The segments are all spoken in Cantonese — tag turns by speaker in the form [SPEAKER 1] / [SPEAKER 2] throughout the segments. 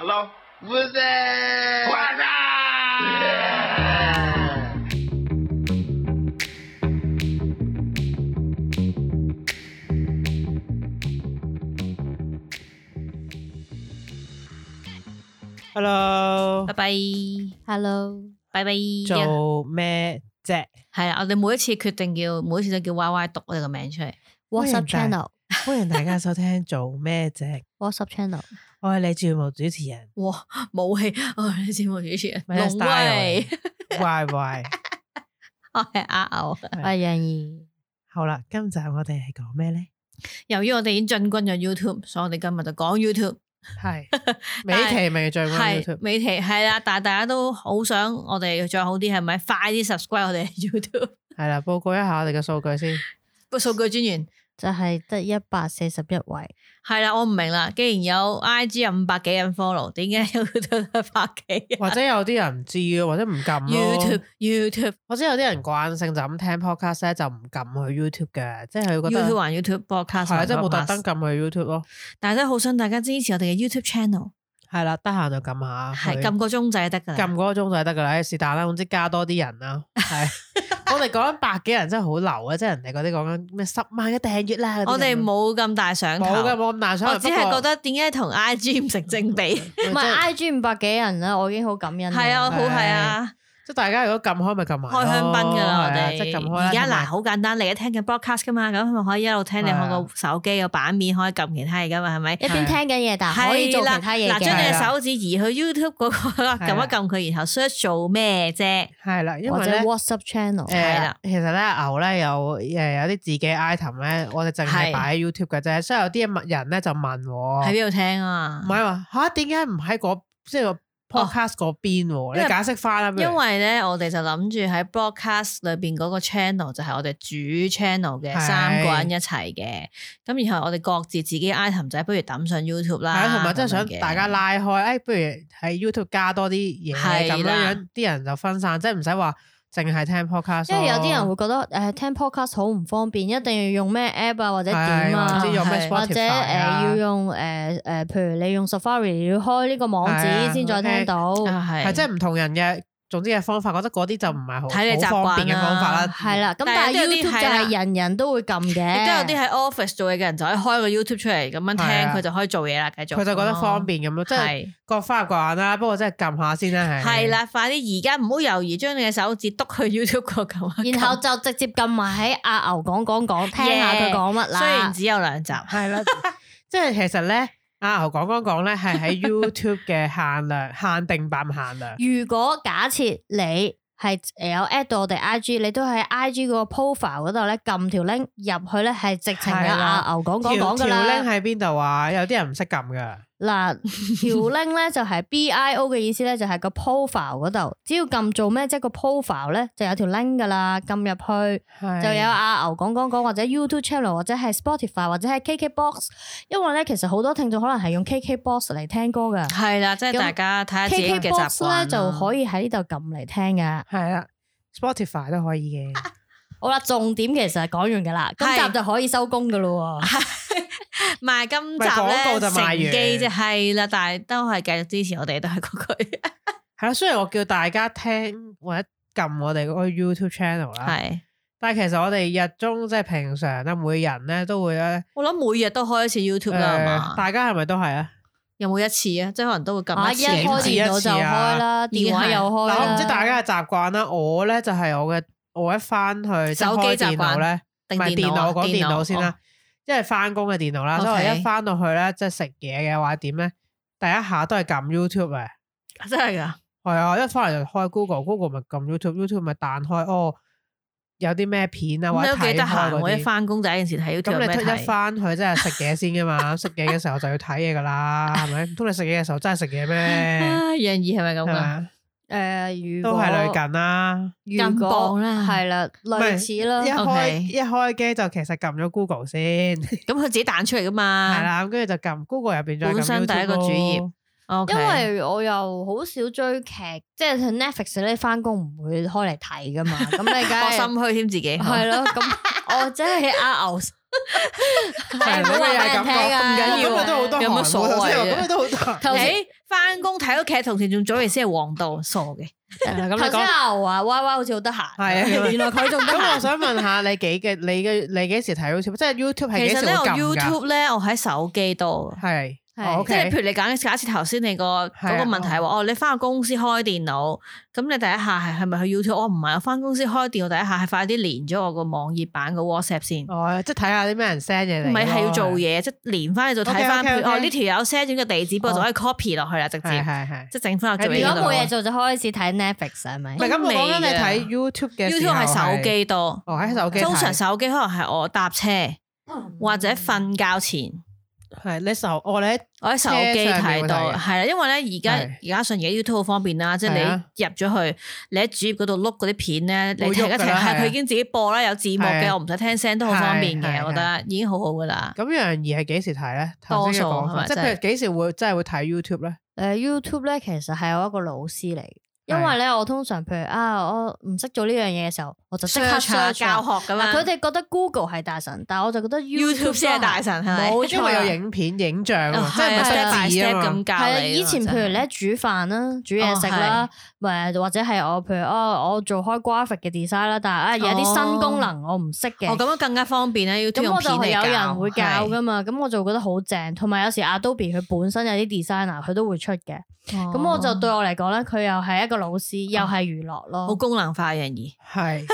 [SPEAKER 1] 喽，
[SPEAKER 2] 不是，
[SPEAKER 1] 快上！
[SPEAKER 3] Hello，
[SPEAKER 4] 拜拜，
[SPEAKER 5] Hello，
[SPEAKER 4] 拜拜。係
[SPEAKER 3] 做咩啫？
[SPEAKER 4] 啦，我哋每一次決定叫，每一次都叫 Y Y 讀我哋個名出嚟。
[SPEAKER 5] WhatsApp
[SPEAKER 3] 歡迎大
[SPEAKER 5] channel，WhatsApp
[SPEAKER 3] 歡迎大家收聽做咩啫？
[SPEAKER 5] channel，
[SPEAKER 3] 我係你節目主持人
[SPEAKER 4] 哇，武器， 我係你節目主持人
[SPEAKER 3] 咩
[SPEAKER 4] 龍
[SPEAKER 3] style 啊
[SPEAKER 4] 威，
[SPEAKER 3] Y Y。
[SPEAKER 4] 我哦係啊阿牛。
[SPEAKER 5] 我係楊怡，
[SPEAKER 3] 好啦，今集我哋係講咩咧？
[SPEAKER 4] 由於我哋已經進軍咗 YouTube，所以我哋今日就講 YouTube。
[SPEAKER 3] 係美其名最關
[SPEAKER 4] 係
[SPEAKER 3] YouTube，
[SPEAKER 4] 美琪係啦，但係大家都好想我哋最好啲，係咪快啲 subscribe 我哋 YouTube
[SPEAKER 3] 係啦，報告一下我哋嘅數據先。
[SPEAKER 4] 個數據專員？
[SPEAKER 5] 就係得一百四十一位，
[SPEAKER 4] 係啦，我唔明啦，既然有 IG 有五百幾人 follow，點解有 YouTube 得百幾人
[SPEAKER 3] 或者有啲人唔知咯，或者唔撳咯
[SPEAKER 4] ？YouTube。YouTube
[SPEAKER 3] 我知有啲人慣性就咁聽 podcast 咧，就唔撳去 YouTube 嘅，即係佢覺
[SPEAKER 4] YouTube
[SPEAKER 3] 得
[SPEAKER 4] 還 YouTube
[SPEAKER 3] 係
[SPEAKER 4] broadcast，
[SPEAKER 3] 啊，
[SPEAKER 4] 還
[SPEAKER 3] 即係冇特
[SPEAKER 4] broadcast
[SPEAKER 3] 登撳去 YouTube 咯。
[SPEAKER 4] 但係真係好想大家支持我哋嘅 YouTube channel，
[SPEAKER 3] 係啦，得閒就撳下去，
[SPEAKER 4] 係撳個鐘仔就得㗎
[SPEAKER 3] 啊撳
[SPEAKER 4] 啦。
[SPEAKER 3] 嗰個鐘就係得噶啦，唉是但啦，總之加多啲人 啦。係，我哋講緊百幾人真係好流啊！即係人哋嗰啲講緊咩十萬嘅訂閱啦，嗰啲
[SPEAKER 4] 我哋
[SPEAKER 3] 咁
[SPEAKER 4] 冇咁大想頭，
[SPEAKER 3] 冇嘅，冇咁難想。
[SPEAKER 4] 我只係覺得點解同 IG 唔成正比？
[SPEAKER 5] 唔
[SPEAKER 3] 唔
[SPEAKER 5] 係 I G 五百幾人啦，我已經好感恩啦。
[SPEAKER 4] 係啊，好係啊，
[SPEAKER 3] 即係大家如果撳開咪撳埋咯，
[SPEAKER 4] 開香檳㗎啦，我
[SPEAKER 3] 係啊即係撳
[SPEAKER 4] 哋
[SPEAKER 3] 開啦
[SPEAKER 4] 而家
[SPEAKER 3] 同
[SPEAKER 4] 嗱
[SPEAKER 3] 埋
[SPEAKER 4] 好簡單，你而家聽緊 broadcast 噶嘛，咁咪可以一路聽你
[SPEAKER 3] 係啊
[SPEAKER 4] 開個手機個版面，可以撳其他嘢噶嘛，係咪？
[SPEAKER 5] 一邊聽緊嘢，但係可以做
[SPEAKER 4] 係啦
[SPEAKER 5] 其他嘢
[SPEAKER 4] 嗱，將你
[SPEAKER 3] 嘅
[SPEAKER 4] 嘅手指移去 YouTube 嗰個啦，撳一撳佢，然後 search 做咩啫？
[SPEAKER 3] 係啦，因
[SPEAKER 5] 或
[SPEAKER 3] 為
[SPEAKER 5] 者
[SPEAKER 3] 咧。
[SPEAKER 5] WhatsApp channel，
[SPEAKER 3] 誒、
[SPEAKER 4] 係啦
[SPEAKER 3] 其實咧牛咧有誒有啲自己 item 咧，我哋淨係
[SPEAKER 4] 係
[SPEAKER 3] 擺喺 YouTube 嘅啫，所以有啲人咧就問我，
[SPEAKER 4] 喺
[SPEAKER 3] 唔
[SPEAKER 4] 邊度聽啊？
[SPEAKER 3] 係話吓點解唔喺嗰即係個 podcast 嗰邊喎？
[SPEAKER 4] 哦因
[SPEAKER 3] 你
[SPEAKER 4] 為
[SPEAKER 3] 解釋翻啦，不如
[SPEAKER 4] 因為咧，我哋就諗住喺 broadcast 裏邊嗰個 channel 就係我哋主 channel 嘅
[SPEAKER 3] 係
[SPEAKER 4] 三個人一齊嘅，咁然後我哋各自自己 item 仔，不如抌上 YouTube
[SPEAKER 3] 係
[SPEAKER 4] 啦，
[SPEAKER 3] 啊，同埋真係
[SPEAKER 4] 咁樣
[SPEAKER 3] 想
[SPEAKER 4] 嘅
[SPEAKER 3] 大家拉開，誒、哎不如喺 YouTube 加多啲嘢
[SPEAKER 4] 係
[SPEAKER 3] 咁樣
[SPEAKER 4] 啦
[SPEAKER 3] 樣，啲人就分散，即係唔使話淨係聽 podcast 咯。
[SPEAKER 5] 因為有啲人會覺得誒聽 podcast 好唔方便，一定要用咩 app 啊，或者點
[SPEAKER 3] 係我唔
[SPEAKER 5] 啊
[SPEAKER 3] 知。用咩
[SPEAKER 4] 係
[SPEAKER 3] Spotify
[SPEAKER 5] 或者誒、
[SPEAKER 3] 啊
[SPEAKER 5] 要用誒誒、譬如你用 Safari 要開呢個網
[SPEAKER 3] 係
[SPEAKER 5] 址
[SPEAKER 3] 啊
[SPEAKER 5] 先再聽到，
[SPEAKER 4] 啊
[SPEAKER 3] 係
[SPEAKER 4] 係
[SPEAKER 3] 即係唔同人嘅，總之嘅方法，覺得嗰啲就唔係好
[SPEAKER 4] 睇你習慣
[SPEAKER 3] 好
[SPEAKER 4] 啦
[SPEAKER 3] 方便嘅方法啦。
[SPEAKER 5] 係啦、咁
[SPEAKER 4] 但
[SPEAKER 5] 但
[SPEAKER 4] 係
[SPEAKER 5] 係
[SPEAKER 4] 都有啲
[SPEAKER 5] YouTube
[SPEAKER 4] 係
[SPEAKER 5] 就
[SPEAKER 4] 啦
[SPEAKER 5] 係人人都會撳嘅，
[SPEAKER 4] 亦都有啲喺 office 做嘢嘅人就可以開個 YouTube 出嚟咁樣聽，
[SPEAKER 3] 係啊
[SPEAKER 4] 佢就可以做嘢啦，繼續。哦
[SPEAKER 3] 佢就覺得方，便咁咯，即係
[SPEAKER 4] 係
[SPEAKER 3] 各花入各眼啦。不過真係撳下先啦，係
[SPEAKER 4] 係。啦，快啲而家唔好猶豫，將你嘅手指篤去 YouTube 嗰度。
[SPEAKER 5] 然後就直接撳埋喺阿牛講講講，聽下佢講乜啦。
[SPEAKER 4] 雖然只有兩集，
[SPEAKER 3] 係 啦，即係其實咧，阿牛講講講咧，係 喺 YouTube 嘅限量、限定版限量。
[SPEAKER 5] 如果假設你係誒有 at 到我哋 IG，你都喺 IG 嗰個 profile 嗰度咧撳條 link 入去咧，係直情有
[SPEAKER 3] 係啦
[SPEAKER 5] 阿牛講講
[SPEAKER 3] 條
[SPEAKER 5] 講
[SPEAKER 3] 條
[SPEAKER 5] 噶
[SPEAKER 3] link
[SPEAKER 5] 啦。
[SPEAKER 3] 喺邊度啊？有啲人唔識撳㗎。
[SPEAKER 5] 嗱，條 link 咧就係 bio 嘅意思咧，就係個 profile 嗰度，只要撳做咩即係個 profile 咧就有條 link 噶啦，撳入去
[SPEAKER 3] 係
[SPEAKER 5] 就有
[SPEAKER 4] 啊
[SPEAKER 5] 阿牛講講講或者 YouTube channel 或者係 Spotify 或者係 KKBox，因為咧其實好多聽眾可能係用 KKBox 嚟聽歌噶。
[SPEAKER 4] 係啦，即係
[SPEAKER 5] 咁
[SPEAKER 4] 大家睇下自己嘅習
[SPEAKER 5] KKBox
[SPEAKER 4] 慣
[SPEAKER 5] 咧就可
[SPEAKER 4] 以。
[SPEAKER 5] 以喺呢度撳嚟聽噶。
[SPEAKER 3] 係啦，Spotify 都可以 嘅。
[SPEAKER 5] 好啦，重點其實係講完噶啦，今
[SPEAKER 4] 係
[SPEAKER 5] 集就可以收工噶咯喎。
[SPEAKER 4] 賣今集
[SPEAKER 3] 咪廣告
[SPEAKER 4] 咧
[SPEAKER 3] 就賣
[SPEAKER 4] 乘
[SPEAKER 3] 完
[SPEAKER 4] 機啫，係啦，但係都係繼續支持我哋，都係嗰 句，
[SPEAKER 3] 係啦，雖然我叫大家聽或者撳我哋嗰個 YouTube channel 啦，
[SPEAKER 4] 係
[SPEAKER 3] 但係其實我哋日中即係平常啦，每人咧都會咧，
[SPEAKER 4] 我諗每日都開一次 YouTube 啦，係
[SPEAKER 3] 誒
[SPEAKER 4] 嘛？
[SPEAKER 3] 大家係咪都係啊？
[SPEAKER 4] 有冇一次啊？即係可能都會撳
[SPEAKER 5] 啊，
[SPEAKER 4] 一
[SPEAKER 5] 一
[SPEAKER 4] 次
[SPEAKER 5] 開
[SPEAKER 3] 開始
[SPEAKER 5] 電腦就開啦，
[SPEAKER 4] 一次
[SPEAKER 5] 電話又開
[SPEAKER 3] 嗱，
[SPEAKER 5] 啦。
[SPEAKER 3] 我唔知大家嘅習慣啦，我咧就係我嘅，我一翻去即係
[SPEAKER 4] 手機
[SPEAKER 3] 開電
[SPEAKER 4] 習慣
[SPEAKER 3] 腦咧，唔
[SPEAKER 4] 定
[SPEAKER 3] 係
[SPEAKER 4] 電
[SPEAKER 3] 電
[SPEAKER 4] 腦啊
[SPEAKER 3] 腦講電腦先
[SPEAKER 4] 電腦
[SPEAKER 3] 啦，因為翻工嘅電腦啦，所以我
[SPEAKER 4] OK
[SPEAKER 3] 一翻到去咧，即係食嘢嘅或者點咧，第一下都係撳 YouTube 啊嘅。
[SPEAKER 4] 哦真係㗎，
[SPEAKER 3] 係啊，一翻嚟就開 Google，Google 咪撳 YouTube，YouTube 咪彈開哦，有啲咩片啊或
[SPEAKER 4] 咁
[SPEAKER 3] 者
[SPEAKER 4] 都
[SPEAKER 3] 睇
[SPEAKER 4] 幾得
[SPEAKER 3] 開
[SPEAKER 4] 閒。
[SPEAKER 3] 嗰
[SPEAKER 4] 我一
[SPEAKER 3] 啲。
[SPEAKER 4] 翻工第一件事睇 YouTube
[SPEAKER 3] 咁
[SPEAKER 4] 有
[SPEAKER 3] 你
[SPEAKER 4] 咩
[SPEAKER 3] 一
[SPEAKER 4] 睇？
[SPEAKER 3] 翻去真係食嘢先噶嘛，食嘢嘅時候就要睇嘢噶啦，係咪？唔通你食嘢嘅時候真係食嘢 咩？
[SPEAKER 4] 啊，楊怡係咪咁
[SPEAKER 3] 係
[SPEAKER 4] 㗎？
[SPEAKER 3] 咪
[SPEAKER 4] 啊
[SPEAKER 5] 誒，如
[SPEAKER 3] 都
[SPEAKER 5] 果
[SPEAKER 3] 係類近啦。
[SPEAKER 5] 如
[SPEAKER 4] 近磅
[SPEAKER 5] 果
[SPEAKER 4] 啦
[SPEAKER 5] 係啦，類似啦
[SPEAKER 3] 一。開
[SPEAKER 4] 哦 OK
[SPEAKER 3] 一開機就其實撳咗 Google 先，
[SPEAKER 4] 咁佢自己彈出嚟噶
[SPEAKER 3] 係
[SPEAKER 4] 嘛？
[SPEAKER 3] 啦，咁跟住就撳 Google 入邊再撳 YouTube 咯。
[SPEAKER 4] 啊本身第一個主頁 o k
[SPEAKER 5] 因為我又好少追劇，即係佢 Netflix 咧翻工唔會開嚟睇噶嘛，咁你梗
[SPEAKER 4] 我
[SPEAKER 5] 係
[SPEAKER 4] 心虛添自己，
[SPEAKER 5] 係咯。 咁啊哦我真係阿牛，
[SPEAKER 3] 係你咪又係咁講，
[SPEAKER 5] 唔
[SPEAKER 4] 啊
[SPEAKER 3] 唔
[SPEAKER 5] 緊
[SPEAKER 3] 緊
[SPEAKER 5] 要
[SPEAKER 3] 要，
[SPEAKER 5] 啊
[SPEAKER 3] 都好多韓
[SPEAKER 4] 有乜所謂
[SPEAKER 3] 喎頭先
[SPEAKER 4] 啊
[SPEAKER 3] 咁你都好難。
[SPEAKER 5] 頭先
[SPEAKER 4] 你翻工睇到劇同事仲早嚟先係王道，傻嘅。啊
[SPEAKER 3] 咁
[SPEAKER 5] 頭
[SPEAKER 3] 你
[SPEAKER 5] 先
[SPEAKER 3] 講
[SPEAKER 5] 阿牛話 Y Y 好似好得閒，
[SPEAKER 3] 係啊
[SPEAKER 5] 原來佢仲得
[SPEAKER 3] 咁我
[SPEAKER 5] 閒。
[SPEAKER 3] 想問下你幾嘅，你嘅你幾時睇 YouTube？即係 YouTube 係
[SPEAKER 4] 其
[SPEAKER 3] 幾
[SPEAKER 4] 實
[SPEAKER 3] 時
[SPEAKER 4] 咧，我
[SPEAKER 3] 會撳㗎？
[SPEAKER 4] YouTube 咧，我喺手機度。
[SPEAKER 3] 係，
[SPEAKER 5] 係
[SPEAKER 3] 哦
[SPEAKER 4] 即係
[SPEAKER 3] ，OK，
[SPEAKER 4] 譬
[SPEAKER 3] 啊
[SPEAKER 4] 如你揀假設頭先你個嗰個問題話，哦，你翻個公司開電腦，咁你第一下係係咪去 YouTube？我唔哦係，我翻公司開電腦第一下係快啲連咗我個網頁版個 WhatsApp 先，唔
[SPEAKER 3] 哦，即係睇下啲咩人 send 嘢嚟。
[SPEAKER 4] 係係要做，嘢，即係連翻去就睇翻，譬
[SPEAKER 3] OK，OK，OK
[SPEAKER 4] 如哦呢條友 send 咗個地址，不過就可以 copy 落去啦，直
[SPEAKER 3] 哦係
[SPEAKER 4] 接
[SPEAKER 3] 係係。
[SPEAKER 4] 即係整翻落
[SPEAKER 3] 係
[SPEAKER 4] 最
[SPEAKER 5] 如
[SPEAKER 3] 如
[SPEAKER 5] 果
[SPEAKER 3] 果
[SPEAKER 5] 冇嘢做就開始睇 Netflix 係咪
[SPEAKER 3] 唔？係咁，我講緊你
[SPEAKER 4] 未
[SPEAKER 3] 睇
[SPEAKER 4] 嘅
[SPEAKER 3] YouTube 嘅時
[SPEAKER 4] YouTube
[SPEAKER 3] 候
[SPEAKER 4] 係手，機多，
[SPEAKER 3] 哦喺手機睇。
[SPEAKER 4] 通常手機可能係我搭車
[SPEAKER 5] 哦嗯
[SPEAKER 4] 或者瞓覺前。
[SPEAKER 3] 係你手，我咧
[SPEAKER 4] 我喺手機
[SPEAKER 3] 車上面
[SPEAKER 4] 睇
[SPEAKER 3] 會
[SPEAKER 4] 到，
[SPEAKER 3] 睇嘅
[SPEAKER 4] 係啦，因為咧而家
[SPEAKER 3] 係
[SPEAKER 4] 而家上而家 YouTube 好方便啦，即
[SPEAKER 3] 係
[SPEAKER 4] 係
[SPEAKER 3] 啊
[SPEAKER 4] 你入咗去，你喺主頁嗰度碌嗰啲片咧，你
[SPEAKER 3] 冇
[SPEAKER 4] 停
[SPEAKER 3] 喐
[SPEAKER 4] 一
[SPEAKER 3] 㗎
[SPEAKER 4] 停，
[SPEAKER 3] 啦係
[SPEAKER 4] 係
[SPEAKER 3] 啊
[SPEAKER 4] 佢已經自己播啦，有字幕
[SPEAKER 3] 係
[SPEAKER 4] 嘅，
[SPEAKER 3] 啊
[SPEAKER 4] 我唔使聽聲都好方便
[SPEAKER 3] 係係
[SPEAKER 4] 嘅，我覺得已經好好噶啦。
[SPEAKER 3] 咁楊怡係幾時睇咧？頭先嘅講法
[SPEAKER 4] 多數係咪
[SPEAKER 3] 即係
[SPEAKER 4] 真係
[SPEAKER 3] 譬如幾時會真係會睇 YouTube 咧？
[SPEAKER 5] 誒 YouTube 咧，其實係我一個老師嚟嘅，因為咧我通常譬如啊，我唔識做呢樣嘢嘅時候，我就即刻
[SPEAKER 4] Search 下
[SPEAKER 5] search
[SPEAKER 4] 教
[SPEAKER 5] 教。
[SPEAKER 4] 學咁
[SPEAKER 5] 嗱，
[SPEAKER 4] 樣，
[SPEAKER 5] 佢哋覺得 Google 係大神，但係我就覺得
[SPEAKER 4] YouTube 先係大神係咪？
[SPEAKER 5] 冇
[SPEAKER 3] 因為有
[SPEAKER 5] 錯
[SPEAKER 3] 影片影像啊嘛，即係
[SPEAKER 4] 係
[SPEAKER 3] 唔
[SPEAKER 4] 啊
[SPEAKER 5] 識
[SPEAKER 4] step by
[SPEAKER 3] 係字
[SPEAKER 4] step
[SPEAKER 3] 啊嘛
[SPEAKER 4] 咁。教
[SPEAKER 5] 係啊，
[SPEAKER 4] 你。
[SPEAKER 5] 以前譬
[SPEAKER 4] 哦
[SPEAKER 5] 如咧煮飯啦、煮嘢食啦，誒或者係我譬如哦，我做開 graphic 嘅 design 啦，但係啊有啲新功能我唔識嘅
[SPEAKER 4] 哦，，咁樣更加方便咧，YouTube
[SPEAKER 5] 咁
[SPEAKER 4] 用
[SPEAKER 5] 我
[SPEAKER 4] 片
[SPEAKER 5] 就係
[SPEAKER 4] 嚟
[SPEAKER 5] 有人會教
[SPEAKER 4] 係
[SPEAKER 5] 噶嘛，咁我就覺得好正。同埋有時 Adobe 佢本身有啲 designer 佢都會出嘅，咁我
[SPEAKER 3] 哦
[SPEAKER 5] 就對我嚟講咧，佢又係一個老師，又係娛樂
[SPEAKER 4] 哦好
[SPEAKER 5] 咯。
[SPEAKER 4] 功能化嘅人兒，
[SPEAKER 3] 係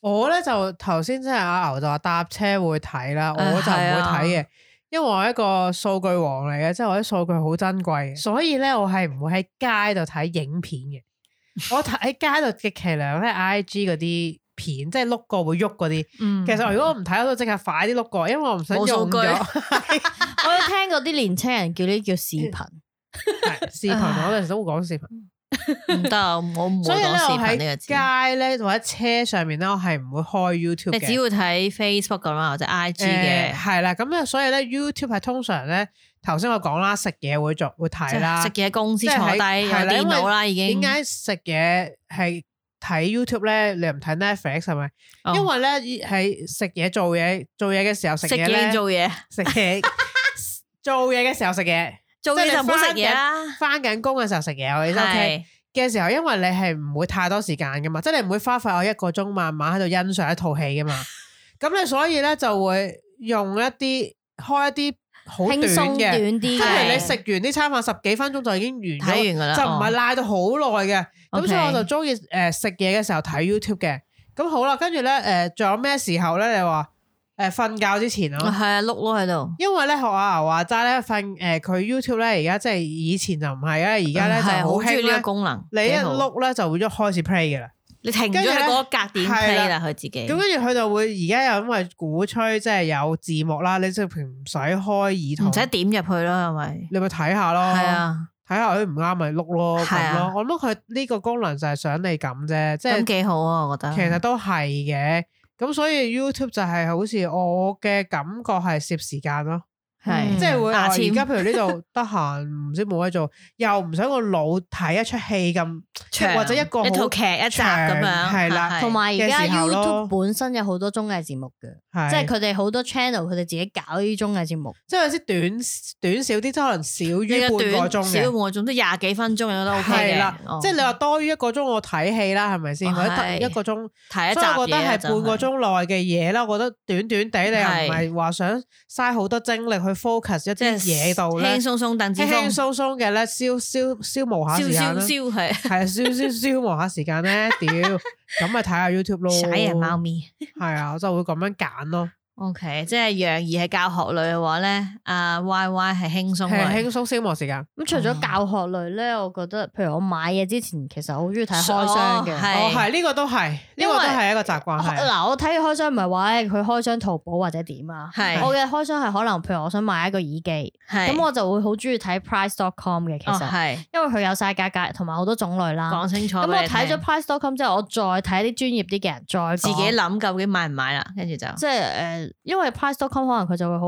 [SPEAKER 3] 我咧就頭先即係阿牛就話搭車會睇啦，我
[SPEAKER 4] 誒
[SPEAKER 3] 就唔會
[SPEAKER 4] 係啊
[SPEAKER 3] 睇嘅，因為我係一個數據王嚟嘅，即係我啲數據好珍貴嘅，所以咧我係唔會喺街度睇影片嘅。我 睇喺街度極其量咧 I G 嗰啲片，即係碌過會喐嗰啲。
[SPEAKER 4] 嗯
[SPEAKER 3] 其實如果我唔睇，我都即刻快啲碌過，因為我唔想
[SPEAKER 4] 冇
[SPEAKER 3] 用
[SPEAKER 4] 數據
[SPEAKER 3] 咗。
[SPEAKER 5] 我有聽過啲年青人叫呢啲叫視頻，
[SPEAKER 3] 係視頻，我有時都會講視頻。
[SPEAKER 4] 唔得啊，我唔
[SPEAKER 3] 所以
[SPEAKER 4] 會
[SPEAKER 3] 咧，
[SPEAKER 4] 啊講視
[SPEAKER 3] 我
[SPEAKER 4] 頻呢個
[SPEAKER 3] 喺
[SPEAKER 4] 字。
[SPEAKER 3] 街咧或者車上面咧，我係唔會開 YouTube
[SPEAKER 4] 你只
[SPEAKER 3] 嘅。
[SPEAKER 4] 會睇 Facebook 咁啦，或者
[SPEAKER 3] 誒
[SPEAKER 4] IG 嘅，
[SPEAKER 3] 係啦，咁啊，所以咧 YouTube 係通常咧，頭先我講啦，食嘢會做會
[SPEAKER 4] 即
[SPEAKER 3] 睇
[SPEAKER 4] 係
[SPEAKER 3] 啦
[SPEAKER 4] 食。嘢公司
[SPEAKER 3] 即係
[SPEAKER 4] 坐
[SPEAKER 3] 喺
[SPEAKER 4] 低有
[SPEAKER 3] 係啦
[SPEAKER 4] 電腦啦，已經。
[SPEAKER 3] 點解食嘢係睇 YouTube 咧？你又唔睇 Netflix 係咪？
[SPEAKER 4] 哦？
[SPEAKER 3] 因為咧喺食嘢做嘢做嘢嘅時候食
[SPEAKER 4] 食
[SPEAKER 3] 嘢
[SPEAKER 4] 嘢
[SPEAKER 3] 咧，
[SPEAKER 4] 做嘢，
[SPEAKER 3] 食 嘢做嘢嘅時候食嘢，
[SPEAKER 4] 做
[SPEAKER 3] 即係
[SPEAKER 4] 嘢
[SPEAKER 3] 你
[SPEAKER 4] 就唔好食
[SPEAKER 3] 返緊
[SPEAKER 4] 嘢啦。
[SPEAKER 3] 翻緊工嘅時候食嘢，我哋都 OK。
[SPEAKER 4] 係
[SPEAKER 3] 嘅時候，因為你係唔會太多時間噶嘛，即係你唔會花費我一個鐘慢慢喺度欣賞一套戲噶嘛。咁你所以咧就會用一啲開一啲嗯好短
[SPEAKER 5] 輕鬆短
[SPEAKER 3] 嘅，
[SPEAKER 5] 啲
[SPEAKER 3] 即係譬如
[SPEAKER 5] 嘅
[SPEAKER 3] 你。食完啲餐飯十幾分鐘就已經完
[SPEAKER 4] 睇
[SPEAKER 3] 咗，
[SPEAKER 4] 完噶啦，
[SPEAKER 3] 就唔係
[SPEAKER 4] 哦
[SPEAKER 3] 拉到好耐嘅。咁
[SPEAKER 4] OK
[SPEAKER 3] 所以我就中意誒食嘢嘅時候睇 YouTube 嘅。咁好啦，跟住咧誒，仲有咩時候咧？你話誒瞓覺之前啊？
[SPEAKER 4] 係啊，碌咯喺度。
[SPEAKER 3] 因為咧學阿牛話齋咧瞓誒，佢 YouTube 咧而家即係以前就唔係啊，而家咧就
[SPEAKER 4] 嗯係
[SPEAKER 3] 好
[SPEAKER 4] 好中
[SPEAKER 3] 興
[SPEAKER 4] 意呢個
[SPEAKER 3] 咧。
[SPEAKER 4] 功能，
[SPEAKER 3] 你一
[SPEAKER 4] 幾好，
[SPEAKER 3] 碌咧就會一開始 play 嘅啦。
[SPEAKER 4] 你停咗
[SPEAKER 3] 跟住
[SPEAKER 4] 喺
[SPEAKER 3] 呢
[SPEAKER 4] 嗰個格點
[SPEAKER 3] 係
[SPEAKER 4] play
[SPEAKER 3] 啦
[SPEAKER 4] 啦，佢自己
[SPEAKER 3] 咁跟住佢就會而家又因為鼓吹即係有字幕啦，你直情唔使開耳筒，
[SPEAKER 4] 唔使點入去啦，係咪？
[SPEAKER 3] 你咪睇下咯。
[SPEAKER 4] 係，啊，
[SPEAKER 3] 睇下哎佢唔啱咪碌咯
[SPEAKER 4] 係
[SPEAKER 3] 咁
[SPEAKER 4] 啊
[SPEAKER 3] 咯。我諗佢呢個功能就係想你咁啫，即
[SPEAKER 4] 咁
[SPEAKER 3] 係
[SPEAKER 4] 幾好啊，我覺得。
[SPEAKER 3] 其實都係嘅。咁所以 YouTube 就係好似我嘅感覺係攝時間咯，
[SPEAKER 4] 係
[SPEAKER 5] 嗯
[SPEAKER 3] 即係會啊
[SPEAKER 4] 牙
[SPEAKER 3] 而
[SPEAKER 4] 籤
[SPEAKER 3] 家譬如呢度得閒唔知冇嘢做，又唔想個腦睇一出戲咁，即係
[SPEAKER 4] 長
[SPEAKER 3] 或者一個
[SPEAKER 4] 一套
[SPEAKER 3] 好
[SPEAKER 4] 劇一集
[SPEAKER 3] 長
[SPEAKER 4] 咁樣，
[SPEAKER 3] 係啦
[SPEAKER 4] 係
[SPEAKER 5] 同埋而家
[SPEAKER 3] 嘅時候咯
[SPEAKER 5] YouTube 本身有好多綜藝節目嘅，
[SPEAKER 3] 係
[SPEAKER 5] 即係佢哋好多 channel，佢哋自己搞呢啲綜藝節目。
[SPEAKER 3] 即係有啲短短少啲，即係可能少
[SPEAKER 4] 你
[SPEAKER 3] 於
[SPEAKER 4] 嘅
[SPEAKER 3] 半個鐘
[SPEAKER 4] 短少
[SPEAKER 3] 嘅。
[SPEAKER 4] 半個鐘都廿幾分鐘，我覺得 OK 嘅。
[SPEAKER 3] 係啦
[SPEAKER 4] 哦
[SPEAKER 3] 即係你話多於一個鐘，我睇戲啦，係咪先？
[SPEAKER 4] 哦
[SPEAKER 3] 或者得
[SPEAKER 4] 係
[SPEAKER 3] 一個鐘，
[SPEAKER 4] 睇一集
[SPEAKER 3] 所以我覺得
[SPEAKER 4] 嘢啊
[SPEAKER 3] 係
[SPEAKER 4] 就
[SPEAKER 3] 半個鐘內嘅嘢啦。我覺得短短地，
[SPEAKER 4] 係
[SPEAKER 3] 你又唔係話想嘥好多精力去 focus 一
[SPEAKER 4] 即
[SPEAKER 3] 啲嘢度咧
[SPEAKER 4] 輕，鬆鬆鄧子
[SPEAKER 3] 輕輕
[SPEAKER 4] 峰，
[SPEAKER 3] 鬆鬆嘅咧，消消消磨下
[SPEAKER 4] 消
[SPEAKER 3] 時間
[SPEAKER 4] 消
[SPEAKER 3] 啦，
[SPEAKER 4] 消係。
[SPEAKER 3] 係啊，消消消磨下時間咧，屌，咁咪睇下 YouTube 咯。
[SPEAKER 4] 耍
[SPEAKER 5] 哦
[SPEAKER 4] 人貓咪
[SPEAKER 3] 係啊，我就會咁樣揀咯，
[SPEAKER 4] ，OK，即係楊怡係教學類嘅話咧，阿 Y Y 係輕鬆
[SPEAKER 5] 啊
[SPEAKER 3] 係
[SPEAKER 4] 類，
[SPEAKER 3] 輕鬆消磨時間。
[SPEAKER 5] 咁除咗教學類咧，我覺得譬如我買嘢之前，其實我好中意睇開箱嘅。
[SPEAKER 4] 係
[SPEAKER 3] 哦，係呢個都係，呢
[SPEAKER 5] 因
[SPEAKER 3] 個
[SPEAKER 5] 為
[SPEAKER 3] 都係一個習慣，係。
[SPEAKER 5] 嗱，我睇開箱唔係話欸佢開箱淘寶或者點啊，
[SPEAKER 4] 係
[SPEAKER 5] 我嘅開箱係可能譬如我想買一個耳機，
[SPEAKER 4] 係
[SPEAKER 5] 咁我就會好中意睇 price.com 嘅，其
[SPEAKER 4] 哦
[SPEAKER 5] 實
[SPEAKER 4] 係
[SPEAKER 5] 因為佢有晒價格同埋好多種類啦。
[SPEAKER 4] 講清楚
[SPEAKER 5] 咁
[SPEAKER 4] 俾
[SPEAKER 5] 我
[SPEAKER 4] 你聽。哦
[SPEAKER 5] 睇咗 price.com 之後，我再睇啲專業啲嘅人再講
[SPEAKER 4] 自己諗究竟買唔買啦，跟住就
[SPEAKER 5] 即係誒，因為 price.com 可能佢就會好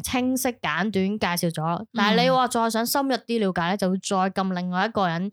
[SPEAKER 5] 誒清晰簡短介紹咗，但係你
[SPEAKER 4] 嗯
[SPEAKER 5] 話再想深入啲了解咧，就會再撳另外一個人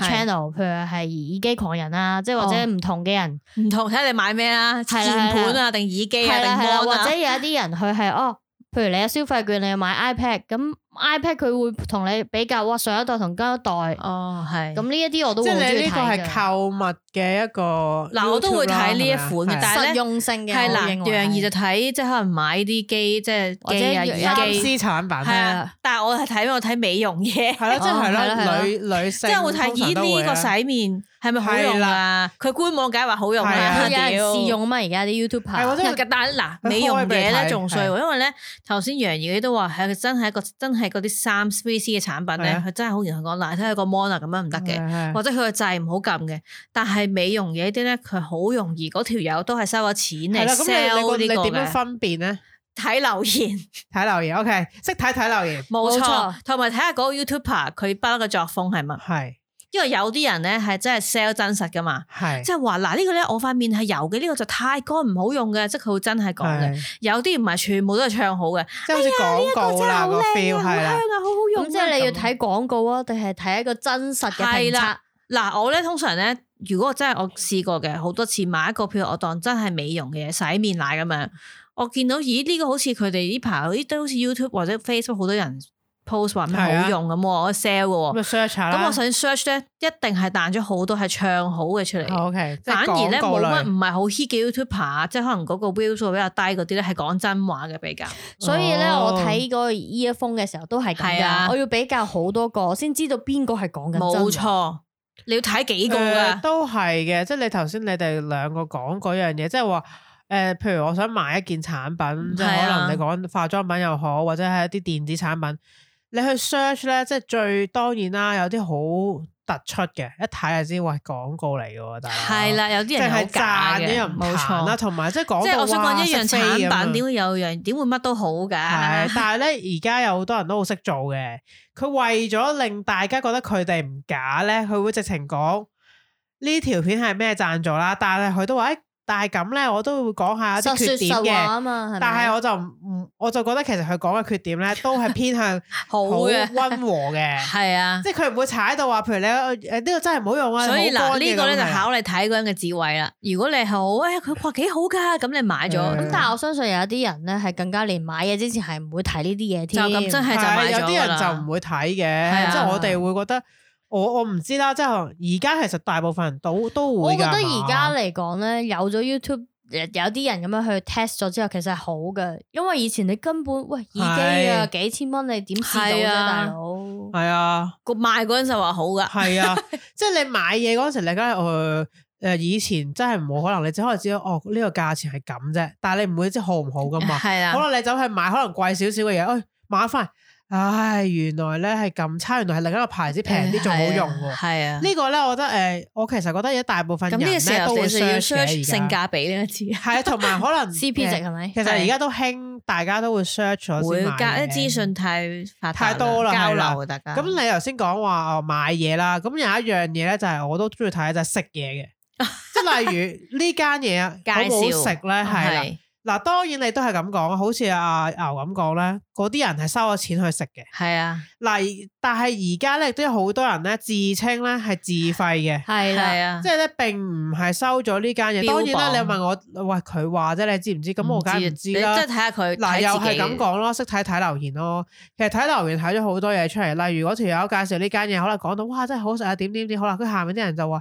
[SPEAKER 4] 係
[SPEAKER 5] channel，譬如係耳機狂人啊，即係或者
[SPEAKER 4] 哦
[SPEAKER 5] 唔同嘅人。
[SPEAKER 4] 唔同睇你買咩啦，
[SPEAKER 5] 係啦
[SPEAKER 4] 鍵盤啊定耳機啊
[SPEAKER 5] 係
[SPEAKER 4] 定
[SPEAKER 5] 啦係啦，
[SPEAKER 4] mon
[SPEAKER 5] 或者
[SPEAKER 4] 啊，
[SPEAKER 5] 有一啲人佢係哦，譬如你有消費券，你要買 iPad，咁 iPad 佢會同你比較，哇上一代同今一代，咁
[SPEAKER 4] 哦，係。
[SPEAKER 5] 呢一啲我都
[SPEAKER 3] 即
[SPEAKER 5] 會
[SPEAKER 3] 係
[SPEAKER 5] 好
[SPEAKER 3] 你
[SPEAKER 5] 中意
[SPEAKER 3] 呢個
[SPEAKER 5] 睇
[SPEAKER 3] 係
[SPEAKER 5] 嘅。
[SPEAKER 3] 購物嘅一個 YouTube 啦。
[SPEAKER 4] 嗱我都會睇呢一款嘅
[SPEAKER 3] 係咪啊
[SPEAKER 4] 但係呢
[SPEAKER 5] 實用性嘅，
[SPEAKER 4] 係
[SPEAKER 5] 我
[SPEAKER 4] 啦，
[SPEAKER 5] 認為
[SPEAKER 4] 楊怡就睇即係可能買啲機，即係
[SPEAKER 5] 或者
[SPEAKER 4] 機啊耳
[SPEAKER 3] 三
[SPEAKER 4] 機，
[SPEAKER 3] C 產品
[SPEAKER 4] 係
[SPEAKER 3] 咧，
[SPEAKER 4] 啊。但係我係睇我睇美容嘢，
[SPEAKER 3] 係咯，即係
[SPEAKER 5] 哦係啦係
[SPEAKER 3] 咯，
[SPEAKER 5] 啦
[SPEAKER 3] 女女性
[SPEAKER 4] 即係會
[SPEAKER 3] 通
[SPEAKER 4] 睇
[SPEAKER 3] 常都
[SPEAKER 4] 咦
[SPEAKER 3] 會
[SPEAKER 4] 呢
[SPEAKER 3] 啦
[SPEAKER 4] 個洗面係咪好
[SPEAKER 3] 係
[SPEAKER 4] 用啊
[SPEAKER 3] 啦？
[SPEAKER 4] 佢官網梗係話好用
[SPEAKER 3] 係啊
[SPEAKER 4] 啦，
[SPEAKER 5] 佢有人
[SPEAKER 4] 屌
[SPEAKER 5] 試 用啊嘛，而家啲 YouTube
[SPEAKER 3] 係或者
[SPEAKER 4] 因為但係嗱，
[SPEAKER 3] 佢
[SPEAKER 4] 美容嘢
[SPEAKER 3] 開俾你
[SPEAKER 4] 咧
[SPEAKER 3] 睇
[SPEAKER 4] 仲衰喎，因為咧頭先楊怡佢都話係佢真係一個真係嗰啲三 three C 嘅產品
[SPEAKER 3] 係
[SPEAKER 4] 咧
[SPEAKER 3] 啊，嗯
[SPEAKER 4] 佢真係好嚴格講，嗱睇佢個 mon 啊咁樣唔得嘅。
[SPEAKER 3] 係
[SPEAKER 4] 或者佢個掣唔好撳嘅，但係美容嘢啲咧，佢好容易嗰條友都係收咗錢
[SPEAKER 3] 係
[SPEAKER 4] 嚟
[SPEAKER 3] 啦，咁
[SPEAKER 4] sell
[SPEAKER 3] 你你
[SPEAKER 4] 呢
[SPEAKER 3] 覺
[SPEAKER 4] 個
[SPEAKER 3] 你點樣
[SPEAKER 4] 嘅。
[SPEAKER 3] 分辨咧？
[SPEAKER 4] 睇留言，
[SPEAKER 3] 睇留言，OK，識睇睇 留言，
[SPEAKER 4] 冇
[SPEAKER 5] 冇
[SPEAKER 4] 錯
[SPEAKER 5] 錯，
[SPEAKER 4] 同埋睇下嗰個 YouTuber 佢不嬲嘅作風係乜，
[SPEAKER 3] 係
[SPEAKER 4] 因為有啲人咧係真係 sell 真實噶嘛，
[SPEAKER 3] 係
[SPEAKER 4] 即係話嗱呢個咧我塊面係油嘅，呢個就太乾唔好用嘅，即係佢會真係講嘅。
[SPEAKER 3] 係
[SPEAKER 4] 有啲唔係全部都係唱好嘅，
[SPEAKER 3] 即係好似廣告啦
[SPEAKER 4] 呢
[SPEAKER 3] 個
[SPEAKER 4] 個真係
[SPEAKER 3] feel
[SPEAKER 4] 好靚啊，好
[SPEAKER 3] 係
[SPEAKER 4] 香
[SPEAKER 3] 啦
[SPEAKER 4] 啊，，好好用啊。
[SPEAKER 5] 咁即係你要
[SPEAKER 4] 咁
[SPEAKER 5] 睇廣告啊，定係睇一個真實嘅
[SPEAKER 4] 係
[SPEAKER 5] 評測
[SPEAKER 4] 啦？嗱，我咧通常咧，如果我真係我試過嘅，好多次買一個，譬如我當真係美容嘅嘢，洗面奶咁樣，我見到咦呢、個好似佢哋呢排啲都好似 YouTube 或者 Facebook 好多人 post 話咩
[SPEAKER 3] 係啊
[SPEAKER 4] 好用咁喎，我 sell
[SPEAKER 3] 咁
[SPEAKER 4] 嘅
[SPEAKER 3] 咪
[SPEAKER 4] 喎，
[SPEAKER 3] search 下啦。
[SPEAKER 4] 咁我上 search 咧一定係彈咗好多係唱好嘅出嚟。
[SPEAKER 3] OK，即係
[SPEAKER 4] 反而咧
[SPEAKER 3] 廣告
[SPEAKER 4] 冇乜
[SPEAKER 3] 類
[SPEAKER 4] 唔係好 hit 嘅 YouTuber，即係可啊能嗰個 view 數比較低嗰啲咧，係講真話嘅比較。
[SPEAKER 5] 所以咧，
[SPEAKER 3] 哦
[SPEAKER 5] 我睇嗰個 earphone 嘅時候都係咁
[SPEAKER 4] 係啊
[SPEAKER 5] 噶，我要比較好多個，先知道邊個係講緊真
[SPEAKER 4] 冇
[SPEAKER 5] 話。
[SPEAKER 4] 錯，你要睇幾個
[SPEAKER 3] 誒
[SPEAKER 4] 㗎。
[SPEAKER 3] 都係嘅，即係你頭先你哋兩個講嗰樣嘢，即係話誒，譬如我想買一件產品，即係可
[SPEAKER 4] 係啊
[SPEAKER 3] 能你講化妝品又好，或者係一啲電子產品，你去 search 咧，即係最當然啦，有啲好突出嘅，一睇就知，喂廣告嚟嘅喎，大佬
[SPEAKER 4] 係，啦，有
[SPEAKER 3] 即
[SPEAKER 4] 啲人好
[SPEAKER 3] 係
[SPEAKER 4] 假
[SPEAKER 3] 賺
[SPEAKER 4] 嘅
[SPEAKER 3] 啲人，
[SPEAKER 4] 冇
[SPEAKER 3] 冇
[SPEAKER 4] 錯
[SPEAKER 3] 錯啦，同埋即係講
[SPEAKER 4] 即係
[SPEAKER 3] 到
[SPEAKER 4] 我想
[SPEAKER 3] 哇
[SPEAKER 4] 講一樣
[SPEAKER 3] 識飛
[SPEAKER 4] 產
[SPEAKER 3] 咁樣
[SPEAKER 4] 品點會有樣點會乜都好㗎？
[SPEAKER 3] 係，啊 但係咧而家有好多人都好識做嘅，佢為咗令大家覺得佢哋唔假咧，佢會直情講呢條片係咩贊助啦，但係佢都話誒、哎但係咁咧，我都會講下一
[SPEAKER 5] 實
[SPEAKER 3] 啲缺
[SPEAKER 5] 說
[SPEAKER 3] 點
[SPEAKER 5] 實話
[SPEAKER 3] 嘅。
[SPEAKER 5] 啊嘛，係
[SPEAKER 3] 但
[SPEAKER 5] 咪
[SPEAKER 3] 係我就唔，我就覺得其實佢講嘅缺點咧，都係偏向
[SPEAKER 4] 好
[SPEAKER 3] 好
[SPEAKER 4] 嘅
[SPEAKER 3] 温和嘅，
[SPEAKER 4] 係啊，
[SPEAKER 3] 即係佢唔會踩到話，譬如你誒呢個真係唔好用啊，
[SPEAKER 4] 所以
[SPEAKER 3] 好
[SPEAKER 4] 嗱
[SPEAKER 3] 乾嘅
[SPEAKER 4] 呢個咧
[SPEAKER 3] 咁
[SPEAKER 4] 就
[SPEAKER 3] 樣
[SPEAKER 4] 考你睇嗰人嘅智慧啦。如果你好，誒佢話幾好㗎，咁你買咗，
[SPEAKER 3] 嗯
[SPEAKER 5] 咁但係我相信有一啲人咧係更加連買嘢之前係唔會睇呢啲嘢
[SPEAKER 4] 就
[SPEAKER 5] 添，
[SPEAKER 4] 咁真係就買
[SPEAKER 3] 係啊有
[SPEAKER 4] 咗
[SPEAKER 3] 啲人
[SPEAKER 4] 㗎
[SPEAKER 3] 就唔
[SPEAKER 4] 啦。
[SPEAKER 3] 會睇
[SPEAKER 4] 啊
[SPEAKER 3] 嘅，即係我哋會覺得我我唔知啦，即係可能而家其實大部分人都都
[SPEAKER 5] 我
[SPEAKER 3] 會
[SPEAKER 5] 覺
[SPEAKER 3] 㗎
[SPEAKER 5] 得
[SPEAKER 3] 係嘛
[SPEAKER 5] 而家嚟講咧，有咗 YouTube。有啲人咁樣去 test 咗之後，其實係好嘅，因為以前你根本喂耳機啊
[SPEAKER 3] 係
[SPEAKER 5] 幾千蚊，你點試到
[SPEAKER 4] 係
[SPEAKER 5] 啫，
[SPEAKER 4] 啊
[SPEAKER 5] 大佬？
[SPEAKER 3] 係啊
[SPEAKER 4] 個賣嗰人就話好㗎，
[SPEAKER 3] 係 啊，即係你買嘢嗰陣時，你梗係誒誒以前真係冇可能，你只可能知道哦呢個價錢係咁啫，但係你唔會知好唔好㗎嘛。
[SPEAKER 4] 係
[SPEAKER 3] 啊
[SPEAKER 4] 啊
[SPEAKER 3] 可
[SPEAKER 4] 啦，
[SPEAKER 3] 能你走去買可能貴少少嘅嘢，哎買翻嚟，唉原來咧係咁差，原來係另一個牌子平啲仲好用
[SPEAKER 4] 係啊
[SPEAKER 3] 喎。
[SPEAKER 4] 係啊。
[SPEAKER 3] 呢個咧，我覺得誒，我其實覺得而家大部分
[SPEAKER 4] 咁
[SPEAKER 3] 人
[SPEAKER 4] 呢個
[SPEAKER 3] 咧
[SPEAKER 4] 時
[SPEAKER 3] 都
[SPEAKER 4] 候
[SPEAKER 3] 會
[SPEAKER 4] 你就
[SPEAKER 3] search
[SPEAKER 4] 要
[SPEAKER 3] 嘅
[SPEAKER 4] search
[SPEAKER 3] 而家
[SPEAKER 4] 性價比呢個字，
[SPEAKER 3] 係啊，同埋可 能
[SPEAKER 5] CP 值
[SPEAKER 3] 誒
[SPEAKER 5] 係咪？
[SPEAKER 3] 其實而家都興，大家都會 search 咗
[SPEAKER 4] 會
[SPEAKER 3] 先買
[SPEAKER 4] 隔
[SPEAKER 3] 嘅
[SPEAKER 4] 一資訊太發達
[SPEAKER 3] 太多啦
[SPEAKER 4] 交
[SPEAKER 3] 係啦
[SPEAKER 4] 流啊大家。
[SPEAKER 3] 咁你頭先講話哦買嘢啦，咁有一樣嘢咧就係我都中意睇就係食嘢 嘅，即係例如呢間嘢啊
[SPEAKER 4] 介
[SPEAKER 3] 好唔好
[SPEAKER 4] 紹哦
[SPEAKER 3] 食咧係啦。
[SPEAKER 4] 係
[SPEAKER 3] 嗱當然你都係咁講，啊好似阿牛咁講咧，嗰啲人係收咗錢去食嘅。
[SPEAKER 4] 係啊
[SPEAKER 3] 嗱，但係而家咧亦都有好多人咧自稱咧係自費 嘅。
[SPEAKER 5] 係
[SPEAKER 4] 係
[SPEAKER 5] 啦，
[SPEAKER 4] 啊
[SPEAKER 3] 即，係咧並唔係收咗呢間嘢，
[SPEAKER 4] 標
[SPEAKER 3] 當
[SPEAKER 4] 榜
[SPEAKER 3] 然啦，你問我，喂佢話啫，你知唔知？咁我梗係唔知
[SPEAKER 4] 你
[SPEAKER 3] 啦。
[SPEAKER 4] 即係睇下佢
[SPEAKER 3] 嗱，
[SPEAKER 4] 睇
[SPEAKER 3] 又
[SPEAKER 4] 自
[SPEAKER 3] 係
[SPEAKER 4] 己
[SPEAKER 3] 咁講咯，識睇睇留言咯。其實睇留言睇咗好多嘢出嚟，例如嗰條友介紹呢間嘢，可能講到哇真係好食啊，點點點，好啦，佢下面啲人就話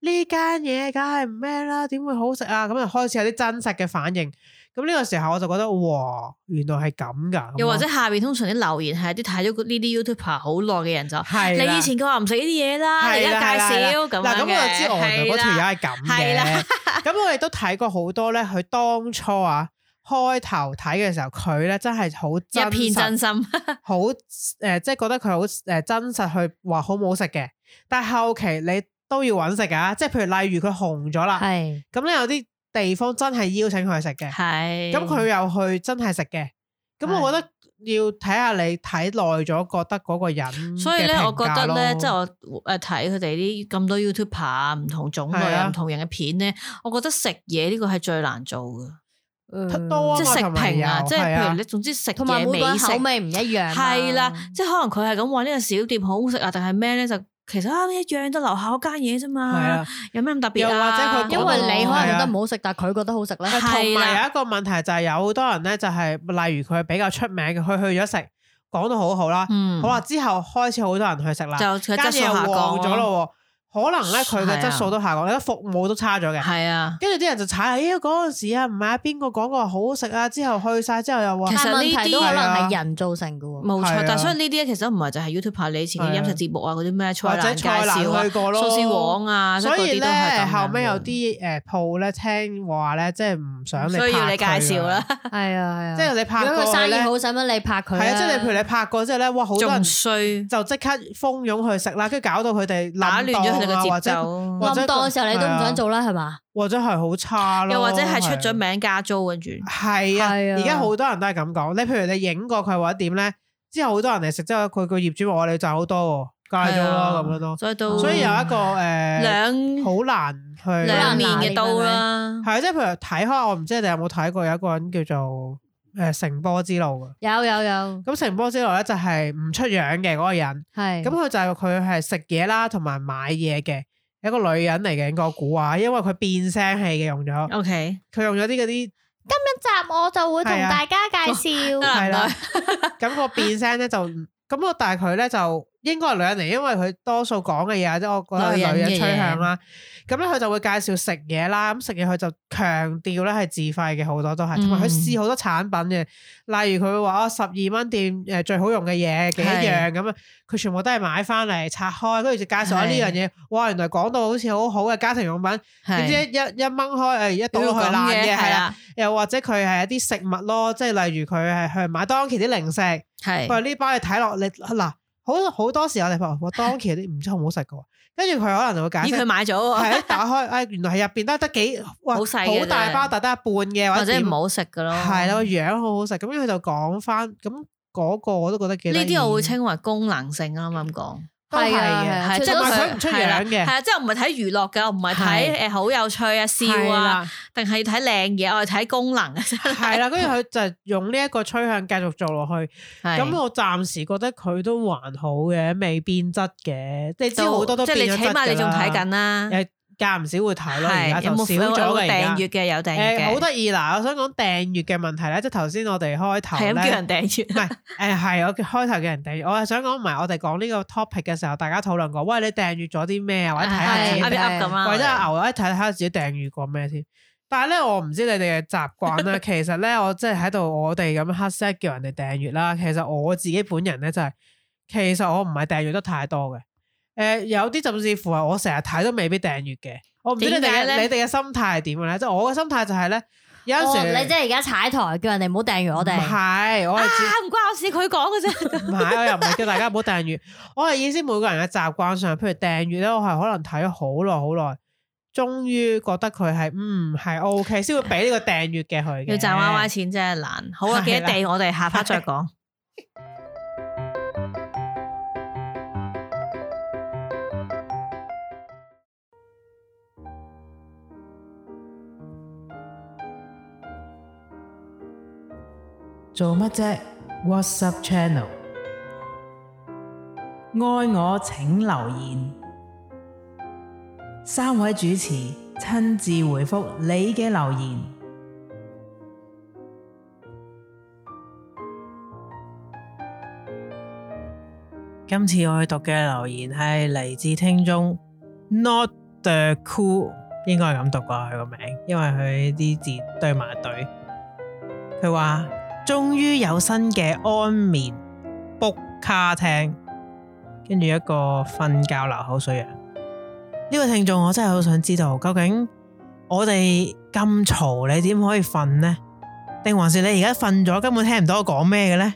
[SPEAKER 3] 呢間嘢梗係唔咩啦，點會好食啊？咁就開始有啲真實嘅反應。咁呢個時候我就覺得哇，原來係咁噶。
[SPEAKER 4] 又或者下邊通常啲留言係啲睇咗呢啲 YouTuber 好耐嘅人就話，
[SPEAKER 3] 係啦
[SPEAKER 4] 你以前佢話唔食呢啲嘢啦，你
[SPEAKER 3] 係
[SPEAKER 4] 而
[SPEAKER 3] 啦
[SPEAKER 4] 家介紹咁樣
[SPEAKER 3] 嗱，咁我就知哦，原來嗰條友
[SPEAKER 4] 友
[SPEAKER 3] 係咁
[SPEAKER 4] 係啦
[SPEAKER 3] 嘅。咁我哋都睇過好多咧，佢當初啊開頭睇嘅時候，佢咧真係好
[SPEAKER 4] 一片
[SPEAKER 3] 實
[SPEAKER 4] 真心，
[SPEAKER 3] 好誒、呃即係覺得佢好誒真實去話好唔好食嘅，但係後期你都要揾食噶，即係譬如例如佢紅咗啦，
[SPEAKER 5] 係
[SPEAKER 3] 咁咧有啲地方真係邀請佢去食嘅，
[SPEAKER 4] 係
[SPEAKER 3] 咁佢又去真係食嘅，咁我覺得要睇下你睇耐咗，覺得嗰個人
[SPEAKER 4] 所以咧，我覺
[SPEAKER 3] 嘅評價
[SPEAKER 4] 得
[SPEAKER 3] 咯
[SPEAKER 4] 咧，即係我誒睇佢哋啲咁多 YouTuber 啊唔同種類
[SPEAKER 3] 係
[SPEAKER 4] 啊、
[SPEAKER 3] 啊
[SPEAKER 4] 唔同人嘅片咧，我覺得食嘢呢個係最難做嘅，
[SPEAKER 3] 多啊
[SPEAKER 4] 即
[SPEAKER 3] 嘛
[SPEAKER 4] 係食
[SPEAKER 3] 同埋
[SPEAKER 4] 評啊，
[SPEAKER 3] 又
[SPEAKER 4] 即係
[SPEAKER 3] 係
[SPEAKER 4] 譬
[SPEAKER 3] 啊
[SPEAKER 4] 如你總之食
[SPEAKER 5] 嗯同埋
[SPEAKER 4] 嘢
[SPEAKER 5] 每個人
[SPEAKER 4] 美食
[SPEAKER 5] 口味唔一樣嘛。
[SPEAKER 4] 係啦，即係可能佢係咁話呢個小店好好食啊，定係咩咧就。其實啊，一樣都樓下嗰間嘢啫
[SPEAKER 3] 係
[SPEAKER 4] 嘛
[SPEAKER 3] 啊，，
[SPEAKER 4] 有咩咁特別
[SPEAKER 3] 又或
[SPEAKER 4] 啊？
[SPEAKER 3] 者佢
[SPEAKER 5] 因
[SPEAKER 3] 為
[SPEAKER 5] 為你可能
[SPEAKER 3] 係
[SPEAKER 5] 覺
[SPEAKER 3] 啊
[SPEAKER 5] 得唔好食，但係佢覺得好食咧。
[SPEAKER 4] 係
[SPEAKER 3] 同埋
[SPEAKER 4] 啦
[SPEAKER 3] 有一個問題就係有好多人咧，就係例如佢比較出名嘅，佢去咗食，講到好好啦，
[SPEAKER 4] 嗯，
[SPEAKER 3] 好啦，之後開始好多人去食啦，
[SPEAKER 4] 就佢
[SPEAKER 3] 間
[SPEAKER 4] 質素
[SPEAKER 3] 嘢
[SPEAKER 4] 下降
[SPEAKER 3] 旺咗咯喎，可能咧佢嘅
[SPEAKER 4] 係啊
[SPEAKER 3] 質素都下降，咧服務都差咗嘅。
[SPEAKER 4] 係啊。
[SPEAKER 3] 跟住啲人就踩，咦嗰陣時啊，唔係啊邊個講過話好好食啊，之後去晒之後又話
[SPEAKER 4] 其實
[SPEAKER 5] 但
[SPEAKER 4] 呢
[SPEAKER 5] 問
[SPEAKER 4] 啲啊
[SPEAKER 5] 題都可能係人造成嘅喎。
[SPEAKER 4] 冇
[SPEAKER 3] 係
[SPEAKER 4] 錯
[SPEAKER 3] 啊，
[SPEAKER 4] 但所以呢啲咧，其實都唔係就係 YouTube 拍你以前嘅
[SPEAKER 3] 係啊
[SPEAKER 4] 飲食節目啊，嗰啲咩
[SPEAKER 3] 或
[SPEAKER 4] 菜
[SPEAKER 3] 者
[SPEAKER 4] 單介
[SPEAKER 3] 菜
[SPEAKER 4] 紹
[SPEAKER 3] 欄
[SPEAKER 4] 啊
[SPEAKER 3] 去、過咯，
[SPEAKER 4] 蘇絲黃啊，即係
[SPEAKER 3] 所
[SPEAKER 4] 嗰
[SPEAKER 3] 以
[SPEAKER 4] 啲都係
[SPEAKER 3] 咧
[SPEAKER 4] 咁樣嘅
[SPEAKER 3] 後尾有啲誒鋪咧聽話咧，即係唔想你
[SPEAKER 4] 需要你介
[SPEAKER 3] 拍佢
[SPEAKER 4] 紹
[SPEAKER 3] 啊
[SPEAKER 4] 啦，，
[SPEAKER 5] 係啊係啊，
[SPEAKER 3] 即係你拍
[SPEAKER 5] 如
[SPEAKER 3] 過
[SPEAKER 5] 果佢
[SPEAKER 3] 去
[SPEAKER 5] 生
[SPEAKER 3] 咧
[SPEAKER 5] 意，好，使乜你拍佢
[SPEAKER 3] 係啊，即係你譬如你拍過之後咧，哇好多人
[SPEAKER 4] 仲衰
[SPEAKER 3] 就即刻蜂擁去食啦，跟住搞到佢哋冧
[SPEAKER 4] 打亂咗佢
[SPEAKER 3] 檔
[SPEAKER 4] 哋
[SPEAKER 3] 啊
[SPEAKER 4] 嘅
[SPEAKER 3] 或
[SPEAKER 4] 節
[SPEAKER 3] 者
[SPEAKER 4] 奏，
[SPEAKER 3] 或者
[SPEAKER 5] 冧檔嘅時候，你都
[SPEAKER 4] 啊
[SPEAKER 5] 唔想做啦，係嘛？
[SPEAKER 3] 或者係好差咯，
[SPEAKER 4] 又或者係出咗
[SPEAKER 3] 係
[SPEAKER 4] 名加租跟住，
[SPEAKER 3] 係啊，
[SPEAKER 5] 係啊
[SPEAKER 3] 而家好多人都係咁講。你譬如你影過佢或者點咧，之後好多人嚟食，之後佢個業主話我哋賺好多喎，戒咗咯咁樣咯。
[SPEAKER 4] 啊所以都
[SPEAKER 3] 所以有一個誒，
[SPEAKER 4] 兩
[SPEAKER 3] 好難去
[SPEAKER 4] 兩
[SPEAKER 5] 難
[SPEAKER 4] 面
[SPEAKER 5] 拿
[SPEAKER 4] 嘅
[SPEAKER 5] 捏
[SPEAKER 4] 刀
[SPEAKER 5] 係咪
[SPEAKER 4] 啦，
[SPEAKER 3] 係啊，即係譬如睇開，我唔知你哋有冇睇過有一個人叫做誒成波之路嘅。
[SPEAKER 5] 有有有，
[SPEAKER 3] 咁成波之路咧就係唔出樣嘅嗰個人，
[SPEAKER 5] 係
[SPEAKER 3] 咁佢就係佢係食嘢啦，同埋買嘢嘅。一個女人嚟嘅，應該我估啊，因為佢變聲器嘅用咗，
[SPEAKER 4] O K，
[SPEAKER 3] 佢用咗啲嗰啲
[SPEAKER 5] 集我就會
[SPEAKER 3] 同係啊大
[SPEAKER 5] 家介紹
[SPEAKER 4] 得啦
[SPEAKER 3] 係
[SPEAKER 4] 唔
[SPEAKER 3] 啦
[SPEAKER 4] 該，
[SPEAKER 3] 咁個變聲咧就咁我但係佢咧就應該係女人嚟，因為佢多數講嘅嘢或者我覺得係女人
[SPEAKER 4] 女人嘅嘢
[SPEAKER 3] 趨向啦。咁咧佢就會介紹食嘢啦，咁食嘢佢就強調咧係自費嘅好多都係，同埋佢
[SPEAKER 4] 嗯
[SPEAKER 3] 試好多產品嘅，例如佢會話哦十二蚊店誒最好用嘅嘢幾樣咁啊，佢全部都係買翻嚟拆開，跟住就介紹啊下呢樣嘢，哇原來講到好似好好嘅家庭用品，點知
[SPEAKER 4] 係
[SPEAKER 3] 一一一掹開誒一倒落去
[SPEAKER 4] 咁
[SPEAKER 3] 爛
[SPEAKER 4] 嘅
[SPEAKER 3] 嘅係
[SPEAKER 4] 係
[SPEAKER 3] 啦，
[SPEAKER 4] 啦，
[SPEAKER 3] 又或者佢係一啲食物咯，即係例如佢係去買當期啲零食。
[SPEAKER 4] 係
[SPEAKER 3] 喂，呢包你睇落你嗱，好好多時候你話我當期啲唔知好唔好食嘅喎，跟住佢可能就會解
[SPEAKER 4] 咦佢
[SPEAKER 3] 釋，
[SPEAKER 4] 買咗喎，
[SPEAKER 3] 係一打開，唉，原來係入邊得得幾，哇，
[SPEAKER 4] 好細嘅
[SPEAKER 3] 好大
[SPEAKER 4] 啫
[SPEAKER 3] 包，但得一半嘅
[SPEAKER 4] 或者
[SPEAKER 3] 點
[SPEAKER 4] 唔，好食噶咯，
[SPEAKER 3] 啊係啦，個樣好好食，咁佢就講翻，咁嗰個我都覺得幾
[SPEAKER 4] 呢
[SPEAKER 3] 得意
[SPEAKER 4] 啲我會稱為功能性啊，啱啱講。
[SPEAKER 3] 都係嘅，
[SPEAKER 5] 係
[SPEAKER 4] 係啊
[SPEAKER 5] 即
[SPEAKER 4] 即
[SPEAKER 5] 係
[SPEAKER 4] 係
[SPEAKER 3] 佢唔出樣嘅
[SPEAKER 4] 係啊，即係我唔係睇娛樂嘅，我唔係睇誒好有趣啊、
[SPEAKER 3] 係
[SPEAKER 4] 笑啊，
[SPEAKER 3] 啦，
[SPEAKER 4] 定係睇靚嘢，我係睇功能嘅。
[SPEAKER 3] 係啦，跟住佢就用呢一個趨向繼續做落去，咁
[SPEAKER 4] 咁
[SPEAKER 3] 我暫時覺得佢都還好嘅，未變質嘅，你知好多都
[SPEAKER 4] 即係
[SPEAKER 3] 變咗
[SPEAKER 4] 你起
[SPEAKER 3] 質
[SPEAKER 4] 碼你
[SPEAKER 3] 㗎
[SPEAKER 4] 仲睇
[SPEAKER 3] 啦
[SPEAKER 4] 緊啦，
[SPEAKER 3] 誒間唔少會睇咯，而
[SPEAKER 4] 係
[SPEAKER 3] 家
[SPEAKER 4] 有
[SPEAKER 3] 就
[SPEAKER 4] 冇
[SPEAKER 3] 少咗
[SPEAKER 4] 有
[SPEAKER 3] 嘅而家
[SPEAKER 4] 冇訂閱嘅有訂閱
[SPEAKER 3] 誒
[SPEAKER 4] 嘅，
[SPEAKER 3] 好得意嗱，我想講訂閱嘅問題咧，即係頭先我哋開頭
[SPEAKER 4] 係咁叫
[SPEAKER 3] 咧，
[SPEAKER 4] 人訂閱
[SPEAKER 3] 唔。係誒係我開頭嘅人訂閱，我係想講唔係我哋講呢個 topic 嘅時候，大家討論過，喂你訂閱咗啲咩啊，或者睇下自己
[SPEAKER 5] 係
[SPEAKER 4] 噏一
[SPEAKER 5] 啊係
[SPEAKER 4] 噏咁啊啦，
[SPEAKER 3] 或者啊阿牛一睇睇下自己訂閱過咩先。但係咧，我唔知你哋嘅習慣 啦。其實咧，我即係喺度我哋咁黑 set 叫人哋訂閱啦。其實我自己本人咧就係、其實我唔係訂閱得太多嘅。誒、有啲甚至乎係我成日睇都未必訂閱嘅。我唔知你哋
[SPEAKER 4] 點解
[SPEAKER 3] 嘅
[SPEAKER 4] 咧
[SPEAKER 3] 你哋嘅心態係點嘅咧？即係我嘅心態就係咧，有陣
[SPEAKER 5] 哦，
[SPEAKER 3] 時、
[SPEAKER 5] 你即係而家踩台，叫人哋唔好訂閱我哋
[SPEAKER 3] 唔。係，我係
[SPEAKER 4] 啊
[SPEAKER 3] 自
[SPEAKER 4] 唔關我事，佢講嘅啫。
[SPEAKER 3] 唔係，我又唔係叫大家唔好訂閱。我係意思每個人嘅啊習慣上，譬如訂閱咧，我係可能睇咗好耐好耐，終於覺得佢係嗯係 O K，先會俾呢個訂閱嘅佢嘅。
[SPEAKER 4] 要賺 Y Y 錢真係難。好啊，記
[SPEAKER 3] 係
[SPEAKER 4] 得
[SPEAKER 3] 啦
[SPEAKER 4] 地，我哋下 part 再講。
[SPEAKER 6] 做乜啫？What's Up Channel？愛我請留言，三位主持親自回覆你嘅留言。今次我去讀嘅留言係嚟自聽眾 Not the Cool，應該係咁讀啩佢個名，因為佢啲字對埋對。佢話：終於有新嘅安眠 book 卡聽，跟住一個瞓覺流口水樣。啊呢個聽眾我真係好想知道，究竟我哋咁嘈，你點可以瞓呢？定還是你而家瞓咗，根本聽唔到我講咩嘅呢？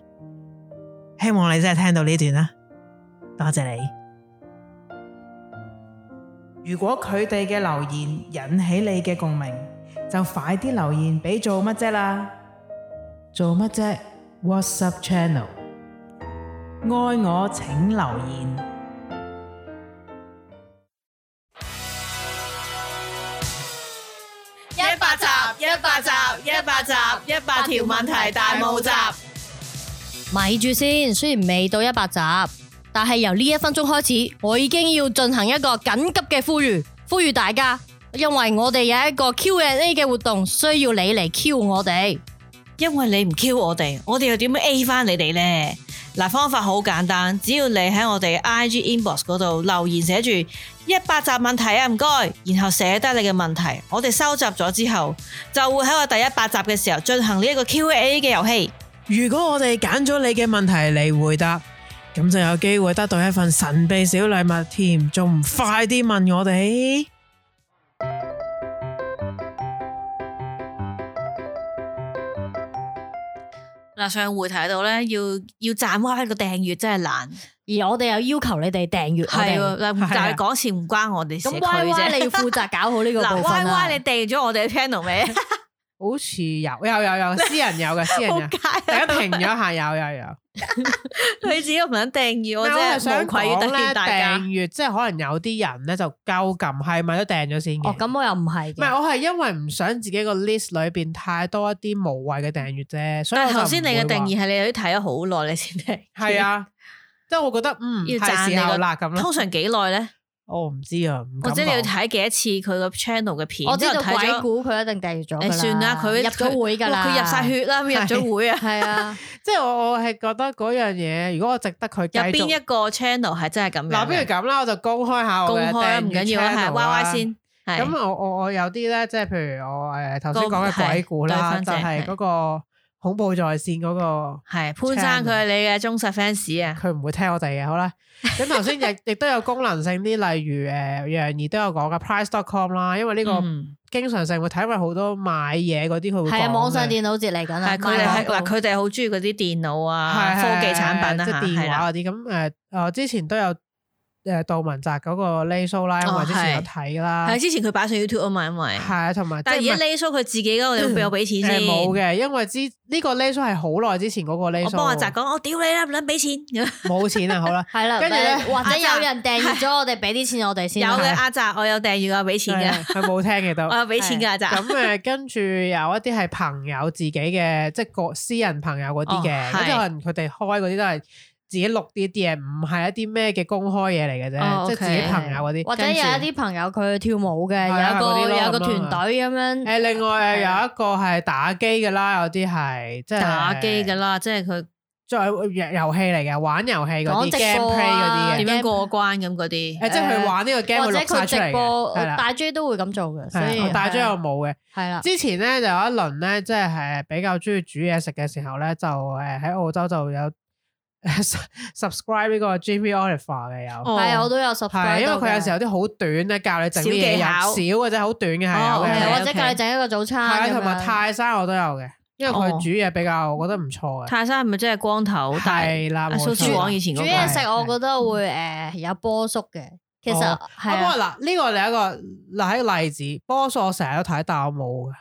[SPEAKER 6] 希望你真係聽到呢段啦，多謝你。如果佢哋嘅留言引起你嘅共鳴，就快啲留言俾做乜啫啦！做乜啫？What's Up Channel？愛我請留言。
[SPEAKER 5] 一百集一百集一百集
[SPEAKER 4] 一百
[SPEAKER 5] 條問題大募集咪住先，雖然未到一百集，但係由呢一分鐘開始，我已經要進行一個緊急嘅呼籲，呼籲大家，因為我哋有一個 Q&A 嘅活動，需要你嚟 Q 我哋。
[SPEAKER 4] 因為你唔 Q 我哋，我哋又點樣 A 翻你哋呢？嗱，方法好簡單，只要你喺我哋 IG inbox 嗰度留言寫住一百集問題啊，唔該，然後寫低你嘅問題，我哋收集咗之後，就會喺我第一百集嘅時候進行呢一個 Q&A 嘅遊戲。
[SPEAKER 3] 如果我哋揀咗你嘅問題嚟回答，咁就有機會得到一份神秘小禮物添，仲唔快啲問我哋？
[SPEAKER 4] 嗱，上回提到咧，要要賺 Y 個訂閱真係難，
[SPEAKER 5] 而我哋有要求你哋訂閱我
[SPEAKER 4] 係
[SPEAKER 5] 哋。
[SPEAKER 3] 係
[SPEAKER 4] 喎，嗱
[SPEAKER 3] 啊
[SPEAKER 4] 但係講錢唔關我哋事，
[SPEAKER 5] 咁
[SPEAKER 4] 佢
[SPEAKER 5] Y Y 你要
[SPEAKER 4] 啫。
[SPEAKER 5] 負責搞好呢個
[SPEAKER 4] 嗱，Y
[SPEAKER 5] 部
[SPEAKER 6] 啊
[SPEAKER 5] 分
[SPEAKER 4] Y
[SPEAKER 5] 啦
[SPEAKER 4] 你。訂咗我哋嘅 channel 未？
[SPEAKER 6] 好似有有有有私 人有嘅私人有，
[SPEAKER 4] 仆街
[SPEAKER 6] 大家
[SPEAKER 4] 啊，
[SPEAKER 6] 停咗下有有有。
[SPEAKER 4] 你自己唔肯訂閱，我
[SPEAKER 6] 但
[SPEAKER 4] 真
[SPEAKER 6] 係我
[SPEAKER 4] 係
[SPEAKER 6] 係想
[SPEAKER 4] 無愧於
[SPEAKER 6] 講咧，
[SPEAKER 4] 得大家
[SPEAKER 6] 訂。閱即係可能有啲人咧就夠撳，係咪都訂咗先嘅？
[SPEAKER 5] 哦，咁我又唔係
[SPEAKER 6] 唔係，
[SPEAKER 5] 嘅。
[SPEAKER 6] 我係因為唔想自己個 list 裏邊太多一啲無謂嘅訂閱啫，所以
[SPEAKER 4] 但
[SPEAKER 6] 我
[SPEAKER 4] 係
[SPEAKER 6] 就
[SPEAKER 4] 頭先你嘅定義
[SPEAKER 6] 義
[SPEAKER 4] 係你有啲睇咗好耐，你先訂。
[SPEAKER 6] 係啊，即係我覺得 嗯
[SPEAKER 4] 要
[SPEAKER 6] 係
[SPEAKER 4] 讚你
[SPEAKER 6] 時
[SPEAKER 4] 個
[SPEAKER 6] 候啦咁啦。
[SPEAKER 4] 通常幾耐咧？
[SPEAKER 6] 我唔知啊，唔
[SPEAKER 4] 或
[SPEAKER 6] 敢
[SPEAKER 4] 者你要
[SPEAKER 6] 講。
[SPEAKER 4] 睇幾多次佢個 channel 嘅片？
[SPEAKER 5] 我知
[SPEAKER 4] 之
[SPEAKER 5] 道
[SPEAKER 4] 後睇
[SPEAKER 5] 鬼
[SPEAKER 4] 咗，
[SPEAKER 5] 故佢一定訂閱咗㗎
[SPEAKER 4] 誒
[SPEAKER 5] 啦。
[SPEAKER 4] 算啦，佢
[SPEAKER 5] 入咗會㗎啦。
[SPEAKER 4] 哇佢入晒。血啦，入咗會啊！
[SPEAKER 5] 係啊，
[SPEAKER 6] 即係我我係覺得嗰樣嘢，如果我值得佢
[SPEAKER 4] 入
[SPEAKER 6] 繼
[SPEAKER 4] 邊一
[SPEAKER 6] 續
[SPEAKER 4] 個 channel 係真係咁樣嘅？
[SPEAKER 6] 嗱，不如咁啦，我就公開下我
[SPEAKER 4] 公
[SPEAKER 6] 嘅
[SPEAKER 4] 開啊唔
[SPEAKER 6] 訂
[SPEAKER 4] 緊
[SPEAKER 6] 閱
[SPEAKER 4] 要啊，係
[SPEAKER 6] channel
[SPEAKER 4] Y
[SPEAKER 6] 啦
[SPEAKER 4] Y。先。係
[SPEAKER 6] 咁我我我有啲咧，即係譬如我誒頭先
[SPEAKER 4] 個
[SPEAKER 6] 講嘅鬼故啦，
[SPEAKER 4] 係
[SPEAKER 6] 就
[SPEAKER 4] 對翻
[SPEAKER 6] 係
[SPEAKER 4] 正
[SPEAKER 6] 嗰個恐怖在線嗰個。
[SPEAKER 4] 係潘生，佢係你嘅忠實 fans 啊！
[SPEAKER 6] 佢唔會聽我哋嘅，好啦。咁頭先亦亦都有功能性啲，例如誒楊怡都有講嘅 price.com 啦，因為呢個
[SPEAKER 4] 嗯
[SPEAKER 6] 經常性會睇，因為好多買嘢嗰啲佢會
[SPEAKER 5] 係啊，
[SPEAKER 6] 講
[SPEAKER 5] 網上
[SPEAKER 6] 嘅
[SPEAKER 5] 電腦節嚟緊啦。啊
[SPEAKER 4] 係佢哋係
[SPEAKER 5] 買廣
[SPEAKER 4] 嗱，
[SPEAKER 5] 告
[SPEAKER 4] 佢哋好中意嗰啲電腦啊、
[SPEAKER 6] 啊係
[SPEAKER 4] 科技產品啊，
[SPEAKER 6] 係係即
[SPEAKER 4] 嚇係
[SPEAKER 6] 係電
[SPEAKER 4] 啦
[SPEAKER 6] 話嗰啲。咁誒，我之前都有誒杜汶澤嗰個 l a s o 啦，因為
[SPEAKER 4] 哦
[SPEAKER 6] 之前有
[SPEAKER 4] 係
[SPEAKER 6] 睇啦，
[SPEAKER 4] 係之前佢擺上 YouTube 啊嘛，因為
[SPEAKER 6] 係啊，同埋
[SPEAKER 4] 但
[SPEAKER 6] 即
[SPEAKER 4] 係
[SPEAKER 6] 係
[SPEAKER 4] 而家 Lay Show 佢自己 嗰個有有俾錢
[SPEAKER 6] 唔
[SPEAKER 4] 先
[SPEAKER 6] 係誒冇嘅，因為之呢個 l a s o 係好耐之前嗰個 l a
[SPEAKER 4] 我
[SPEAKER 6] s
[SPEAKER 4] 幫阿澤
[SPEAKER 6] o
[SPEAKER 4] 講，我屌你啦，唔撚俾 錢。
[SPEAKER 6] 冇錢啊，好啦。
[SPEAKER 5] 係啦，
[SPEAKER 6] 跟住咧
[SPEAKER 5] 或者有人訂閱咗我哋，俾啲錢我哋先
[SPEAKER 4] 有
[SPEAKER 5] 啦。
[SPEAKER 4] 嘅阿澤，我有訂閱，我有俾錢
[SPEAKER 6] 係
[SPEAKER 4] 嘅，
[SPEAKER 6] 啊 佢冇聽嘅 都
[SPEAKER 4] 我。有俾錢嘅阿澤。
[SPEAKER 6] 咁誒，跟住有一啲係朋友自己嘅，即係個私人朋友嗰啲嘅，
[SPEAKER 4] 哦
[SPEAKER 6] 咁
[SPEAKER 4] 係
[SPEAKER 6] 可能佢哋開嗰啲都係自己錄啲啲嘢，唔係一啲咩嘅公開嘢嚟嘅啫，
[SPEAKER 4] 哦
[SPEAKER 6] 即係自
[SPEAKER 4] OK
[SPEAKER 6] 己朋友嗰啲。
[SPEAKER 5] 或者有
[SPEAKER 6] 跟住
[SPEAKER 5] 一啲朋友佢跳舞嘅，
[SPEAKER 6] 係啊
[SPEAKER 5] 有
[SPEAKER 6] 嗰
[SPEAKER 5] 個
[SPEAKER 6] 啲咯
[SPEAKER 5] 有個
[SPEAKER 6] 咁樣
[SPEAKER 5] 團隊咁樣。
[SPEAKER 6] 誒，另外
[SPEAKER 5] 係
[SPEAKER 6] 誒有一個係打機嘅啦，有啲係即係
[SPEAKER 4] 打機噶，啦，即係佢
[SPEAKER 6] 再遊遊戲嚟嘅，玩遊戲嗰啲
[SPEAKER 5] 講直播
[SPEAKER 6] gameplay
[SPEAKER 5] 啊
[SPEAKER 6] 嗰啲
[SPEAKER 4] 點
[SPEAKER 6] 嘅，
[SPEAKER 4] 樣過關咁嗰啲。
[SPEAKER 6] 誒即係佢玩呢個 game
[SPEAKER 5] 或
[SPEAKER 6] 會
[SPEAKER 5] 者
[SPEAKER 6] 錄晒
[SPEAKER 5] 佢
[SPEAKER 6] 出
[SPEAKER 5] 直
[SPEAKER 6] 嚟
[SPEAKER 5] 播，
[SPEAKER 6] 嘅，係啦，
[SPEAKER 5] 大 J 都會咁做嘅，所以
[SPEAKER 6] 係啊我大咗又冇嘅。
[SPEAKER 5] 係啦，
[SPEAKER 6] 之前咧就有一輪咧，即係呃比較中意煮嘢食嘅時候咧，就誒喺澳洲就有 subscribe 呢個 Jimmy Oliver 嘅有，
[SPEAKER 5] 係啊我都有
[SPEAKER 6] 係
[SPEAKER 5] subscribe
[SPEAKER 6] 因為
[SPEAKER 5] 到
[SPEAKER 6] 佢有
[SPEAKER 5] 嘅啊
[SPEAKER 6] 時候有啲好短咧，教你整啲嘢
[SPEAKER 4] 小技
[SPEAKER 6] 有少或者好短嘅係有
[SPEAKER 4] 哦
[SPEAKER 5] 係啊
[SPEAKER 6] 嘅，
[SPEAKER 5] 或者
[SPEAKER 4] OK，OK
[SPEAKER 5] 教你整一個早
[SPEAKER 6] 係啊，
[SPEAKER 5] 餐咁
[SPEAKER 6] 同埋
[SPEAKER 5] 樣
[SPEAKER 6] 泰山我都有嘅，因為佢
[SPEAKER 4] 哦
[SPEAKER 6] 煮嘢比較我覺得唔錯嘅，
[SPEAKER 4] 泰山係咪真係光頭？但係
[SPEAKER 6] 係啦，
[SPEAKER 4] 阿
[SPEAKER 6] 冇
[SPEAKER 4] 蘇
[SPEAKER 6] 錯
[SPEAKER 4] 志
[SPEAKER 6] 啦
[SPEAKER 4] 廣以前
[SPEAKER 5] 煮
[SPEAKER 4] 嗰
[SPEAKER 5] 嘢
[SPEAKER 4] 個
[SPEAKER 5] 食，我覺得會誒有波叔嘅，其實
[SPEAKER 6] 哦
[SPEAKER 5] 係
[SPEAKER 6] 不過
[SPEAKER 5] 啊
[SPEAKER 6] 嗱，呢個另一個嗱喺例子，波叔我成日都睇，但我冇嘅，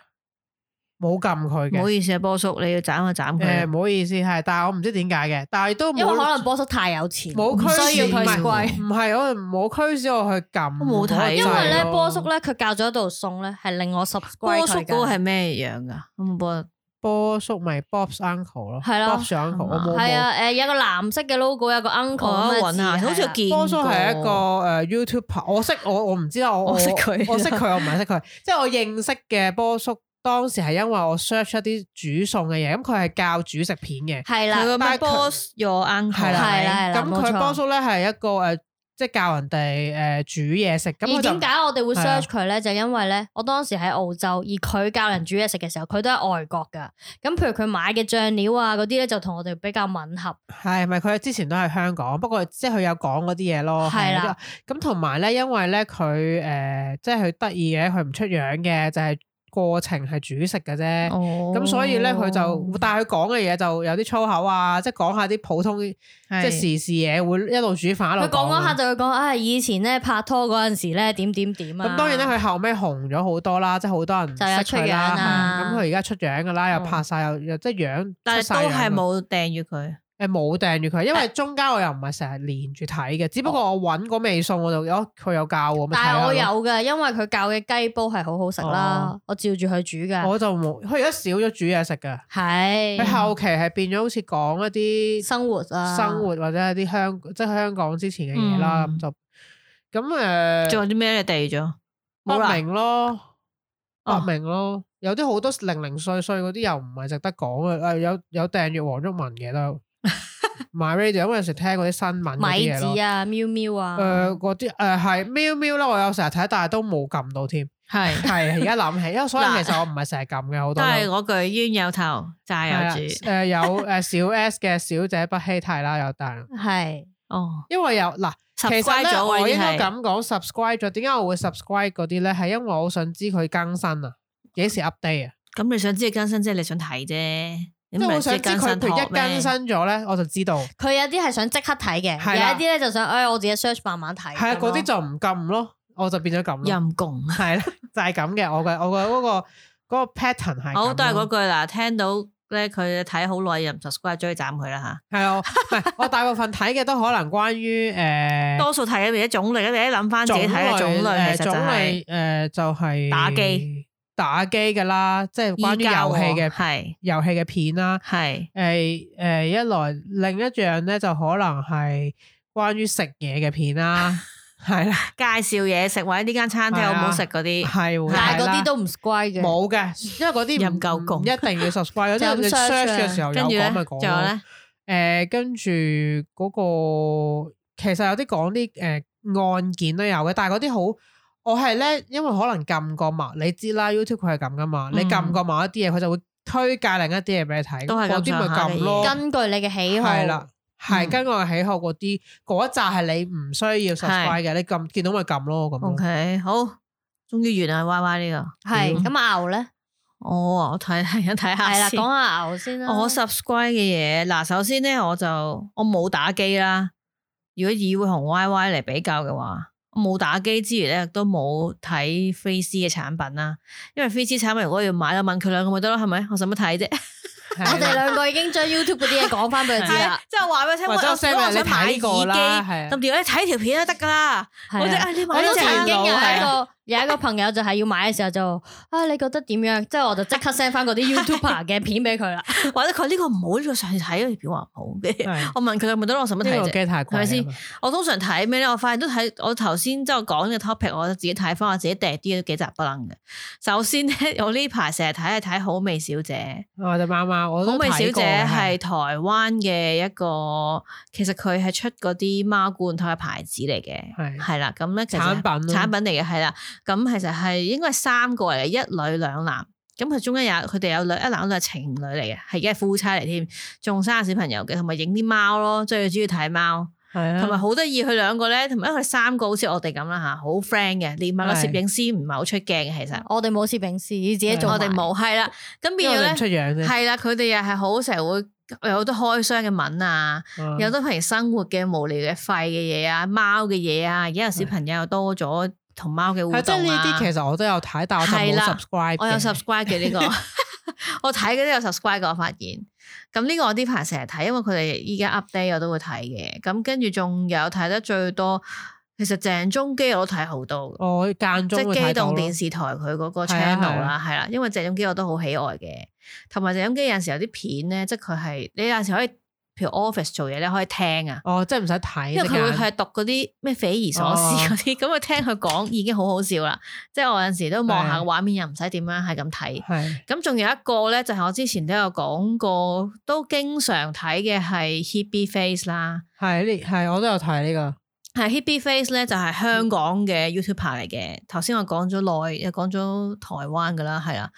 [SPEAKER 6] 冇撳佢
[SPEAKER 4] 唔好
[SPEAKER 6] 嘅。
[SPEAKER 4] 意思啊，波叔，你要斬就斬
[SPEAKER 6] 誒，
[SPEAKER 4] 佢。
[SPEAKER 6] 唔好意思，係，但係我唔知點解嘅，但係都
[SPEAKER 5] 因為可
[SPEAKER 6] 冇
[SPEAKER 5] 能波叔太有錢，
[SPEAKER 6] 冇
[SPEAKER 5] 唔
[SPEAKER 6] 驅使，
[SPEAKER 5] 需要
[SPEAKER 6] 唔
[SPEAKER 5] 佢
[SPEAKER 6] 係
[SPEAKER 5] 貴。
[SPEAKER 6] 唔係我冇驅使我去啊撳，
[SPEAKER 4] 我冇睇
[SPEAKER 6] 嗰個掣
[SPEAKER 5] 因為咧
[SPEAKER 6] 咯
[SPEAKER 5] 波叔咧佢教咗一道餸咧係令我 subscribe
[SPEAKER 4] 波叔
[SPEAKER 5] 佢啊
[SPEAKER 4] 嗰個係
[SPEAKER 5] 嘅，
[SPEAKER 4] 咩樣噶？咁波
[SPEAKER 6] 波叔咪 Bob's uncle 咯，
[SPEAKER 5] 係啦
[SPEAKER 6] Bob's uncle 我
[SPEAKER 5] 係
[SPEAKER 6] 冇冇。
[SPEAKER 5] 啊誒有個藍色嘅 logo 有個 uncle
[SPEAKER 4] 我
[SPEAKER 5] 咁嘅
[SPEAKER 4] 揾
[SPEAKER 5] 字
[SPEAKER 4] 下，好似
[SPEAKER 5] 係啦
[SPEAKER 4] 見
[SPEAKER 6] 波叔係一個
[SPEAKER 4] 過
[SPEAKER 6] 誒 YouTuber，我識我我唔知啊，我
[SPEAKER 4] 我識佢
[SPEAKER 6] 我識 佢，我唔係識佢，即係我認識嘅波叔。當時係因為我 search 一啲煮餸嘅嘢，咁佢係教煮食片嘅，
[SPEAKER 5] 係
[SPEAKER 4] 佢
[SPEAKER 5] 啦
[SPEAKER 4] 個
[SPEAKER 6] 但係
[SPEAKER 4] 咩
[SPEAKER 6] 佢
[SPEAKER 4] 波 your uncle
[SPEAKER 6] 係啦
[SPEAKER 5] 係啦係啦
[SPEAKER 6] 咁
[SPEAKER 5] 冇
[SPEAKER 6] 佢
[SPEAKER 5] 錯
[SPEAKER 6] 波叔咧係一個誒，即係教人哋誒呃煮嘢食，咁
[SPEAKER 5] 而
[SPEAKER 6] 佢
[SPEAKER 5] 點解
[SPEAKER 6] 就
[SPEAKER 5] 我哋會
[SPEAKER 6] 係啊
[SPEAKER 5] search 佢咧？就因為咧，我當時喺澳洲，而佢教人煮嘢食嘅時候，佢都喺外國噶。咁譬如佢買嘅醬料啊嗰啲咧，就同我哋比較吻合。
[SPEAKER 6] 係咪佢之前都喺香港？不過即係佢有講嗰啲嘢咯。
[SPEAKER 5] 係啦
[SPEAKER 6] 係，咁同埋咧，因為咧佢誒，即係佢得意嘅，佢唔出樣嘅，就係、過程係煮食嘅啫。
[SPEAKER 5] 哦
[SPEAKER 6] 咁、
[SPEAKER 4] 咁
[SPEAKER 6] 所以咧，佢就但係佢講嘅嘢就有啲粗口啊，即係講下啲普通即係時事嘢，會一路煮飯一路
[SPEAKER 5] 佢講
[SPEAKER 6] 講
[SPEAKER 5] 嗰下
[SPEAKER 6] 啊。
[SPEAKER 5] 就會講，唉、以前咧拍拖嗰陣時咧點點點啊。
[SPEAKER 6] 咁當然啦，佢後尾紅咗好多啦，即係好多人
[SPEAKER 5] 就有
[SPEAKER 6] 識
[SPEAKER 5] 出
[SPEAKER 6] 佢啦
[SPEAKER 5] 樣啊哦
[SPEAKER 6] 係咁佢而家出樣噶啦，又
[SPEAKER 4] 嗯
[SPEAKER 6] 拍晒又又即係樣，
[SPEAKER 4] 但
[SPEAKER 6] 出
[SPEAKER 4] 係
[SPEAKER 6] 晒
[SPEAKER 4] 都
[SPEAKER 6] 樣
[SPEAKER 4] 係
[SPEAKER 6] 㗎
[SPEAKER 4] 冇訂閱佢。
[SPEAKER 6] 誒冇訂住佢，因為中間我又唔係成日連住睇嘅，只不過我揾嗰味餸我就哦佢有教我，咪睇
[SPEAKER 5] 哦但
[SPEAKER 6] 下
[SPEAKER 5] 係啊
[SPEAKER 6] 咯
[SPEAKER 5] 我有，嘅，因為佢教嘅雞煲係好好食啦，我照住佢煮嘅。
[SPEAKER 6] 我就冇，佢而家少咗煮嘢食㗎，佢
[SPEAKER 5] 係
[SPEAKER 6] 後期係變咗好似講一啲
[SPEAKER 5] 嗯生活啊，
[SPEAKER 6] 生活或者一啲香即係香港之前嘅嘢啦，
[SPEAKER 4] 嗯
[SPEAKER 6] 咁就咁
[SPEAKER 4] 仲
[SPEAKER 6] 誒
[SPEAKER 4] 有啲咩你訂閱咗？冇
[SPEAKER 6] 不
[SPEAKER 4] 啦。
[SPEAKER 6] 明咯，
[SPEAKER 4] 哦
[SPEAKER 6] 不明咯，有啲 啊好多零零碎碎嗰啲又唔係值得講嘅，誒有有訂閱黃毓民嘅都。 My Radio，咁有時聽嗰啲新聞嗰
[SPEAKER 5] 米
[SPEAKER 6] 啲嘢
[SPEAKER 5] 字
[SPEAKER 6] 咯。
[SPEAKER 5] 啊，喵喵啊，
[SPEAKER 6] 誒呃嗰啲誒係喵喵啦，我有成日睇，但係都冇撳到添。
[SPEAKER 4] 系，
[SPEAKER 6] 係而家諗起，因為所以
[SPEAKER 4] 嗱
[SPEAKER 6] 其實我唔係成日撳嘅好
[SPEAKER 4] 都
[SPEAKER 6] 多
[SPEAKER 4] 係
[SPEAKER 6] 都。
[SPEAKER 4] 嗰句冤有頭債
[SPEAKER 6] 係啦
[SPEAKER 4] 有
[SPEAKER 6] 啊
[SPEAKER 4] 主。
[SPEAKER 6] 誒有誒小 S 嘅小姐不希睇啦，有但
[SPEAKER 5] 系
[SPEAKER 4] 哦，
[SPEAKER 6] 因為有 嗱，
[SPEAKER 4] 十
[SPEAKER 6] 其實
[SPEAKER 4] 乖
[SPEAKER 6] 咧
[SPEAKER 4] 咗喎
[SPEAKER 6] 我應該
[SPEAKER 4] 呢啲
[SPEAKER 6] 咁講 subscribe 咗，點解我會 subscribe 嗰啲咧？係因為我好想知佢更新啊，幾時 update 啊？
[SPEAKER 4] 係。咁你想知佢更新，即係你想睇啫。
[SPEAKER 6] 即
[SPEAKER 4] 即
[SPEAKER 6] 係我想知佢譬如一更新咗咧，我就知道。
[SPEAKER 5] 佢有啲係想即刻睇嘅，
[SPEAKER 6] 係
[SPEAKER 5] 有
[SPEAKER 6] 啦
[SPEAKER 5] 一啲咧就想，哎，我自己 search 慢慢睇。
[SPEAKER 6] 係啊，
[SPEAKER 5] 咁
[SPEAKER 6] 嗰
[SPEAKER 5] 咯
[SPEAKER 6] 啲就唔撳咯，我就變咗撳咯。
[SPEAKER 4] 阴公。
[SPEAKER 6] 係啦，就係咁嘅。我嘅我嘅嗰個嗰個 pattern 係
[SPEAKER 4] 好，
[SPEAKER 6] 咁
[SPEAKER 4] 都係
[SPEAKER 6] 咯
[SPEAKER 4] 嗰句啦。聽到咧，佢睇好耐又唔 subscribe，追斬佢啦
[SPEAKER 6] 係啊，我唔 係我大部分睇嘅都可能關於
[SPEAKER 4] 吓。
[SPEAKER 6] 誒
[SPEAKER 4] 多數睇嘅嘢種類，你一諗翻自己睇嘅種類，
[SPEAKER 6] 誒
[SPEAKER 4] 其實就
[SPEAKER 6] 種
[SPEAKER 4] 係
[SPEAKER 6] 類誒就係
[SPEAKER 4] 打機
[SPEAKER 6] 打機嘅啦，即係關於遊戲嘅
[SPEAKER 4] 系
[SPEAKER 6] 遊戲嘅片啦。
[SPEAKER 4] 系
[SPEAKER 6] 誒誒一來另一樣咧就可能係關於食嘢嘅片啦， 係啦，
[SPEAKER 4] 介紹嘢食或者呢間餐廳好唔好食嗰啲，
[SPEAKER 6] 啊係會
[SPEAKER 5] 但係
[SPEAKER 6] 係
[SPEAKER 5] 嗰
[SPEAKER 6] 啦
[SPEAKER 5] 啲都唔 square 嘅。
[SPEAKER 6] 冇嘅，因為嗰啲唔
[SPEAKER 4] 任夠共
[SPEAKER 6] 唔一定要 subscribe，有
[SPEAKER 5] 就咁
[SPEAKER 6] 啲你
[SPEAKER 5] search
[SPEAKER 6] search
[SPEAKER 5] 啊
[SPEAKER 6] 嘅時候有
[SPEAKER 4] 跟住咧
[SPEAKER 6] 講咪
[SPEAKER 4] 仲
[SPEAKER 6] 講
[SPEAKER 4] 有
[SPEAKER 6] 咯
[SPEAKER 4] 咧。
[SPEAKER 6] 誒，跟住嗰個其實有啲講啲誒案件都有嘅，但係嗰啲好。我係咧，因為可能撳過某，你知啦，YouTube 佢係咁噶嘛，你
[SPEAKER 4] 嗯
[SPEAKER 6] 撳過某一啲嘢，佢就會推介另一啲嘢俾你睇，
[SPEAKER 4] 都係咁
[SPEAKER 6] 嗰啲
[SPEAKER 4] 上
[SPEAKER 6] 咪
[SPEAKER 4] 下嘅
[SPEAKER 6] 撳
[SPEAKER 4] 嘢
[SPEAKER 6] 咯。
[SPEAKER 5] 根據你嘅喜好，
[SPEAKER 6] 係啦，係
[SPEAKER 4] 嗯
[SPEAKER 6] 跟我喜好嗰啲嗰一扎係你唔需要 subscribe 嘅，你撳見到咪撳咯咁咯。
[SPEAKER 4] OK，好，終於完啦，Y Y 呢
[SPEAKER 5] 係
[SPEAKER 6] 嗯
[SPEAKER 5] 咁啊牛咧，
[SPEAKER 4] 個。我啊，我睇睇睇下
[SPEAKER 5] 係啦，
[SPEAKER 4] 先
[SPEAKER 5] 講下牛先啦。
[SPEAKER 4] 我 subscribe 嘅嘢，嗱，首先咧我就我冇打機啦。如果以會同 Y Y 嚟比較嘅話，我冇打機之餘咧，亦都冇睇 Free C 嘅產品啦。因為 Free C 產品如果要買，就問佢兩個咪得咯，係咪？我使乜睇啫？
[SPEAKER 6] 係啦
[SPEAKER 5] 我哋兩個已經將 YouTube 嗰啲嘢講翻俾佢知啦。
[SPEAKER 4] 即係話俾佢聽，我
[SPEAKER 6] 啊或者
[SPEAKER 4] 我
[SPEAKER 6] send 俾
[SPEAKER 4] 想
[SPEAKER 6] 你
[SPEAKER 4] 買耳
[SPEAKER 6] 睇過啦係啊
[SPEAKER 4] 機，咁條咧睇條片都得噶啦。
[SPEAKER 5] 係啊
[SPEAKER 4] 我即係啊你買
[SPEAKER 5] 我都
[SPEAKER 4] 咗
[SPEAKER 5] 曾經有
[SPEAKER 4] 隻
[SPEAKER 5] 一
[SPEAKER 4] 眼腦係啊
[SPEAKER 5] 個有一個朋友就係要買嘅時候就啊，你覺得點樣？即係我就即刻 send 翻嗰啲 YouTuber 嘅片俾 佢啦。
[SPEAKER 4] 或者佢呢個唔好，呢個上次睇嗰條片話唔好嘅。
[SPEAKER 6] 係
[SPEAKER 4] 我問佢有冇得咯，我使乜睇
[SPEAKER 6] 呢個
[SPEAKER 4] 啫？
[SPEAKER 6] 機太貴
[SPEAKER 4] 係咪
[SPEAKER 6] 啦
[SPEAKER 4] 先？我通常睇咩咧？我發現都睇我頭先即係我講嘅 topic，我自己睇翻我自己掟啲都幾雜不楞嘅。首先咧，我呢排成日睇係睇好味小姐，
[SPEAKER 6] 我隻貓貓，我
[SPEAKER 4] 好
[SPEAKER 6] 都
[SPEAKER 4] 味小
[SPEAKER 6] 睇過
[SPEAKER 4] 姐
[SPEAKER 6] 嘅
[SPEAKER 4] 係台灣嘅一個，其實佢係出嗰啲貓罐頭嘅牌子嚟嘅，
[SPEAKER 6] 係
[SPEAKER 4] 係啦。咁咧其實
[SPEAKER 6] 產品咯
[SPEAKER 4] 產品嚟嘅係啦。咁其實係應該係三個嚟嘅，一女兩男。咁佢中間有佢哋有兩一男一女係情侶嚟嘅，係而家係夫妻嚟添，仲生小朋友嘅，同埋影啲貓咯，最主要睇貓。
[SPEAKER 6] 係啊
[SPEAKER 4] 同埋好得意，佢兩個咧，同埋因為佢三個好似我哋咁啦吓，好 friend 嘅，連埋個攝
[SPEAKER 6] 係
[SPEAKER 4] 影師唔係好出鏡嘅，其
[SPEAKER 6] 哦
[SPEAKER 4] 實
[SPEAKER 5] 我哋冇攝影師，自己做。
[SPEAKER 4] 我哋。冇係啦，咁
[SPEAKER 6] 因
[SPEAKER 4] 變
[SPEAKER 6] 為
[SPEAKER 4] 咗
[SPEAKER 6] 我哋唔出
[SPEAKER 4] 咧
[SPEAKER 6] 樣啫，
[SPEAKER 4] 係啦，佢哋又係好成日會有好多開箱嘅文啊，
[SPEAKER 6] 嗯
[SPEAKER 4] 有好多平時生活嘅無聊嘅廢嘅嘢啊，貓嘅嘢啊，而家有小朋友又多咗同貓嘅互動
[SPEAKER 6] 係
[SPEAKER 4] 啊，
[SPEAKER 6] 即係呢啲其實我都有睇，但我就
[SPEAKER 4] 係
[SPEAKER 6] 冇
[SPEAKER 4] 啦
[SPEAKER 6] subscribe
[SPEAKER 4] 我有
[SPEAKER 6] 嘅
[SPEAKER 4] subscribe 嘅呢 個，我睇嘅都有 subscribe 嘅，我發現。咁呢個我呢排成日睇，因為佢哋依家 update 我都會睇嘅。咁跟住仲有睇得最多，其實鄭中基我都睇好多，
[SPEAKER 6] 我間
[SPEAKER 4] 即
[SPEAKER 6] 中
[SPEAKER 4] 係
[SPEAKER 6] 會
[SPEAKER 4] 機
[SPEAKER 6] 睇到
[SPEAKER 4] 動
[SPEAKER 6] 咯
[SPEAKER 4] 電視台佢嗰個
[SPEAKER 6] 係啊
[SPEAKER 4] channel
[SPEAKER 6] 係
[SPEAKER 4] 啦
[SPEAKER 6] 啊，
[SPEAKER 4] 係啦，因為鄭中基我都好喜愛嘅。同埋鄭中基有陣時有啲片咧，即係佢係你有陣時可以，譬如 office 做嘢咧，可以聽啊。
[SPEAKER 6] 哦，即係唔使哦睇，
[SPEAKER 4] 因為佢會
[SPEAKER 6] 隻眼
[SPEAKER 4] 係讀嗰啲咩匪夷所思嗰啲，咁佢聽佢講已經好好笑啦。即係我有陣時都望下個畫面，又唔使點樣係咁睇。
[SPEAKER 6] 係
[SPEAKER 4] 咁仲有一個咧，就係、我之前都有講過，都經常睇嘅係 Hebe Face 啦。
[SPEAKER 6] 係呢係我都有睇呢個
[SPEAKER 4] 係 Hebe Face 咧，就係、香港嘅 YouTuber 嚟嘅。頭先我講咗內，又講咗台灣噶啦，係啦。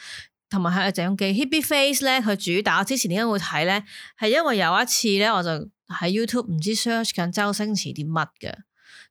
[SPEAKER 4] 同埋係鄭中基 Hebe Face 咧，佢主打我之前點解會睇咧？係因為有一次咧，我就喺 YouTube 唔知 search 緊周星馳啲乜嘅。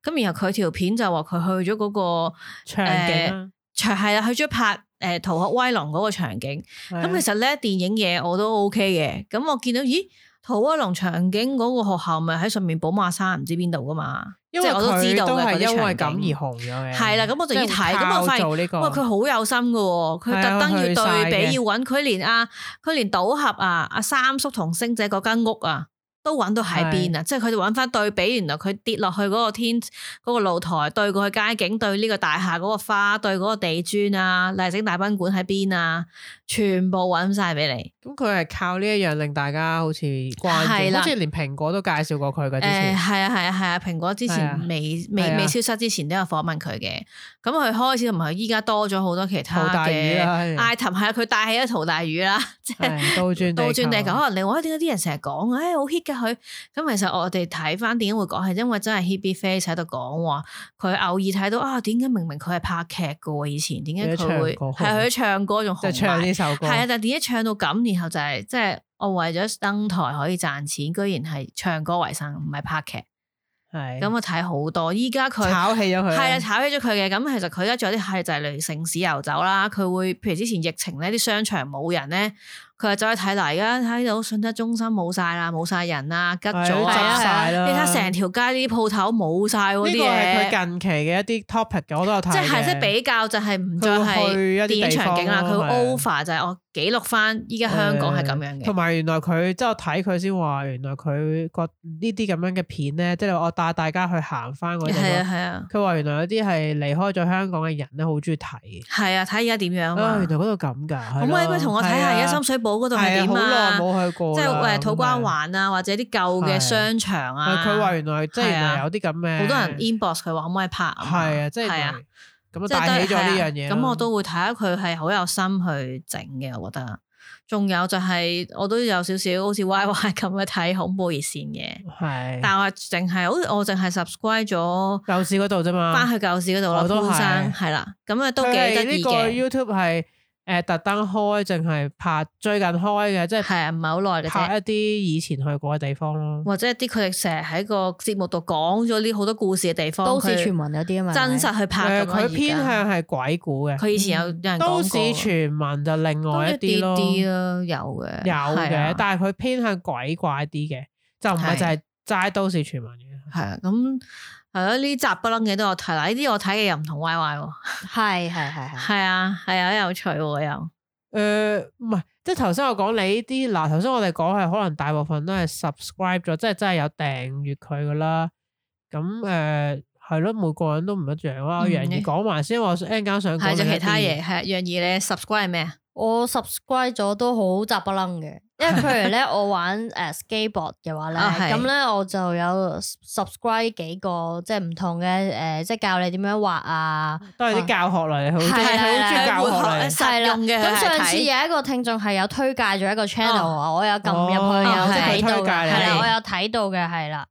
[SPEAKER 4] 咁然後佢條片就話佢去咗嗰、個
[SPEAKER 6] 場
[SPEAKER 4] 誒
[SPEAKER 6] 景啦
[SPEAKER 4] 場係啦，去咗拍誒《逃學威龍》嗰個場景。
[SPEAKER 6] 係啊
[SPEAKER 4] 咁其實咧電影嘢我都 OK 嘅，咁我見到咦土威龍場景嗰個學校咪喺上面寶馬山唔知邊度噶嘛，
[SPEAKER 6] 因
[SPEAKER 4] 即
[SPEAKER 6] 為
[SPEAKER 4] 係我都知
[SPEAKER 6] 佢
[SPEAKER 4] 道
[SPEAKER 6] 都
[SPEAKER 4] 嘅
[SPEAKER 6] 係
[SPEAKER 4] 嗰啲
[SPEAKER 6] 因為
[SPEAKER 4] 場
[SPEAKER 6] 咁
[SPEAKER 4] 景
[SPEAKER 6] 而紅咗嘅，
[SPEAKER 4] 係啦，咁我就要
[SPEAKER 6] 即係
[SPEAKER 4] 睇，咁我發
[SPEAKER 6] 靠做呢
[SPEAKER 4] 現
[SPEAKER 6] 個
[SPEAKER 4] 哇佢好有心嘅喎，佢
[SPEAKER 6] 係啊
[SPEAKER 4] 特登
[SPEAKER 6] 去晒
[SPEAKER 4] 要對
[SPEAKER 6] 嘅
[SPEAKER 4] 比要揾佢連啊佢連賭俠啊阿三叔同星仔嗰間屋啊。都揾到喺邊啊！即係佢哋揾翻對比，原來佢跌落去嗰個天嗰、個露台，對過去街景，對呢個大廈嗰個花，對嗰個地磚啊，麗晶大賓館喺邊啊，全部揾晒俾你。
[SPEAKER 6] 咁佢係靠呢一樣令大家好似關
[SPEAKER 4] 係
[SPEAKER 6] 注，
[SPEAKER 4] 啦
[SPEAKER 6] 好似連蘋果都介紹過佢嘅之
[SPEAKER 4] 誒
[SPEAKER 6] 前，
[SPEAKER 4] 係啊係啊係啊！蘋果之
[SPEAKER 6] 係啊
[SPEAKER 4] 前未未
[SPEAKER 6] 係啊
[SPEAKER 4] 未消失之前都有訪問佢嘅，咁佢開始同埋佢依家多咗好多其他
[SPEAKER 6] 陶大宇
[SPEAKER 4] 嘅
[SPEAKER 6] 啦
[SPEAKER 4] item 係啊，佢帶起咗陶大宇啦，即係
[SPEAKER 6] 係倒轉
[SPEAKER 4] 倒轉地球。
[SPEAKER 6] 球
[SPEAKER 4] 可能你話哎點解啲人成日講，誒好 hit 㗎，佢咁其實我哋睇翻點解會講係因為真係 Hebe Face 喺度講話，佢偶爾睇到啊，點解明明佢係拍劇嘅喎，以前點解佢會
[SPEAKER 6] 佢唱歌
[SPEAKER 4] 係佢唱歌
[SPEAKER 6] 紅
[SPEAKER 4] 仲
[SPEAKER 6] 就
[SPEAKER 4] 紅
[SPEAKER 6] 唱
[SPEAKER 4] 埋
[SPEAKER 6] 呢首歌，
[SPEAKER 4] 係啊，但係點解唱到咁，然後就係即係我為咗登台可以賺錢，居然係唱歌為生，唔係拍劇。
[SPEAKER 6] 係
[SPEAKER 4] 咁我睇好多，依家佢
[SPEAKER 6] 炒起咗佢，
[SPEAKER 4] 係啦，炒起咗佢嘅。咁其實佢而家仲有啲系就係例如城市遊走啦，佢會譬如之前疫情咧，啲商場冇人咧，佢就走去睇嗱，而家睇到信德中心冇晒啦，冇晒人啦，吉
[SPEAKER 6] 係
[SPEAKER 4] 咗
[SPEAKER 6] 都
[SPEAKER 4] 啊
[SPEAKER 6] 執晒啦
[SPEAKER 4] 你睇成條街啲鋪頭冇晒嗰
[SPEAKER 6] 呢
[SPEAKER 4] 啲
[SPEAKER 6] 個係
[SPEAKER 4] 嘢。
[SPEAKER 6] 佢近期嘅一啲 topic 嘅，我都有睇嘅。
[SPEAKER 4] 即係即係比較就係唔再
[SPEAKER 6] 佢會去一
[SPEAKER 4] 係
[SPEAKER 6] 啲
[SPEAKER 4] 電影場景啦，
[SPEAKER 6] 地
[SPEAKER 4] 佢
[SPEAKER 6] 方咯啊
[SPEAKER 4] 會
[SPEAKER 6] 係
[SPEAKER 4] over 就係我記錄翻依家香港係咁樣
[SPEAKER 6] 誒
[SPEAKER 4] 嘅
[SPEAKER 6] 同。埋原來佢即係我睇佢先話，原來佢個呢啲咁樣嘅片咧，即係我帶大家去行翻嗰度
[SPEAKER 4] 係啊
[SPEAKER 6] 咯。
[SPEAKER 4] 係啊
[SPEAKER 6] 佢話原來有啲係離開咗香港嘅人咧，好中意睇。
[SPEAKER 4] 係啊，睇而家點樣啊
[SPEAKER 6] 啊，
[SPEAKER 4] 嘛
[SPEAKER 6] 原來。嗰度咁㗎。
[SPEAKER 4] 可
[SPEAKER 6] 可
[SPEAKER 4] 唔可以佢同我睇
[SPEAKER 6] 啊
[SPEAKER 4] 下而家深水埗嗰度係點
[SPEAKER 6] 好耐
[SPEAKER 4] 啊？
[SPEAKER 6] 冇去過
[SPEAKER 4] 即
[SPEAKER 6] 啦。
[SPEAKER 4] 係誒土瓜
[SPEAKER 6] 咁樣。
[SPEAKER 4] 灣啊，或者啲舊嘅商場
[SPEAKER 6] 係
[SPEAKER 4] 啊。
[SPEAKER 6] 佢話原來即係原
[SPEAKER 4] 係啊
[SPEAKER 6] 來有啲咁嘅。
[SPEAKER 4] 好多人 inbox 佢話可唔可以拍啊嘛？
[SPEAKER 6] 係啊，即係
[SPEAKER 4] 係啊，
[SPEAKER 6] 咁啊
[SPEAKER 4] 即係
[SPEAKER 6] 帶起
[SPEAKER 4] 都
[SPEAKER 6] 咗
[SPEAKER 4] 係
[SPEAKER 6] 呢
[SPEAKER 4] 係啊
[SPEAKER 6] 樣嘢咯。
[SPEAKER 4] 咁我都會睇下佢係好有心去整嘅，我覺得。仲有就係我都有少少好似 Y Y 咁去睇恐怖熱線嘅，
[SPEAKER 6] 係。
[SPEAKER 4] 但我淨係好似我淨係 subscribe 咗
[SPEAKER 6] 舊市嗰度啫嘛。
[SPEAKER 4] 翻去舊市嗰度啦，
[SPEAKER 6] 我都
[SPEAKER 4] 潘
[SPEAKER 6] 係
[SPEAKER 4] 生係啦，咁啊都
[SPEAKER 6] 佢
[SPEAKER 4] 幾
[SPEAKER 6] 係
[SPEAKER 4] 得
[SPEAKER 6] 呢
[SPEAKER 4] 意
[SPEAKER 6] 個
[SPEAKER 4] 嘅，
[SPEAKER 6] YouTube 係誒特登開，淨係拍最近開嘅，即係
[SPEAKER 4] 係啊，唔係好耐嘅啫
[SPEAKER 6] 拍。一啲以前去過嘅地方咯。
[SPEAKER 4] 或者一啲佢哋成日喺個節目度講咗啲好多故事嘅地方，
[SPEAKER 5] 都市
[SPEAKER 4] 佢
[SPEAKER 5] 傳聞有啲啊嘛，
[SPEAKER 4] 真實去拍
[SPEAKER 6] 誒，
[SPEAKER 4] 咁咯。而
[SPEAKER 6] 佢
[SPEAKER 4] 家
[SPEAKER 6] 偏向係鬼故嘅，嗯
[SPEAKER 4] 佢以前有有人
[SPEAKER 6] 都
[SPEAKER 4] 講
[SPEAKER 6] 市
[SPEAKER 4] 過
[SPEAKER 6] 傳聞就另
[SPEAKER 4] 都
[SPEAKER 6] 外
[SPEAKER 4] 一
[SPEAKER 6] 一啲咯，
[SPEAKER 4] 啲咯，有嘅
[SPEAKER 6] 有
[SPEAKER 4] 係
[SPEAKER 6] 嘅
[SPEAKER 4] 啊，
[SPEAKER 6] 但係佢偏向鬼怪啲嘅，就唔
[SPEAKER 4] 係
[SPEAKER 6] 係就係齋都市傳聞嘅。
[SPEAKER 4] 係啊，咁係咯，呢集不楞嘅都有睇啦，呢啲我睇嘅又唔同 Y Y 喎，
[SPEAKER 6] 嗯
[SPEAKER 5] 係係係係。
[SPEAKER 4] 係啊係啊，有趣喎又
[SPEAKER 6] 誒呃唔係，即係頭先我講你呢啲嗱，頭先我哋講係可能大部分都係 subscribe 咗，即係真係有訂閱佢噶啦。咁誒係咯，每個人都唔一樣啦。
[SPEAKER 4] 嗯
[SPEAKER 6] 楊怡講埋先，我一陣間想講嗯
[SPEAKER 4] 係就
[SPEAKER 6] 另一
[SPEAKER 4] 其他
[SPEAKER 6] 啲
[SPEAKER 4] 嘢，係啊楊怡你 subscribe 係咩啊？
[SPEAKER 5] 我 subscribe 咗都好雜不楞嘅，因為譬 如咧我玩誒 skateboard 嘅話咧，
[SPEAKER 4] 啊係
[SPEAKER 5] 咁咧我就有 subscribe 幾個即係唔同嘅誒，即係教你點樣畫啊。
[SPEAKER 6] 都係啲教學嚟，好中意
[SPEAKER 5] 係啦
[SPEAKER 6] 佢好中意教學嚟。
[SPEAKER 4] 實用嘅
[SPEAKER 5] 咁
[SPEAKER 4] 係
[SPEAKER 5] 上次
[SPEAKER 4] 睇
[SPEAKER 5] 有一個聽眾係有推介咗一個 channel 啊，我有撳入去
[SPEAKER 6] 哦
[SPEAKER 5] 有
[SPEAKER 4] 即係
[SPEAKER 5] 睇
[SPEAKER 4] 佢
[SPEAKER 5] 到
[SPEAKER 6] 推介
[SPEAKER 5] 嘅，
[SPEAKER 6] 你
[SPEAKER 5] 係啦，我有睇到嘅係啦。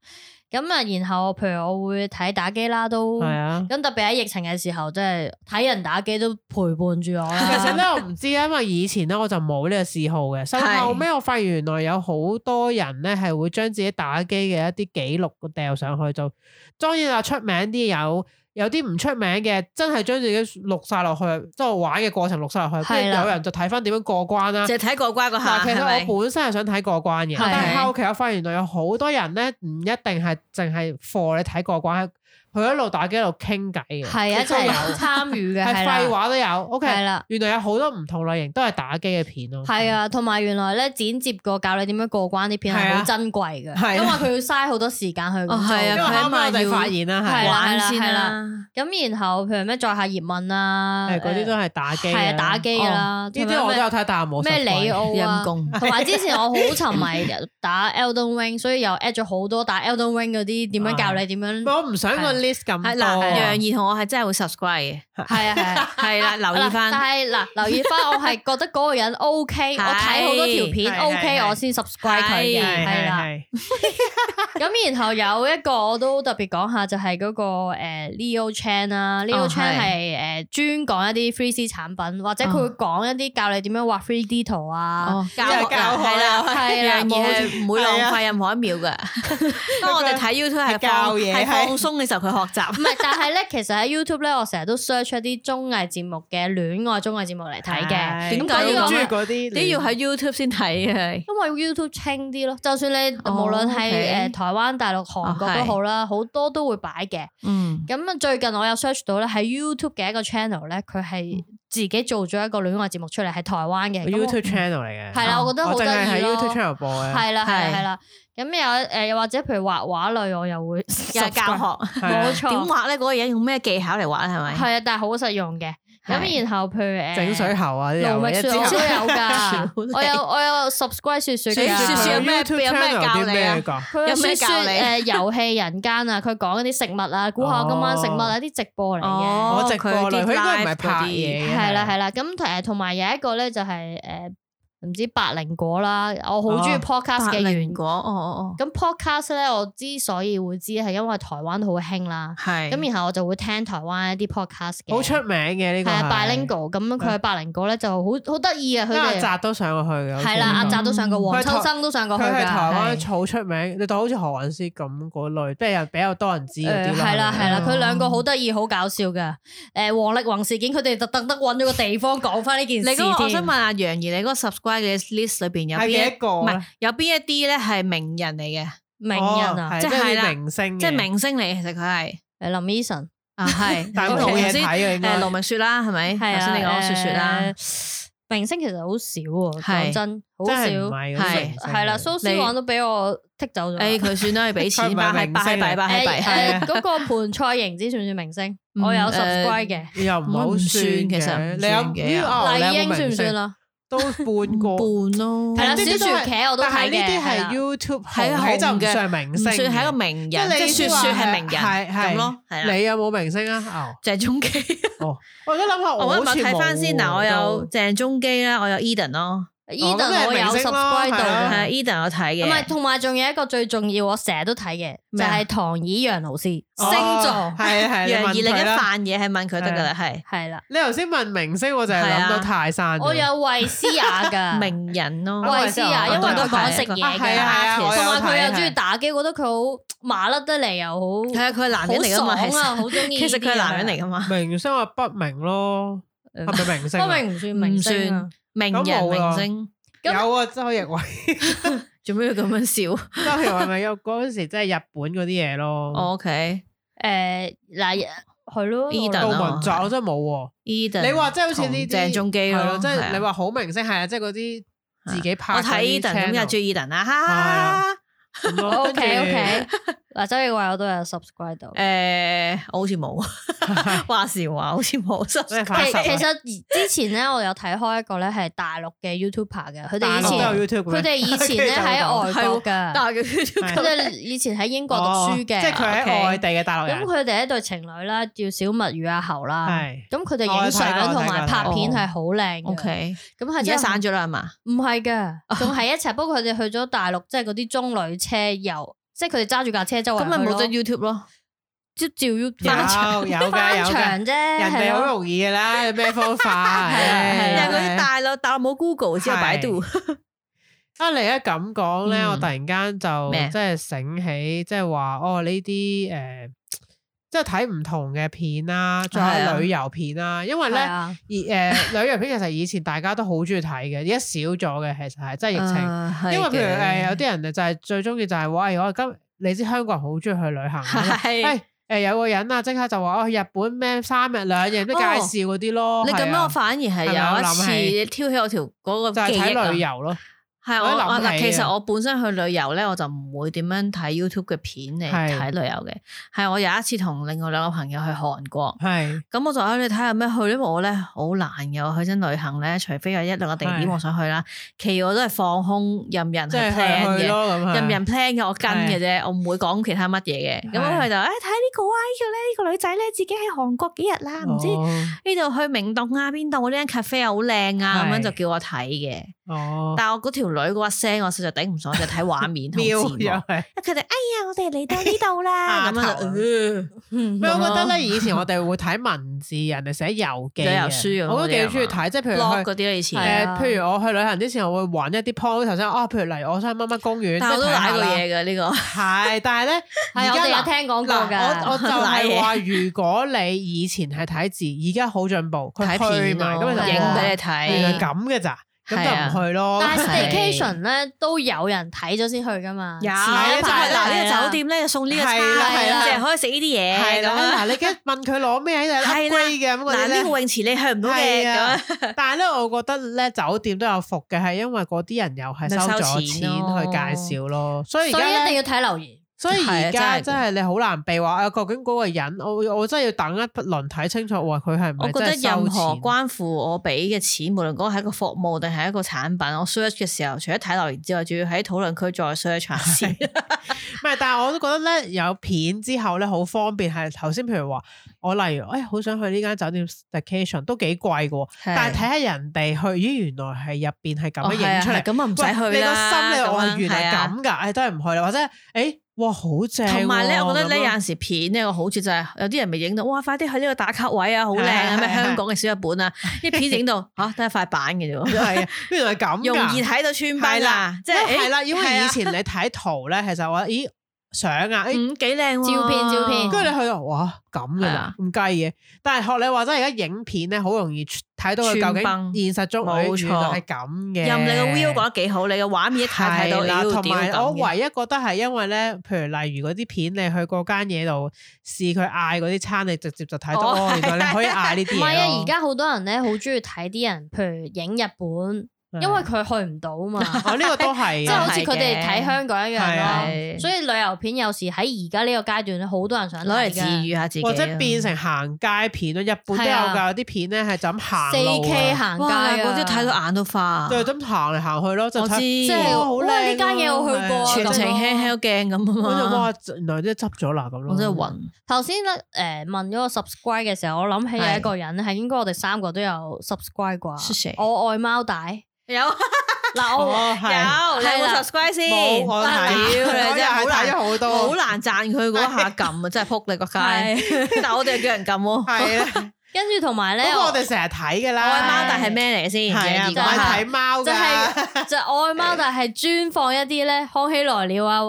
[SPEAKER 5] 咁啊，然後譬如我會睇打機啦，都
[SPEAKER 6] 係啊。
[SPEAKER 5] 咁特別喺疫情嘅時候，即係睇人打機都陪伴住我
[SPEAKER 6] 其
[SPEAKER 5] 啦。
[SPEAKER 6] 實咧，我唔知啊，因為以前咧我就冇呢個嗜好嘅。所以
[SPEAKER 4] 係
[SPEAKER 6] 後尾我發現原來有好多人咧係會將自己打機嘅一啲記錄掉上去就，當然啦，出名啲有，有啲唔出名嘅真係將自己錄晒落去，即係我玩嘅過程錄晒落去，
[SPEAKER 5] 係
[SPEAKER 6] 跟
[SPEAKER 5] 啦
[SPEAKER 6] 住有人就睇翻點樣過關啦。
[SPEAKER 4] 就係睇過關嗰下
[SPEAKER 6] 啊嗱，其
[SPEAKER 4] 係咪
[SPEAKER 6] 實？我本身係想睇過關嘅，
[SPEAKER 5] 係
[SPEAKER 6] 但係後期我發現原來有好多人咧唔一定係淨係 for 你睇過關，佢一路打機一路傾偈嘅。
[SPEAKER 5] 係啊，一齊有參與嘅，
[SPEAKER 6] 係
[SPEAKER 5] 係啦
[SPEAKER 6] 廢話都有。
[SPEAKER 5] 係
[SPEAKER 6] O K，
[SPEAKER 5] 啦
[SPEAKER 6] 原來有好多唔同類型都係打機嘅片咯。
[SPEAKER 5] 係啊，同埋原來咧剪接過教你點樣過關啲片
[SPEAKER 6] 係
[SPEAKER 5] 係
[SPEAKER 6] 啊
[SPEAKER 5] 好珍貴嘅，
[SPEAKER 6] 係啊
[SPEAKER 5] 因為佢要嘥好多時間去咁
[SPEAKER 4] 哦
[SPEAKER 5] 做
[SPEAKER 4] 係啊
[SPEAKER 6] 因為
[SPEAKER 4] 佢
[SPEAKER 6] 啱啱我
[SPEAKER 4] 起碼
[SPEAKER 6] 哋
[SPEAKER 4] 要
[SPEAKER 6] 發現啦，
[SPEAKER 5] 係
[SPEAKER 6] 係
[SPEAKER 5] 啦
[SPEAKER 4] 玩先
[SPEAKER 5] 係
[SPEAKER 4] 啦，
[SPEAKER 5] 咁然後譬如咩在下葉問啦，
[SPEAKER 6] 係嗰啲都係打機嘅。哦
[SPEAKER 5] 係啊打機㗎啦，
[SPEAKER 6] 呢
[SPEAKER 5] 同埋
[SPEAKER 6] 啲我都
[SPEAKER 5] 咩
[SPEAKER 6] 有睇，但係冇
[SPEAKER 5] 咩里
[SPEAKER 6] subscribe
[SPEAKER 5] 奧啊
[SPEAKER 4] 陰。公
[SPEAKER 5] 同埋之前我好沉迷打 Elden Ring，所以又 add 咗好多打 Elden Ring 嗰啲點樣教你點樣，
[SPEAKER 6] 我唔想個 list 咁
[SPEAKER 4] 係
[SPEAKER 6] 多
[SPEAKER 4] 嗱，
[SPEAKER 6] 啊。
[SPEAKER 4] 楊怡同我係真係會 subscribe
[SPEAKER 5] 係啊係啊
[SPEAKER 4] 嘅，。係啦，留意
[SPEAKER 5] 嗱但
[SPEAKER 4] 翻。
[SPEAKER 5] 係嗱，留意翻，我係覺得嗰個人 O K，
[SPEAKER 4] 係
[SPEAKER 5] 我睇好多條片
[SPEAKER 6] 係
[SPEAKER 5] O K，
[SPEAKER 6] 係係
[SPEAKER 5] 我先 subscribe 佢嘅，
[SPEAKER 4] 係
[SPEAKER 5] 係啦。
[SPEAKER 6] 係
[SPEAKER 5] 咁然後有一個我都特別講下，就係嗰、個、呃、Leo Chan 啦，Leo
[SPEAKER 4] 哦
[SPEAKER 5] Chan
[SPEAKER 4] 係
[SPEAKER 5] 係誒專講一啲3 D 產品，或者佢會
[SPEAKER 4] 哦
[SPEAKER 5] 講一啲教你點樣畫 3D 圖啊，
[SPEAKER 4] 哦，教
[SPEAKER 6] 係
[SPEAKER 4] 學啊
[SPEAKER 6] 教學啊
[SPEAKER 4] 係啦，
[SPEAKER 5] 係啦
[SPEAKER 4] 楊怡係唔會浪費任何一秒噶。當我哋睇 YouTube 係
[SPEAKER 6] 係教
[SPEAKER 4] 放
[SPEAKER 6] 嘢
[SPEAKER 4] 係
[SPEAKER 6] 係
[SPEAKER 4] 放鬆嘅時候，佢學習
[SPEAKER 5] 唔。係，但係咧，其實喺 YouTube 咧，我成日都 search 一啲綜藝節目嘅戀愛綜藝節目嚟睇嘅，
[SPEAKER 6] 係
[SPEAKER 4] 點
[SPEAKER 5] 解要
[SPEAKER 6] 我好中意
[SPEAKER 4] 咁
[SPEAKER 6] 嗰啲？
[SPEAKER 4] 你要喺 YouTube 先睇嘅，
[SPEAKER 5] 因為 YouTube 清啲咯。就算你
[SPEAKER 4] 哦
[SPEAKER 5] 無論係
[SPEAKER 4] OK
[SPEAKER 5] 誒台灣、大陸、韓國
[SPEAKER 4] 哦係
[SPEAKER 5] 都好啦，好多都會擺嘅。
[SPEAKER 4] 嗯，
[SPEAKER 5] 咁啊，最近我有 search 到咧，喺 YouTube 嘅一個 channel 咧，佢係自己做咗一個戀愛節目出嚟，係台灣嘅。咁我
[SPEAKER 6] 嗯哦 YouTube channel 嚟嘅。
[SPEAKER 5] 係啦，我覺得好
[SPEAKER 6] 我
[SPEAKER 5] 得
[SPEAKER 6] 淨係
[SPEAKER 5] 意
[SPEAKER 6] 喺
[SPEAKER 5] 咯。
[SPEAKER 6] YouTube channel 播嘅。
[SPEAKER 5] 係啦，係
[SPEAKER 4] 係
[SPEAKER 5] 啦，係啦。咁有誒，又或者譬如畫畫類，我又 會
[SPEAKER 4] 又係教
[SPEAKER 5] subscribe，
[SPEAKER 4] 學
[SPEAKER 6] 係啊
[SPEAKER 5] 冇錯
[SPEAKER 4] 點畫咧？嗰個嘢用咩技巧嚟畫咧？係咪？
[SPEAKER 5] 係啊，但係好實用嘅。
[SPEAKER 4] 係
[SPEAKER 5] 咁然後譬如誒，
[SPEAKER 6] 整水喉啊，
[SPEAKER 5] 盧覓
[SPEAKER 6] 啲
[SPEAKER 5] 雪
[SPEAKER 6] 有
[SPEAKER 5] 我
[SPEAKER 6] 嘅
[SPEAKER 5] 都
[SPEAKER 6] 之後
[SPEAKER 5] 有 㗎，
[SPEAKER 4] 全部都
[SPEAKER 5] 我
[SPEAKER 4] 係
[SPEAKER 5] 有我有 subscribe 雪雪
[SPEAKER 4] 雪
[SPEAKER 5] 嘅。
[SPEAKER 4] 雪雪有咩
[SPEAKER 6] YouTube
[SPEAKER 4] 有咩
[SPEAKER 6] channel
[SPEAKER 4] 教
[SPEAKER 6] 啲
[SPEAKER 4] 你啊
[SPEAKER 6] 咩㗎？
[SPEAKER 5] 佢
[SPEAKER 4] 有咩
[SPEAKER 5] 有雪雪
[SPEAKER 4] 教你
[SPEAKER 5] 誒遊戲人間啊，佢講嗰啲食物啊，估下我今晚食物
[SPEAKER 6] 哦
[SPEAKER 5] 啊，啲直播嚟嘅。
[SPEAKER 4] 哦
[SPEAKER 6] 我直播類，佢應該唔係拍嘢嘅。
[SPEAKER 5] 係啦係啦，咁誒同埋有一個咧就係誒唔知百靈果啦，我好中意
[SPEAKER 3] 哦
[SPEAKER 5] podcast 嘅原
[SPEAKER 4] 原果，哦哦哦，
[SPEAKER 5] 咁 podcast 咧，我之所以會知係因為台灣好興啦，
[SPEAKER 4] 係
[SPEAKER 5] 咁然後我就會聽台灣一啲 podcast 嘅，
[SPEAKER 6] 好出名嘅呢
[SPEAKER 5] 係
[SPEAKER 6] 個
[SPEAKER 5] 啊
[SPEAKER 6] 係
[SPEAKER 5] bilingual，咁佢係 bilingual 咧就好好得意啊，佢
[SPEAKER 6] 因為阿
[SPEAKER 5] 哋
[SPEAKER 6] 澤都上過去嘅，
[SPEAKER 5] 係啦，
[SPEAKER 6] 我
[SPEAKER 5] 阿
[SPEAKER 6] 記得
[SPEAKER 5] 澤都上過，黃
[SPEAKER 6] 佢係
[SPEAKER 5] 秋
[SPEAKER 6] 台
[SPEAKER 5] 生都上過去
[SPEAKER 6] 佢係
[SPEAKER 5] 㗎，
[SPEAKER 6] 台
[SPEAKER 5] 係
[SPEAKER 6] 灣好出名，你當好似何韻詩咁嗰類，即係人比較多人知嗰啲
[SPEAKER 5] 誒
[SPEAKER 6] 啦
[SPEAKER 5] 係啦
[SPEAKER 6] 係咪
[SPEAKER 5] 係啦，佢兩個好得意，好搞笑噶。誒，王力宏事件，佢哋特登得揾咗個地方講翻呢件
[SPEAKER 4] 你
[SPEAKER 5] 事
[SPEAKER 4] 嗰個我想問
[SPEAKER 5] 添。
[SPEAKER 4] 阿楊怡，你嗰個 subscribe 嘅 list 裏邊有
[SPEAKER 6] 係
[SPEAKER 4] 邊
[SPEAKER 6] 幾
[SPEAKER 4] 一
[SPEAKER 6] 多
[SPEAKER 4] 唔
[SPEAKER 6] 個咧啊
[SPEAKER 4] 係有邊一啲咧係名人嚟嘅，
[SPEAKER 5] 名人啊，
[SPEAKER 6] 哦係
[SPEAKER 4] 即
[SPEAKER 6] 即
[SPEAKER 4] 係
[SPEAKER 6] 係
[SPEAKER 4] 啦
[SPEAKER 6] 啲明星嘅，
[SPEAKER 4] 即係明星嚟，其實佢係
[SPEAKER 5] 誒林 Eason
[SPEAKER 4] 啊係，
[SPEAKER 6] 但係
[SPEAKER 4] 咁
[SPEAKER 6] 冇嘢
[SPEAKER 4] 頭先
[SPEAKER 6] 睇嘅應該
[SPEAKER 4] 誒盧明雪啦，係咪？頭
[SPEAKER 5] 係啊，
[SPEAKER 4] 先你講雪雪啦，
[SPEAKER 5] 誒明星其實好少喎，
[SPEAKER 4] 係
[SPEAKER 5] 講真，好
[SPEAKER 6] 真係唔
[SPEAKER 5] 少。
[SPEAKER 6] 係
[SPEAKER 4] 係
[SPEAKER 6] 係
[SPEAKER 5] 係啦，蘇斯王都俾我剔走咗。
[SPEAKER 4] 誒佢算啦，佢俾
[SPEAKER 6] 佢唔
[SPEAKER 4] 錢
[SPEAKER 6] 係
[SPEAKER 4] 吧，係
[SPEAKER 6] 明
[SPEAKER 4] 吧，
[SPEAKER 6] 星
[SPEAKER 4] 係吧，
[SPEAKER 6] 嚟
[SPEAKER 4] 吧係吧
[SPEAKER 5] 誒
[SPEAKER 4] 係
[SPEAKER 5] 誒嗰個盤菜瑩知算唔算明星？
[SPEAKER 4] 嗯
[SPEAKER 5] 我有
[SPEAKER 4] 誒
[SPEAKER 5] subscribe 嘅，
[SPEAKER 6] 又唔好
[SPEAKER 4] 唔
[SPEAKER 6] 算
[SPEAKER 4] 算
[SPEAKER 6] 嘅，
[SPEAKER 4] 其實唔
[SPEAKER 6] 你有
[SPEAKER 4] 算嘅
[SPEAKER 6] 哦你有
[SPEAKER 5] 麗
[SPEAKER 6] 冇
[SPEAKER 5] 英算唔
[SPEAKER 6] 明星
[SPEAKER 5] 算啊？
[SPEAKER 6] 都半個。
[SPEAKER 4] 半咯，
[SPEAKER 5] 係啦，小
[SPEAKER 6] 呢啲都係
[SPEAKER 5] 薯茄我都
[SPEAKER 6] 但
[SPEAKER 5] 睇
[SPEAKER 6] 係呢
[SPEAKER 5] 嘅，
[SPEAKER 6] 啲
[SPEAKER 5] 係啦
[SPEAKER 6] 係 YouTube
[SPEAKER 4] 係
[SPEAKER 6] 紅起就唔
[SPEAKER 4] 紅嘅
[SPEAKER 6] 算係明
[SPEAKER 4] 唔
[SPEAKER 6] 星
[SPEAKER 4] 算
[SPEAKER 6] 嘅，
[SPEAKER 4] 係一個名人，即
[SPEAKER 6] 係
[SPEAKER 4] 係
[SPEAKER 6] 你
[SPEAKER 4] 雪
[SPEAKER 6] 話
[SPEAKER 4] 雪係名人
[SPEAKER 6] 係係
[SPEAKER 4] 咁咯，係啦
[SPEAKER 6] 你。有冇明星啊？
[SPEAKER 4] 鄭中基，
[SPEAKER 6] 哦，哦，我而家諗下，
[SPEAKER 4] 我
[SPEAKER 6] 好
[SPEAKER 4] 我
[SPEAKER 6] 似
[SPEAKER 4] 睇翻先嗱，我有
[SPEAKER 6] 冇
[SPEAKER 4] 鄭中基啦，我有 Eden 咯，
[SPEAKER 6] 哦咁
[SPEAKER 5] Eden
[SPEAKER 6] 你
[SPEAKER 5] 我
[SPEAKER 6] 係
[SPEAKER 5] 有
[SPEAKER 6] 明星咯
[SPEAKER 5] subscribe
[SPEAKER 6] 係啊
[SPEAKER 5] 到
[SPEAKER 4] 係。Eden 我睇嘅，
[SPEAKER 5] 唔係，同埋仲有一個最重要，我成日都睇嘅，就
[SPEAKER 4] 咩啊
[SPEAKER 5] 係唐以陽老師
[SPEAKER 6] 到
[SPEAKER 5] 星座，
[SPEAKER 6] 係啊係啊，
[SPEAKER 4] 楊怡
[SPEAKER 6] 你
[SPEAKER 4] 另
[SPEAKER 6] 問
[SPEAKER 4] 一
[SPEAKER 6] 佢啦
[SPEAKER 4] 範嘢係問佢得噶啦，係
[SPEAKER 5] 係啦。
[SPEAKER 6] 你頭先問明星，我就係諗到泰山。
[SPEAKER 5] 我有衛詩雅 噶，
[SPEAKER 4] 名人咯，
[SPEAKER 6] 喂
[SPEAKER 5] 衛詩雅，因為佢講食嘢
[SPEAKER 6] 啊係
[SPEAKER 5] 嘅，
[SPEAKER 6] 啊係啊
[SPEAKER 5] 同
[SPEAKER 6] 我有
[SPEAKER 5] 埋
[SPEAKER 6] 睇
[SPEAKER 5] 佢
[SPEAKER 6] 係
[SPEAKER 5] 又中意打機，我覺得佢好麻甩得嚟，又
[SPEAKER 4] 係
[SPEAKER 5] 好
[SPEAKER 4] 啊，佢係男人
[SPEAKER 5] 好
[SPEAKER 4] 嚟噶
[SPEAKER 5] 爽
[SPEAKER 4] 嘛，其
[SPEAKER 5] 啊，
[SPEAKER 4] 實
[SPEAKER 5] 好中意。
[SPEAKER 4] 其實佢係男人嚟，噶嘛，
[SPEAKER 6] 明星，我不明咯，係咪明星啊？
[SPEAKER 5] 不明唔算明星啊
[SPEAKER 4] 唔名人
[SPEAKER 6] 咁冇啦
[SPEAKER 4] 明星，
[SPEAKER 5] 咁
[SPEAKER 6] 有啊，周奕偉，
[SPEAKER 4] 做咩要咁樣笑
[SPEAKER 6] 周奕偉咪有嗰陣時，即係日本嗰啲嘢咯。
[SPEAKER 4] ？O K，Eden
[SPEAKER 5] 誒嗱，係咯
[SPEAKER 4] Eden
[SPEAKER 6] 杜
[SPEAKER 4] 咯
[SPEAKER 6] 汶澤我真係冇喎，你話即係好似呢啲
[SPEAKER 4] 鄭中基
[SPEAKER 6] 係
[SPEAKER 4] 咯，
[SPEAKER 6] 即
[SPEAKER 4] 係
[SPEAKER 6] 係
[SPEAKER 4] 啊
[SPEAKER 6] 你話好明星係啊，即係嗰啲自己拍
[SPEAKER 4] 我
[SPEAKER 6] 嗰
[SPEAKER 4] 睇
[SPEAKER 6] 啲
[SPEAKER 4] Eden 咁
[SPEAKER 6] channel
[SPEAKER 4] 又中意 Eden 啦，哈
[SPEAKER 6] 係啊
[SPEAKER 4] 哈。
[SPEAKER 6] 咁咯
[SPEAKER 5] O
[SPEAKER 6] 跟住
[SPEAKER 5] K O K，嗱周奕偉我都有 subscribe 到。
[SPEAKER 4] 诶，我好似冇， 話時話好似冇
[SPEAKER 6] 真係
[SPEAKER 5] 其
[SPEAKER 6] 反手啊
[SPEAKER 5] 其實之前咧，我有睇開一個咧係大陸嘅 YouTuber 嘅，佢哋以
[SPEAKER 6] 大陸都
[SPEAKER 5] 前
[SPEAKER 6] 有 YouTube 嘅
[SPEAKER 5] 佢哋以前咧
[SPEAKER 6] 跟住就
[SPEAKER 5] 喺
[SPEAKER 6] 講
[SPEAKER 5] 外國嘅，
[SPEAKER 4] 但係啊佢
[SPEAKER 6] 啊
[SPEAKER 5] 佢哋以前喺英國讀書嘅，
[SPEAKER 6] 哦即係佢
[SPEAKER 4] OK
[SPEAKER 6] 喺外地嘅大陸
[SPEAKER 5] 咁
[SPEAKER 6] 人，
[SPEAKER 5] 佢哋一對情侶啦，叫小蜜與阿猴啦，
[SPEAKER 6] 係
[SPEAKER 5] 咁佢哋影
[SPEAKER 6] 我有睇過
[SPEAKER 5] 相同埋
[SPEAKER 6] 我睇過哦
[SPEAKER 5] 拍
[SPEAKER 4] 我
[SPEAKER 5] 片
[SPEAKER 4] 睇過
[SPEAKER 5] 係好靚
[SPEAKER 4] O
[SPEAKER 5] 嘅，
[SPEAKER 4] K，
[SPEAKER 5] 咁
[SPEAKER 4] 而家
[SPEAKER 5] 係真係
[SPEAKER 4] 散咗啦係嘛？
[SPEAKER 5] 唔係
[SPEAKER 4] 啊
[SPEAKER 5] 嘅，仲係一齊，不過佢哋去咗大陸，即係嗰啲中旅車遊，即係佢哋揸住架車周圍
[SPEAKER 4] 咁咪冇咗
[SPEAKER 5] 啊去咯
[SPEAKER 4] YouTube 咯，
[SPEAKER 5] 照照 YouTube 翻牆
[SPEAKER 6] 有有嘅有嘅，
[SPEAKER 5] 翻牆啫，
[SPEAKER 6] 人哋
[SPEAKER 5] 係
[SPEAKER 6] 好
[SPEAKER 5] 咯
[SPEAKER 6] 容易嘅啦，有咩方法？
[SPEAKER 5] 係啊
[SPEAKER 4] 因
[SPEAKER 5] 係
[SPEAKER 4] 為
[SPEAKER 5] 啊
[SPEAKER 6] 唉
[SPEAKER 4] 嗰啲大陸大陸冇 Google 只有百度，
[SPEAKER 6] 啊！你一咁講咧，
[SPEAKER 4] 嗯
[SPEAKER 6] 我突然間就
[SPEAKER 4] 咩
[SPEAKER 6] 即係醒起，即係話哦呢啲誒，即係睇唔同嘅片啦，仲
[SPEAKER 4] 係啊
[SPEAKER 6] 有旅遊片啦，因為
[SPEAKER 5] 係
[SPEAKER 6] 咧。
[SPEAKER 5] 啊，
[SPEAKER 6] 而誒、 旅遊片其實以前大家都好中意睇嘅，而家少咗嘅其實係真係疫情，
[SPEAKER 4] 情
[SPEAKER 6] 因為譬如誒、呃有啲人就係最中意就係話，哎喂我今你知香港人好中意去旅行㗎嘛，
[SPEAKER 4] 係
[SPEAKER 6] 誒誒有個人啊即刻就話哦去日本咩三日兩夜都介紹嗰啲咯，
[SPEAKER 4] 哦你咁
[SPEAKER 6] 係
[SPEAKER 4] 樣，
[SPEAKER 6] 啊
[SPEAKER 4] 我反而係
[SPEAKER 6] 係咪
[SPEAKER 4] 有
[SPEAKER 6] 啊
[SPEAKER 4] 一次挑起我條嗰個
[SPEAKER 6] 就
[SPEAKER 4] 記
[SPEAKER 6] 係
[SPEAKER 4] 憶
[SPEAKER 6] 睇旅
[SPEAKER 4] 啊。
[SPEAKER 6] 遊咯，
[SPEAKER 4] 係
[SPEAKER 6] 我
[SPEAKER 4] 我
[SPEAKER 6] 都諗
[SPEAKER 4] 我嗱，
[SPEAKER 6] 起
[SPEAKER 4] 其實
[SPEAKER 6] 啊
[SPEAKER 4] 我本身去旅遊咧，我就唔會點樣睇 YouTube 嘅片嚟
[SPEAKER 6] 係
[SPEAKER 4] 睇旅遊嘅。係我有一次同另外兩個朋友去韓國，
[SPEAKER 6] 係
[SPEAKER 4] 咁我就喺你睇下有咩去，因為我咧好難嘅，我去親旅行咧，除非有一兩個地點
[SPEAKER 6] 係
[SPEAKER 4] 我想去啦，其餘我都係放空任人
[SPEAKER 6] 即
[SPEAKER 4] 去
[SPEAKER 6] 係
[SPEAKER 4] 啊 plan
[SPEAKER 6] 去去
[SPEAKER 4] 嘅。
[SPEAKER 6] 咯咁係
[SPEAKER 4] 任人 plan 嘅，我跟嘅啫，我唔會講其他乜嘢嘅。咁
[SPEAKER 6] 係
[SPEAKER 4] 佢就誒睇呢個啊，呢個咧，呢個女仔咧自己喺韓國幾日啦，唔知
[SPEAKER 6] 哦
[SPEAKER 4] 呢度去明洞啊，邊度嗰間 cafe 又好靚啊，咁樣
[SPEAKER 6] 係
[SPEAKER 4] 就叫我睇嘅。
[SPEAKER 6] 哦，
[SPEAKER 4] 但我嗰條女嗰把聲，我實在頂唔順，我就睇畫面 同字
[SPEAKER 6] 喵
[SPEAKER 4] 幕。
[SPEAKER 6] 又係。
[SPEAKER 4] 佢哋哎呀，我哋嚟到呢度啦，
[SPEAKER 6] 啊
[SPEAKER 4] 咁樣就
[SPEAKER 6] 頭啊
[SPEAKER 4] 呃啊
[SPEAKER 5] 嗯
[SPEAKER 6] 咩？我覺得咧，以前我哋會睇文字，人哋寫遊記嘅
[SPEAKER 4] 旅遊書咁嗰
[SPEAKER 6] 我都
[SPEAKER 4] 啲係
[SPEAKER 6] 幾中意
[SPEAKER 4] 嘛
[SPEAKER 6] 睇，即係譬如
[SPEAKER 4] blog
[SPEAKER 6] 去
[SPEAKER 4] 嗰啲啦，以前。
[SPEAKER 5] 係
[SPEAKER 6] 誒
[SPEAKER 5] 啊，
[SPEAKER 6] 譬如我去旅行之前，我會玩一啲 point 頭先啊，譬如例如我想去乜乜公園，
[SPEAKER 4] 但我都舐
[SPEAKER 6] 舐
[SPEAKER 4] 過嘢嘅呢個，
[SPEAKER 6] 係，但係咧，
[SPEAKER 5] 係
[SPEAKER 6] 而
[SPEAKER 5] 我
[SPEAKER 6] 家
[SPEAKER 5] 哋有
[SPEAKER 6] 嗱
[SPEAKER 5] 聽講過
[SPEAKER 6] 嗱，我我
[SPEAKER 5] 㗎，
[SPEAKER 6] 就
[SPEAKER 4] 舐
[SPEAKER 6] 係
[SPEAKER 4] 嘢
[SPEAKER 6] 話，如果你以前係睇字，而家好進步，佢
[SPEAKER 4] 睇
[SPEAKER 6] 去
[SPEAKER 4] 片啊
[SPEAKER 6] 埋
[SPEAKER 4] 咯
[SPEAKER 6] 咁你就
[SPEAKER 4] 影
[SPEAKER 6] 哇
[SPEAKER 4] 俾你
[SPEAKER 6] 原來
[SPEAKER 4] 睇，
[SPEAKER 6] 啊咁嘅咋，
[SPEAKER 4] 係啊
[SPEAKER 6] 咁就唔去咯。
[SPEAKER 5] 但係
[SPEAKER 4] 係
[SPEAKER 5] staycation 咧都有人睇咗先去㗎嘛，
[SPEAKER 4] 有
[SPEAKER 5] 前
[SPEAKER 4] 就
[SPEAKER 5] 一排啊
[SPEAKER 4] 係
[SPEAKER 6] 係啦
[SPEAKER 4] 嗱呢
[SPEAKER 5] 咧
[SPEAKER 4] 個酒店咧送呢個餐，
[SPEAKER 6] 係啦
[SPEAKER 5] 係啦
[SPEAKER 4] 淨係可以食呢啲嘢
[SPEAKER 6] 係
[SPEAKER 4] 咁
[SPEAKER 6] 啦，
[SPEAKER 4] 樣。
[SPEAKER 6] 嗱，你而家問佢攞咩喺度
[SPEAKER 4] 係啦
[SPEAKER 6] upgrade 嘅咁嗰啲
[SPEAKER 4] 嗱
[SPEAKER 6] 咧
[SPEAKER 4] 呢個泳池你去唔到嘅
[SPEAKER 6] 係啊
[SPEAKER 4] 咁樣，
[SPEAKER 6] 但係咧，我覺得咧酒店都有服嘅，係因為嗰啲人又係收咗
[SPEAKER 4] 咪收
[SPEAKER 6] 錢
[SPEAKER 4] 錢咯
[SPEAKER 6] 去介紹咯，所以而
[SPEAKER 5] 所以
[SPEAKER 6] 家啊
[SPEAKER 5] 一定
[SPEAKER 6] 咧
[SPEAKER 5] 要睇留言。
[SPEAKER 6] 所以而家
[SPEAKER 4] 係啊真
[SPEAKER 6] 真
[SPEAKER 4] 係
[SPEAKER 6] 係你好難避話啊，究竟嗰個人，我我真係要等一輪睇清楚，哇！佢係
[SPEAKER 4] 我
[SPEAKER 6] 咪
[SPEAKER 4] 覺
[SPEAKER 6] 真
[SPEAKER 4] 得
[SPEAKER 6] 係收
[SPEAKER 4] 任何
[SPEAKER 6] 錢
[SPEAKER 4] 關乎我俾嘅錢，無論嗰個係一個服務定係一個產品，我 search 嘅時候，除咗睇留言之外，仲要喺討論區再 search 下先。
[SPEAKER 6] 唔係，但係我都覺得咧，有片之後咧，好方便。係頭先，譬如話我例如，誒、好想去呢間酒店 station，都幾貴嘅喎。 但係睇下人哋去，咦，原來係入邊係咁樣影出嚟，
[SPEAKER 4] 咁啊唔使
[SPEAKER 6] 喂
[SPEAKER 4] 去啦。
[SPEAKER 6] 你個心理
[SPEAKER 4] 咁
[SPEAKER 6] 我
[SPEAKER 4] 樣
[SPEAKER 6] 係原來
[SPEAKER 4] 係啊
[SPEAKER 6] 咁㗎，誒都係唔去啦。或者誒、欸哇，好正喎。
[SPEAKER 4] 同埋咧，我覺得呢
[SPEAKER 6] 咁
[SPEAKER 4] 有
[SPEAKER 6] 樣
[SPEAKER 4] 陣時片呢個好處就係有啲人咪影到，哇！快啲去呢個打卡位啊，好靚啊，
[SPEAKER 6] 係
[SPEAKER 4] 咩
[SPEAKER 6] 係
[SPEAKER 4] 香港嘅小日本 啊，啲片影到嚇得一塊板嘅啫喎，
[SPEAKER 6] 係啊，原來係咁㗎
[SPEAKER 4] 容易睇到穿
[SPEAKER 6] 係
[SPEAKER 4] 班
[SPEAKER 6] 啦
[SPEAKER 4] 啦，，
[SPEAKER 6] 即
[SPEAKER 4] 即係
[SPEAKER 6] 係係啦，
[SPEAKER 4] 誒
[SPEAKER 6] 因為
[SPEAKER 4] 係啊
[SPEAKER 6] 以前你睇圖咧，其實我咦相啊，誒
[SPEAKER 4] 嗯幾靚喎
[SPEAKER 5] 照片照片
[SPEAKER 6] 跟住你去到，哇咁
[SPEAKER 4] 哦
[SPEAKER 6] 嘅
[SPEAKER 4] 係
[SPEAKER 6] 啦
[SPEAKER 4] 啊，
[SPEAKER 6] 咁雞嘅。但係學你話齋，而家影片咧好容易睇到佢
[SPEAKER 4] 穿
[SPEAKER 6] 究
[SPEAKER 4] 崩
[SPEAKER 6] 竟現實中
[SPEAKER 4] 冇
[SPEAKER 6] 佢
[SPEAKER 4] 錯
[SPEAKER 6] 原來係咁嘅。
[SPEAKER 4] 任你個 view 講得幾好，你個畫面一睇睇到，
[SPEAKER 6] 係啦，
[SPEAKER 4] 妖
[SPEAKER 6] 同埋
[SPEAKER 4] 屌
[SPEAKER 6] 我
[SPEAKER 4] 咁嘅
[SPEAKER 6] 唯一覺得係因為咧，譬如例如嗰啲片，你去嗰間嘢度試佢嗌嗰啲餐，你直接就睇到
[SPEAKER 4] 哦
[SPEAKER 6] 哦，原來你可以嗌呢啲
[SPEAKER 5] 唔
[SPEAKER 6] 嘢
[SPEAKER 5] 係啊，
[SPEAKER 6] 咯
[SPEAKER 5] 而家好多人咧，好中意睇啲人，譬如影日本，
[SPEAKER 6] 係
[SPEAKER 5] 因為佢去唔到 嘛，
[SPEAKER 6] 哦呢個都嗯係
[SPEAKER 5] 即
[SPEAKER 6] 嘅，
[SPEAKER 5] 係好
[SPEAKER 4] 係
[SPEAKER 5] 似佢哋睇香港一樣
[SPEAKER 6] 啊
[SPEAKER 4] 係
[SPEAKER 5] 咯。
[SPEAKER 4] 係
[SPEAKER 5] 所以旅遊片有時喺而家呢個階段咧，好多人想
[SPEAKER 4] 攞嚟
[SPEAKER 5] 睇
[SPEAKER 4] 治
[SPEAKER 5] 㗎。
[SPEAKER 4] 癒下自己啊，
[SPEAKER 6] 或者變成行街片咯，日本都有
[SPEAKER 5] 係啊
[SPEAKER 6] 㗎，有啲片咧係就咁行路
[SPEAKER 5] 四 K
[SPEAKER 6] 啊
[SPEAKER 5] 行街
[SPEAKER 4] 哇！
[SPEAKER 5] 啊
[SPEAKER 4] 嗰啲睇到眼都花，啊
[SPEAKER 6] 就係咁行嚟行去咯，就
[SPEAKER 4] 我
[SPEAKER 6] 睇
[SPEAKER 4] 知
[SPEAKER 5] 即係
[SPEAKER 6] 哇好
[SPEAKER 5] 哇
[SPEAKER 6] 靚啊
[SPEAKER 5] 呢間嘢我去過啊
[SPEAKER 4] 全程輕輕鏡咁
[SPEAKER 6] 我就嗯
[SPEAKER 4] 啊嘛，
[SPEAKER 6] 哇，原來真係執咗啦咁咯。
[SPEAKER 4] 我真係暈。
[SPEAKER 5] 頭先咧誒問嗰個 subscribe 嘅時候，我諗起有一個人係應該我哋三個都有 subscribe
[SPEAKER 4] 是
[SPEAKER 5] 啩
[SPEAKER 4] 誰。
[SPEAKER 5] 我愛貓大
[SPEAKER 4] 有
[SPEAKER 5] 嗱，我
[SPEAKER 6] 哦，係
[SPEAKER 4] 有，你有
[SPEAKER 5] 係
[SPEAKER 4] 冇
[SPEAKER 5] 啦
[SPEAKER 4] subscribe 先？
[SPEAKER 6] 冇我睇，
[SPEAKER 4] 屌你
[SPEAKER 6] 我 又
[SPEAKER 4] 真係好
[SPEAKER 6] 係睇咗
[SPEAKER 4] 難，
[SPEAKER 6] 好
[SPEAKER 4] 好
[SPEAKER 6] 多，
[SPEAKER 4] 難讚佢嗰下撳啊！真係撲你個街
[SPEAKER 5] 係。
[SPEAKER 4] 但我哋叫人撳喎。
[SPEAKER 6] 係啦。
[SPEAKER 5] 跟住同埋咧，
[SPEAKER 6] 不過我
[SPEAKER 5] 我
[SPEAKER 6] 哋成日睇㗎
[SPEAKER 4] 哎我
[SPEAKER 6] 啦。
[SPEAKER 4] 嘅貓大係咩嚟嘅先？
[SPEAKER 6] 係啊，
[SPEAKER 4] 而
[SPEAKER 6] 唔
[SPEAKER 5] 就
[SPEAKER 4] 嗰
[SPEAKER 5] 係
[SPEAKER 4] 下
[SPEAKER 6] 係睇貓㗎
[SPEAKER 5] 就係就係我愛貓大係專放一啲咧康熙來了啊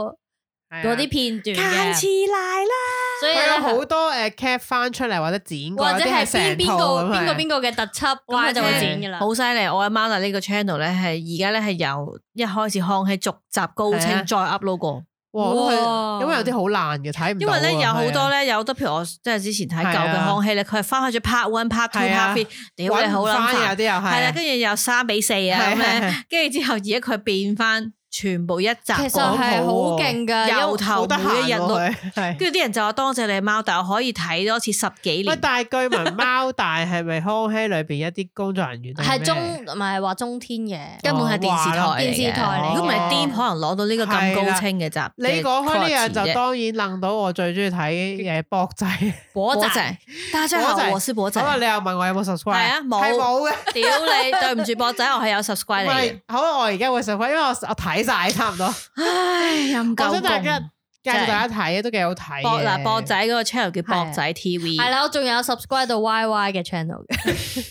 [SPEAKER 6] 係啊
[SPEAKER 5] 嗰啲片段
[SPEAKER 4] 間
[SPEAKER 5] 嘅，
[SPEAKER 4] 次奶啦，
[SPEAKER 5] 所以
[SPEAKER 6] 佢有
[SPEAKER 5] 呢
[SPEAKER 6] 好多誒 cap 翻出嚟或者剪過，
[SPEAKER 5] 或者係
[SPEAKER 6] 係
[SPEAKER 5] 邊邊個邊個邊個嘅特輯，
[SPEAKER 4] 咁
[SPEAKER 5] 瓜
[SPEAKER 4] 啊
[SPEAKER 5] 就會剪噶啦。
[SPEAKER 4] 好犀利！我嘅貓大呢個 channel 咧，係而家咧係由一開始康熙逐集高清
[SPEAKER 6] 係啊
[SPEAKER 4] 再 upload 過。
[SPEAKER 6] 哇！咁佢
[SPEAKER 5] 哇
[SPEAKER 6] 因為有啲好爛嘅睇唔到啊，
[SPEAKER 4] 因為咧有好多
[SPEAKER 6] 咧
[SPEAKER 4] 咧有好多譬如我即係之前睇
[SPEAKER 6] 係啊
[SPEAKER 4] 舊嘅康熙咧，佢係翻開咗 part one、part two、
[SPEAKER 6] 係
[SPEAKER 4] part
[SPEAKER 6] 啊
[SPEAKER 4] three，屌你好啦，
[SPEAKER 6] 翻有啲又係啊
[SPEAKER 4] 係啦，跟住又三比四啊咁
[SPEAKER 6] 係係
[SPEAKER 4] 咧，跟住之後而家佢變翻全部一集
[SPEAKER 5] 其實
[SPEAKER 4] 過
[SPEAKER 5] 係好勁㗎，
[SPEAKER 4] 由
[SPEAKER 5] 因
[SPEAKER 4] 頭
[SPEAKER 6] 好得閒
[SPEAKER 4] 每一日
[SPEAKER 6] 喎
[SPEAKER 4] 錄，
[SPEAKER 6] 佢
[SPEAKER 4] 跟
[SPEAKER 6] 係
[SPEAKER 4] 住啲人就話多謝你貓，但我可以睇多次十幾
[SPEAKER 6] 喂，
[SPEAKER 4] 年。
[SPEAKER 6] 但係據聞貓大係咪康熙裏邊一啲工作人員定
[SPEAKER 5] 係
[SPEAKER 6] 咩
[SPEAKER 5] 中唔係話中天嘅，
[SPEAKER 4] 根本係電視台嚟
[SPEAKER 6] 哇
[SPEAKER 4] 嘅，
[SPEAKER 5] 電視台嚟嘅
[SPEAKER 4] 哦如果唔係 d 可能攞到呢個咁
[SPEAKER 6] 係啦
[SPEAKER 4] 高清嘅集。
[SPEAKER 6] 你講開呢樣就
[SPEAKER 4] 多
[SPEAKER 6] 當然楞到我最中意睇誒博 仔。
[SPEAKER 5] 果
[SPEAKER 4] 波
[SPEAKER 5] 仔
[SPEAKER 4] 仔，大家好，
[SPEAKER 6] 波仔
[SPEAKER 4] 我是波
[SPEAKER 6] 好啊
[SPEAKER 4] 仔。
[SPEAKER 6] 啦，你又問我有冇 subscribe？
[SPEAKER 4] 係啊冇哎
[SPEAKER 6] 係冇嘅。
[SPEAKER 4] 屌你，對唔住波仔，我係有 subscribe
[SPEAKER 6] 唔
[SPEAKER 4] 你嘅
[SPEAKER 6] 係。，好啊啦，我而家會 subscribe，因為我我睇晒差唔多。我
[SPEAKER 4] 唉，陰鳩
[SPEAKER 6] 想大家
[SPEAKER 4] 公
[SPEAKER 6] 介紹大家睇，都幾好睇嘅。
[SPEAKER 4] 博嗱博仔嗰個 channel 叫博仔 TV，
[SPEAKER 5] 係啦，我仲有 subscribe 到 YY 嘅 channel 嘅，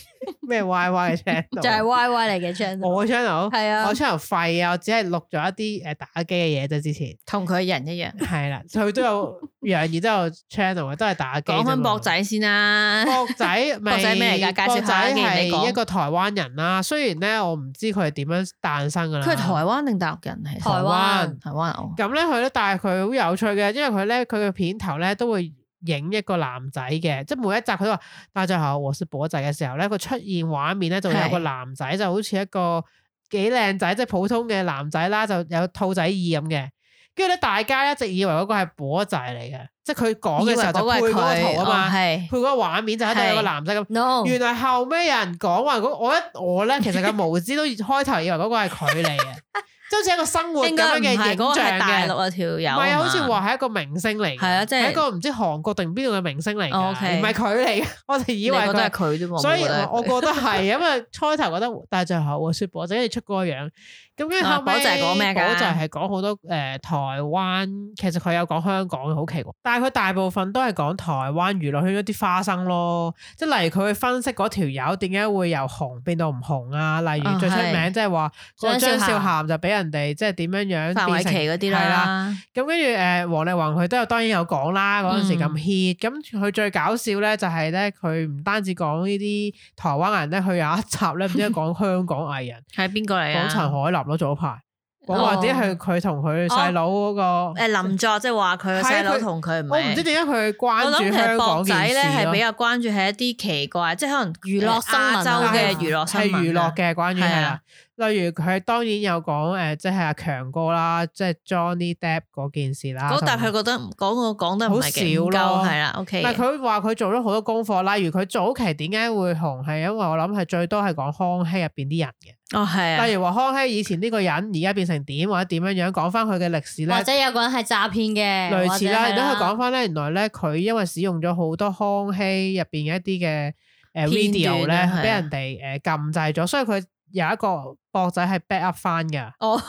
[SPEAKER 6] 咩 YY 嘅 channel？
[SPEAKER 5] 就係 YY 嚟嘅 channel。
[SPEAKER 6] 我 channel。
[SPEAKER 5] 係啊
[SPEAKER 6] 我 channel 廢啊，我只係錄咗一啲誒呃打機嘅嘢啫。之前
[SPEAKER 4] 同佢人一樣。
[SPEAKER 6] 係啦，佢都有楊怡都有 channel 嘅，都係打機啫嘛。
[SPEAKER 4] 講翻博仔先啦，
[SPEAKER 6] 博仔咪
[SPEAKER 4] 博仔咩嚟㗎介紹下
[SPEAKER 6] 博仔
[SPEAKER 4] 既然你講
[SPEAKER 6] 係一個台灣人啦，雖然咧我唔知佢係點樣誕生噶啦。
[SPEAKER 4] 佢係台灣定大陸人嚟？
[SPEAKER 5] 台灣
[SPEAKER 4] 台灣哦，
[SPEAKER 6] 咁咧，佢咧，但係佢好有趣嘅，因為佢咧，佢嘅片頭咧都會影一個男仔嘅，即係每一集佢都話大家好，我是博仔嘅時候咧，佢出現畫面咧就會有個
[SPEAKER 4] 係
[SPEAKER 6] 男仔就好似一個幾靚仔，即係普通嘅男仔啦，就有兔仔耳咁嘅。跟住咧，大家一直以為嗰個係博仔嚟嘅，即係佢講
[SPEAKER 4] 以為
[SPEAKER 6] 嘅時
[SPEAKER 4] 嗰
[SPEAKER 6] 候就
[SPEAKER 4] 個
[SPEAKER 6] 配
[SPEAKER 4] 係
[SPEAKER 6] 嗰啊個
[SPEAKER 4] 佢
[SPEAKER 6] 圖啊
[SPEAKER 4] 哦
[SPEAKER 6] 嘛，
[SPEAKER 4] 係
[SPEAKER 6] 配嗰個畫面就喺度有個
[SPEAKER 4] 係
[SPEAKER 6] 男仔咁。
[SPEAKER 4] 哦
[SPEAKER 5] No，
[SPEAKER 6] 原來後尾有人講話，嗰我一我咧，其實佢無知都開頭以為 嗰個係 佢嚟嘅，即係好似一個生活咁
[SPEAKER 4] 應該
[SPEAKER 6] 樣
[SPEAKER 4] 唔
[SPEAKER 6] 嘅
[SPEAKER 4] 係
[SPEAKER 6] 影
[SPEAKER 4] 嗰個係
[SPEAKER 6] 像
[SPEAKER 4] 大陸
[SPEAKER 6] 嘅。
[SPEAKER 4] 啊條友，
[SPEAKER 6] 唔係啊，好似話係一個明星嚟嘅，
[SPEAKER 4] 係啊即係
[SPEAKER 6] 係一個唔知韓國定邊度嘅明星嚟
[SPEAKER 4] 哦，OK
[SPEAKER 6] 嘅，唔係佢嚟嘅，我哋以
[SPEAKER 4] 以
[SPEAKER 6] 為
[SPEAKER 4] 為覺得係
[SPEAKER 6] 佢。
[SPEAKER 4] 佢啫嘛，
[SPEAKER 6] 所以
[SPEAKER 4] 我
[SPEAKER 6] 我覺得係，因為初頭覺得但係最後我雪寶仔跟住出嗰個樣，咁跟住後
[SPEAKER 4] 啊
[SPEAKER 6] 尾
[SPEAKER 4] 寶仔係講咩㗎
[SPEAKER 6] 寶仔係講好多誒、呃台灣，其實佢有講香港嘅，好奇怪。但係佢大部分都係講台灣娛樂圈一啲花生咯，即係例如佢會分析嗰條友點解會由紅變到唔紅啊，例如
[SPEAKER 4] 啊
[SPEAKER 6] 最出名
[SPEAKER 4] 係
[SPEAKER 6] 即係話個
[SPEAKER 5] 張
[SPEAKER 6] 張
[SPEAKER 5] 韶
[SPEAKER 6] 韶
[SPEAKER 5] 涵
[SPEAKER 6] 涵就俾人哋即係點樣樣
[SPEAKER 4] 范
[SPEAKER 6] 變
[SPEAKER 4] 瑋
[SPEAKER 6] 成
[SPEAKER 4] 琪嗰啲
[SPEAKER 6] 係啦。
[SPEAKER 4] 啦，
[SPEAKER 6] 咁跟住誒，王力宏佢都有當然有講啦，嗰陣時咁
[SPEAKER 4] 嗯
[SPEAKER 6] hit。咁佢最搞笑咧就係咧，佢唔單止講呢啲台灣人咧，佢有一集咧唔知係講香港藝人，
[SPEAKER 4] 係邊個嚟啊？哦
[SPEAKER 6] 講陳凱琳咯，早排講話點解佢佢同佢細佬嗰個，
[SPEAKER 4] 誒林作，即係話佢細佬同佢唔
[SPEAKER 6] 我唔知
[SPEAKER 4] 係。
[SPEAKER 6] 點解佢
[SPEAKER 4] 哦我
[SPEAKER 6] 關
[SPEAKER 4] 諗
[SPEAKER 6] 注
[SPEAKER 4] 其實
[SPEAKER 6] 香
[SPEAKER 4] 博
[SPEAKER 6] 港
[SPEAKER 4] 仔
[SPEAKER 6] 件
[SPEAKER 4] 咧
[SPEAKER 6] 事
[SPEAKER 4] 係比較
[SPEAKER 6] 咯。
[SPEAKER 4] 關注係一啲奇怪，即係可能
[SPEAKER 5] 娛樂新聞啊
[SPEAKER 4] 亞洲嘅娛樂新
[SPEAKER 6] 係
[SPEAKER 4] 聞啊，
[SPEAKER 6] 娛樂嘅，關於
[SPEAKER 4] 係
[SPEAKER 6] 係
[SPEAKER 4] 啊
[SPEAKER 6] 啦，例如佢當然有講誒、呃即係阿強哥啦，即係 Johnny Depp 嗰件事啦。
[SPEAKER 4] 嗰但
[SPEAKER 6] 同埋
[SPEAKER 4] 係佢覺得唔講我講得唔係幾
[SPEAKER 6] 好
[SPEAKER 4] 唔
[SPEAKER 6] 少咯
[SPEAKER 4] 夠，係啊啦，OK
[SPEAKER 6] 但係
[SPEAKER 4] 嘅。
[SPEAKER 6] 佢話佢做咗好多功課，例如佢早期點解會紅，係因為我諗係最多係講康熙入邊啲人嘅。
[SPEAKER 4] 哦，係啊
[SPEAKER 6] 例，如話康熙以前呢個人而家變成點，或者點樣樣講翻佢嘅歷史
[SPEAKER 5] 或
[SPEAKER 6] 咧，
[SPEAKER 5] 者有個人係詐騙嘅，
[SPEAKER 6] 類似啦。
[SPEAKER 4] 啊
[SPEAKER 5] 或者係
[SPEAKER 6] 然之後佢講翻咧，原來咧佢因為使用咗好多康熙入邊嘅一啲嘅誒
[SPEAKER 4] 片段
[SPEAKER 6] video 咧
[SPEAKER 4] 啊，係
[SPEAKER 6] 俾
[SPEAKER 4] 啊
[SPEAKER 6] 人哋誒禁制咗，所以佢有一個博仔係 back up 翻 㗎，
[SPEAKER 4] 哦，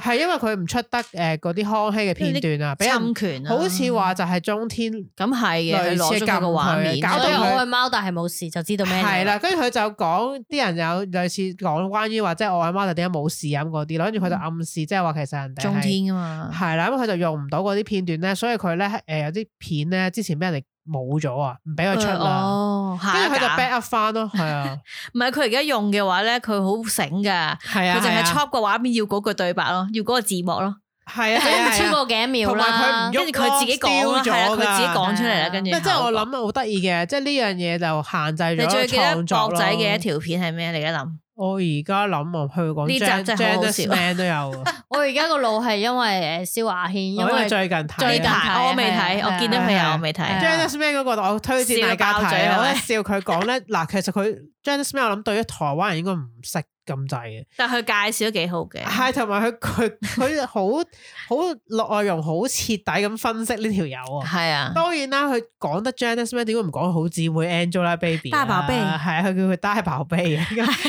[SPEAKER 6] 係因為佢唔出得誒嗰啲康熙嘅片段啊，俾人
[SPEAKER 4] 侵權啊
[SPEAKER 6] 好似話就係中天。
[SPEAKER 4] 咁係嘅，
[SPEAKER 6] 類
[SPEAKER 4] 係攞
[SPEAKER 6] 似
[SPEAKER 4] 咗佢個
[SPEAKER 6] 撳
[SPEAKER 4] 畫
[SPEAKER 6] 佢
[SPEAKER 4] 面，
[SPEAKER 6] 搞到
[SPEAKER 5] 所以
[SPEAKER 6] 佢
[SPEAKER 5] 我愛貓，但係冇事就知道咩嚟
[SPEAKER 4] 啊
[SPEAKER 6] 係啦，，跟住佢就講啲人有類似講關於話即係我阿媽就點解冇事啊咁嗰啲咯，跟住佢就暗示即係話其實人
[SPEAKER 4] 嗯
[SPEAKER 6] 哋
[SPEAKER 4] 中啊
[SPEAKER 6] 係
[SPEAKER 4] 天噶嘛，
[SPEAKER 6] 係啦，因為佢就用唔到嗰啲片段咧，所以佢咧誒有啲片咧之前俾人哋冇咗啊，唔俾佢出啦，
[SPEAKER 4] 哦，
[SPEAKER 6] 跟
[SPEAKER 4] 下
[SPEAKER 6] 住佢就
[SPEAKER 4] 架
[SPEAKER 6] back up 翻咯，係啊，
[SPEAKER 4] 唔係佢而家用嘅話咧，佢好醒噶，佢
[SPEAKER 6] 係啊，
[SPEAKER 4] 淨係
[SPEAKER 6] 係啊
[SPEAKER 4] chop 個畫面要嗰句對白咯，要嗰個字幕咯，
[SPEAKER 6] 係啊，
[SPEAKER 5] 所以
[SPEAKER 6] 係
[SPEAKER 5] 唔
[SPEAKER 6] 啊
[SPEAKER 5] 超過幾秒
[SPEAKER 6] 同埋佢
[SPEAKER 5] 啦
[SPEAKER 6] 唔。喐
[SPEAKER 4] 跟住佢自己講啦，
[SPEAKER 6] 丟咗
[SPEAKER 4] 係啊啦，佢自己
[SPEAKER 6] 㗎
[SPEAKER 4] 講出嚟啦，跟住
[SPEAKER 6] 即
[SPEAKER 4] 後
[SPEAKER 6] 係我
[SPEAKER 4] 果
[SPEAKER 6] 諗啊好得意嘅，即係呢樣嘢就
[SPEAKER 4] 你
[SPEAKER 6] 限制
[SPEAKER 4] 最
[SPEAKER 6] 咗
[SPEAKER 4] 記得
[SPEAKER 6] 創作
[SPEAKER 4] 博
[SPEAKER 6] 咯
[SPEAKER 4] 仔嘅一條片係咩？你而家諗
[SPEAKER 6] 我而家諗啊，去講
[SPEAKER 4] 呢集
[SPEAKER 6] Jan-
[SPEAKER 4] 真係好好
[SPEAKER 6] Janice
[SPEAKER 4] 笑
[SPEAKER 6] Man 都有啊，
[SPEAKER 5] 我而家個腦係因為呃誒蕭亞軒，因
[SPEAKER 6] 我哦因為
[SPEAKER 5] 為
[SPEAKER 6] 最近睇
[SPEAKER 5] 最
[SPEAKER 6] 啊
[SPEAKER 5] 近睇
[SPEAKER 4] 我未睇，我見到佢有，我未
[SPEAKER 5] 係
[SPEAKER 4] 睇。
[SPEAKER 5] 啊
[SPEAKER 6] Janice Man 嗰個我推薦大家
[SPEAKER 4] 嗯笑到爆嘴
[SPEAKER 6] 睇
[SPEAKER 4] 係
[SPEAKER 6] 啊，我
[SPEAKER 4] 咪
[SPEAKER 6] 一笑佢講咧， 嗱，其實佢 Janice Man 我諗對於台灣人應該唔識咁滯嘅，
[SPEAKER 4] 但佢介紹都幾好嘅，
[SPEAKER 6] 係啊同埋佢佢佢好好落內容好徹底咁分析呢條友啊。
[SPEAKER 4] 係啊，
[SPEAKER 6] 當然啦，佢講得 Janice Man 點解唔講好姊妹 Angelababy？
[SPEAKER 4] 大寶貝
[SPEAKER 6] 係啊，佢叫佢大寶 貝啊，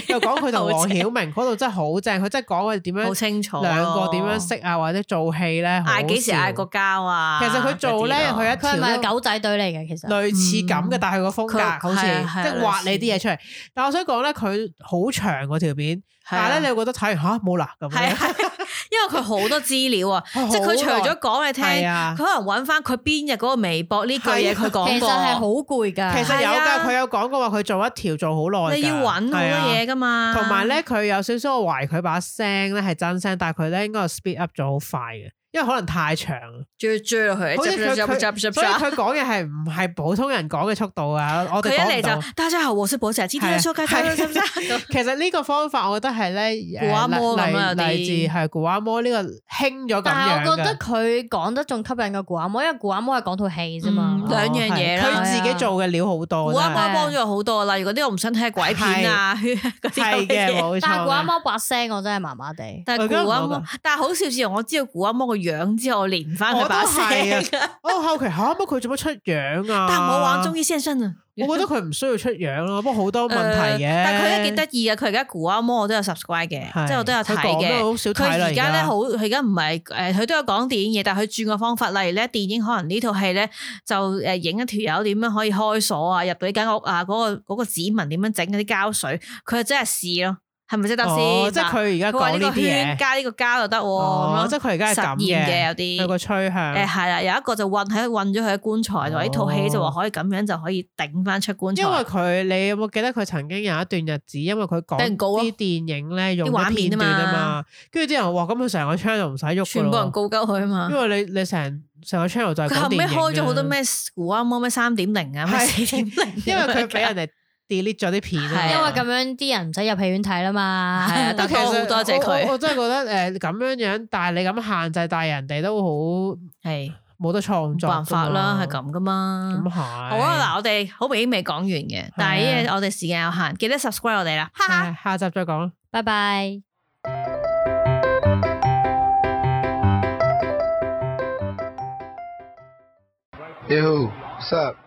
[SPEAKER 6] 又講佢同黃曉明嗰度真係好正，佢真係講佢點
[SPEAKER 4] 好
[SPEAKER 6] 樣
[SPEAKER 4] 清楚咯
[SPEAKER 6] 兩個點樣識，啊，或者做戲咧，好
[SPEAKER 4] 嗌幾時
[SPEAKER 6] 笑
[SPEAKER 4] 嗌過交啊？
[SPEAKER 6] 其實佢做咧，
[SPEAKER 4] 嗰啲咯
[SPEAKER 6] 佢一
[SPEAKER 5] 佢係
[SPEAKER 6] 條
[SPEAKER 5] 咪
[SPEAKER 6] 都
[SPEAKER 5] 狗仔隊嚟嘅？其實
[SPEAKER 6] 類似咁嘅，但係佢個風
[SPEAKER 4] 嗯佢
[SPEAKER 6] 格好似
[SPEAKER 4] 係啊係啊
[SPEAKER 6] 即係畫你啲嘢出嚟。但我想講咧，佢好長嗰條片，但係咧你會覺得睇完吓冇啦咁
[SPEAKER 4] 啊係啊
[SPEAKER 6] 樣，
[SPEAKER 4] 係啊，因為佢好多資料啊，
[SPEAKER 6] 哦
[SPEAKER 4] 即係佢除
[SPEAKER 6] 好耐
[SPEAKER 4] 咗講你聽，
[SPEAKER 6] 係啊
[SPEAKER 4] 佢可能揾翻佢邊日嗰個微博呢句嘢佢
[SPEAKER 5] 其
[SPEAKER 4] 講
[SPEAKER 5] 實係
[SPEAKER 4] 過，
[SPEAKER 5] 好攰㗎。
[SPEAKER 6] 其實有
[SPEAKER 4] 係
[SPEAKER 6] 㗎，
[SPEAKER 4] 啊
[SPEAKER 6] 佢有講過話佢做一條做好耐㗎，
[SPEAKER 4] 你要揾好多嘢
[SPEAKER 6] 係啊。
[SPEAKER 4] 噶嘛。
[SPEAKER 6] 同埋咧，佢有少少我懷疑佢把聲咧係真聲，但係佢咧應該係 speed up 咗好快嘅，因為可能太 長啦。
[SPEAKER 4] 追追落去，
[SPEAKER 6] 好似
[SPEAKER 4] 執
[SPEAKER 6] 佢
[SPEAKER 4] 執
[SPEAKER 6] 佢，
[SPEAKER 4] 執
[SPEAKER 6] 所以
[SPEAKER 4] 執
[SPEAKER 6] 佢講嘢係唔係普通人講嘅速度啊？我
[SPEAKER 4] 佢
[SPEAKER 6] 哋講
[SPEAKER 4] 一嚟
[SPEAKER 6] 唔到
[SPEAKER 4] 就。大家好，我是寶姐，今
[SPEAKER 6] 係啊
[SPEAKER 4] 天說介紹
[SPEAKER 6] 係
[SPEAKER 4] 執執
[SPEAKER 6] 其實呢個方法，我覺得係 咧，
[SPEAKER 4] 古阿摩咁啊
[SPEAKER 6] 嚟
[SPEAKER 4] 有
[SPEAKER 6] 嚟自
[SPEAKER 4] 啲
[SPEAKER 6] 係古阿摩呢個興咗咁樣
[SPEAKER 5] 但係我覺
[SPEAKER 6] 㗎
[SPEAKER 5] 得佢講得仲吸引過古阿摩，因為古阿摩係講套戲啫嘛
[SPEAKER 4] 嗯。兩樣嘢啦
[SPEAKER 6] 哦係佢自己做嘅料 好多，
[SPEAKER 4] 古阿
[SPEAKER 6] 真係
[SPEAKER 4] 媽啊幫咗我好多啦，如果啲我唔想睇嘅鬼片啊， 嗰啲咁嘅
[SPEAKER 6] 係嘅，
[SPEAKER 4] 嘢。
[SPEAKER 6] 冇錯。
[SPEAKER 5] 但係古阿，摩把聲我真係麻麻地。
[SPEAKER 4] 但
[SPEAKER 6] 我
[SPEAKER 4] 係
[SPEAKER 6] 而家唔
[SPEAKER 4] 古阿媽
[SPEAKER 6] 覺，
[SPEAKER 4] 但係好笑自從我知道古阿媽個樣之後，我連翻
[SPEAKER 6] 我
[SPEAKER 4] 佢
[SPEAKER 6] 都
[SPEAKER 4] 把聲
[SPEAKER 6] 係
[SPEAKER 4] 啊。
[SPEAKER 6] 我後期嚇乜佢做乜出樣啊？
[SPEAKER 4] 但係我玩中醫先生啊。
[SPEAKER 6] 我覺得佢唔需要出樣咯，不過好多問
[SPEAKER 4] 誒
[SPEAKER 6] 題嘅。
[SPEAKER 4] 但係佢咧幾得意嘅，啊佢而家古阿摩我都有 subscribe
[SPEAKER 6] 係
[SPEAKER 4] 嘅，即係我都有睇
[SPEAKER 6] 佢講得好
[SPEAKER 4] 嘅。
[SPEAKER 6] 少
[SPEAKER 4] 佢而
[SPEAKER 6] 睇啦
[SPEAKER 4] 家
[SPEAKER 6] 而
[SPEAKER 4] 咧
[SPEAKER 6] 家
[SPEAKER 4] 好，佢而家唔係誒，佢都有講電影嘢，但係佢轉個方法，例如咧電影可能呢套戲咧就誒影一條友點樣可以開鎖啊，入到呢間屋啊，嗰個嗰個指紋點樣整嗰啲膠水，佢係真係試咯，係咪即得
[SPEAKER 6] 哦，
[SPEAKER 4] 先？
[SPEAKER 6] 即係佢而家
[SPEAKER 4] 佢話
[SPEAKER 6] 講
[SPEAKER 4] 呢
[SPEAKER 6] 呢
[SPEAKER 4] 個
[SPEAKER 6] 啲嘢
[SPEAKER 4] 圈。加呢個膠就得喎，咁
[SPEAKER 6] 哦
[SPEAKER 4] 咯，
[SPEAKER 6] 即係佢而家係咁
[SPEAKER 4] 實驗嘅有啲
[SPEAKER 6] 有個趨向。
[SPEAKER 4] 誒係啦，有一個就韞喺韞咗佢喺棺材度，呢套戲就
[SPEAKER 6] 哦
[SPEAKER 4] 話可以咁樣就可以頂翻出棺材。
[SPEAKER 6] 因為佢，你有冇記得佢曾經有一段日子，因為佢講
[SPEAKER 4] 俾人告咯
[SPEAKER 6] 啲電影咧用
[SPEAKER 4] 啲畫
[SPEAKER 6] 咗片
[SPEAKER 4] 面啊
[SPEAKER 6] 段啊
[SPEAKER 4] 嘛
[SPEAKER 6] 嘛，跟住啲人話咁佢成個 channel 唔使喐㗎
[SPEAKER 4] 全部人
[SPEAKER 6] 咯，
[SPEAKER 4] 告鳩佢啊嘛
[SPEAKER 6] 因。為你你成成個 channel 就係
[SPEAKER 4] 佢後
[SPEAKER 6] 講
[SPEAKER 4] 尾
[SPEAKER 6] 啊電影
[SPEAKER 4] 開咗好多
[SPEAKER 6] 啊
[SPEAKER 4] 咩古阿摩咩三點零啊，咩
[SPEAKER 6] 係
[SPEAKER 4] 四點零，
[SPEAKER 6] 因為佢俾人哋 delete 咗啲片啊嘛，
[SPEAKER 4] 係
[SPEAKER 5] 因為咁樣啲人唔使入戲院睇啦嘛。
[SPEAKER 4] 係啊，但
[SPEAKER 6] 其
[SPEAKER 4] 係
[SPEAKER 6] 實
[SPEAKER 4] 我好多謝
[SPEAKER 6] 我我
[SPEAKER 4] 佢，
[SPEAKER 6] 我真係覺得誒咁樣樣，但係你咁限制，但係人哋都好
[SPEAKER 4] 係
[SPEAKER 6] 冇得創
[SPEAKER 4] 冇
[SPEAKER 6] 作，
[SPEAKER 4] 辦法啦，係。咁噶嘛
[SPEAKER 6] 咁。係。啊
[SPEAKER 4] 好
[SPEAKER 6] 好
[SPEAKER 4] 啊，嗱，我哋好明顯未講完嘅，但係因為我哋時間有限，記得 subscribe 我哋啦，哈哈。
[SPEAKER 6] 下集再講啦。
[SPEAKER 5] 拜拜。
[SPEAKER 1] Hey, who? What's up?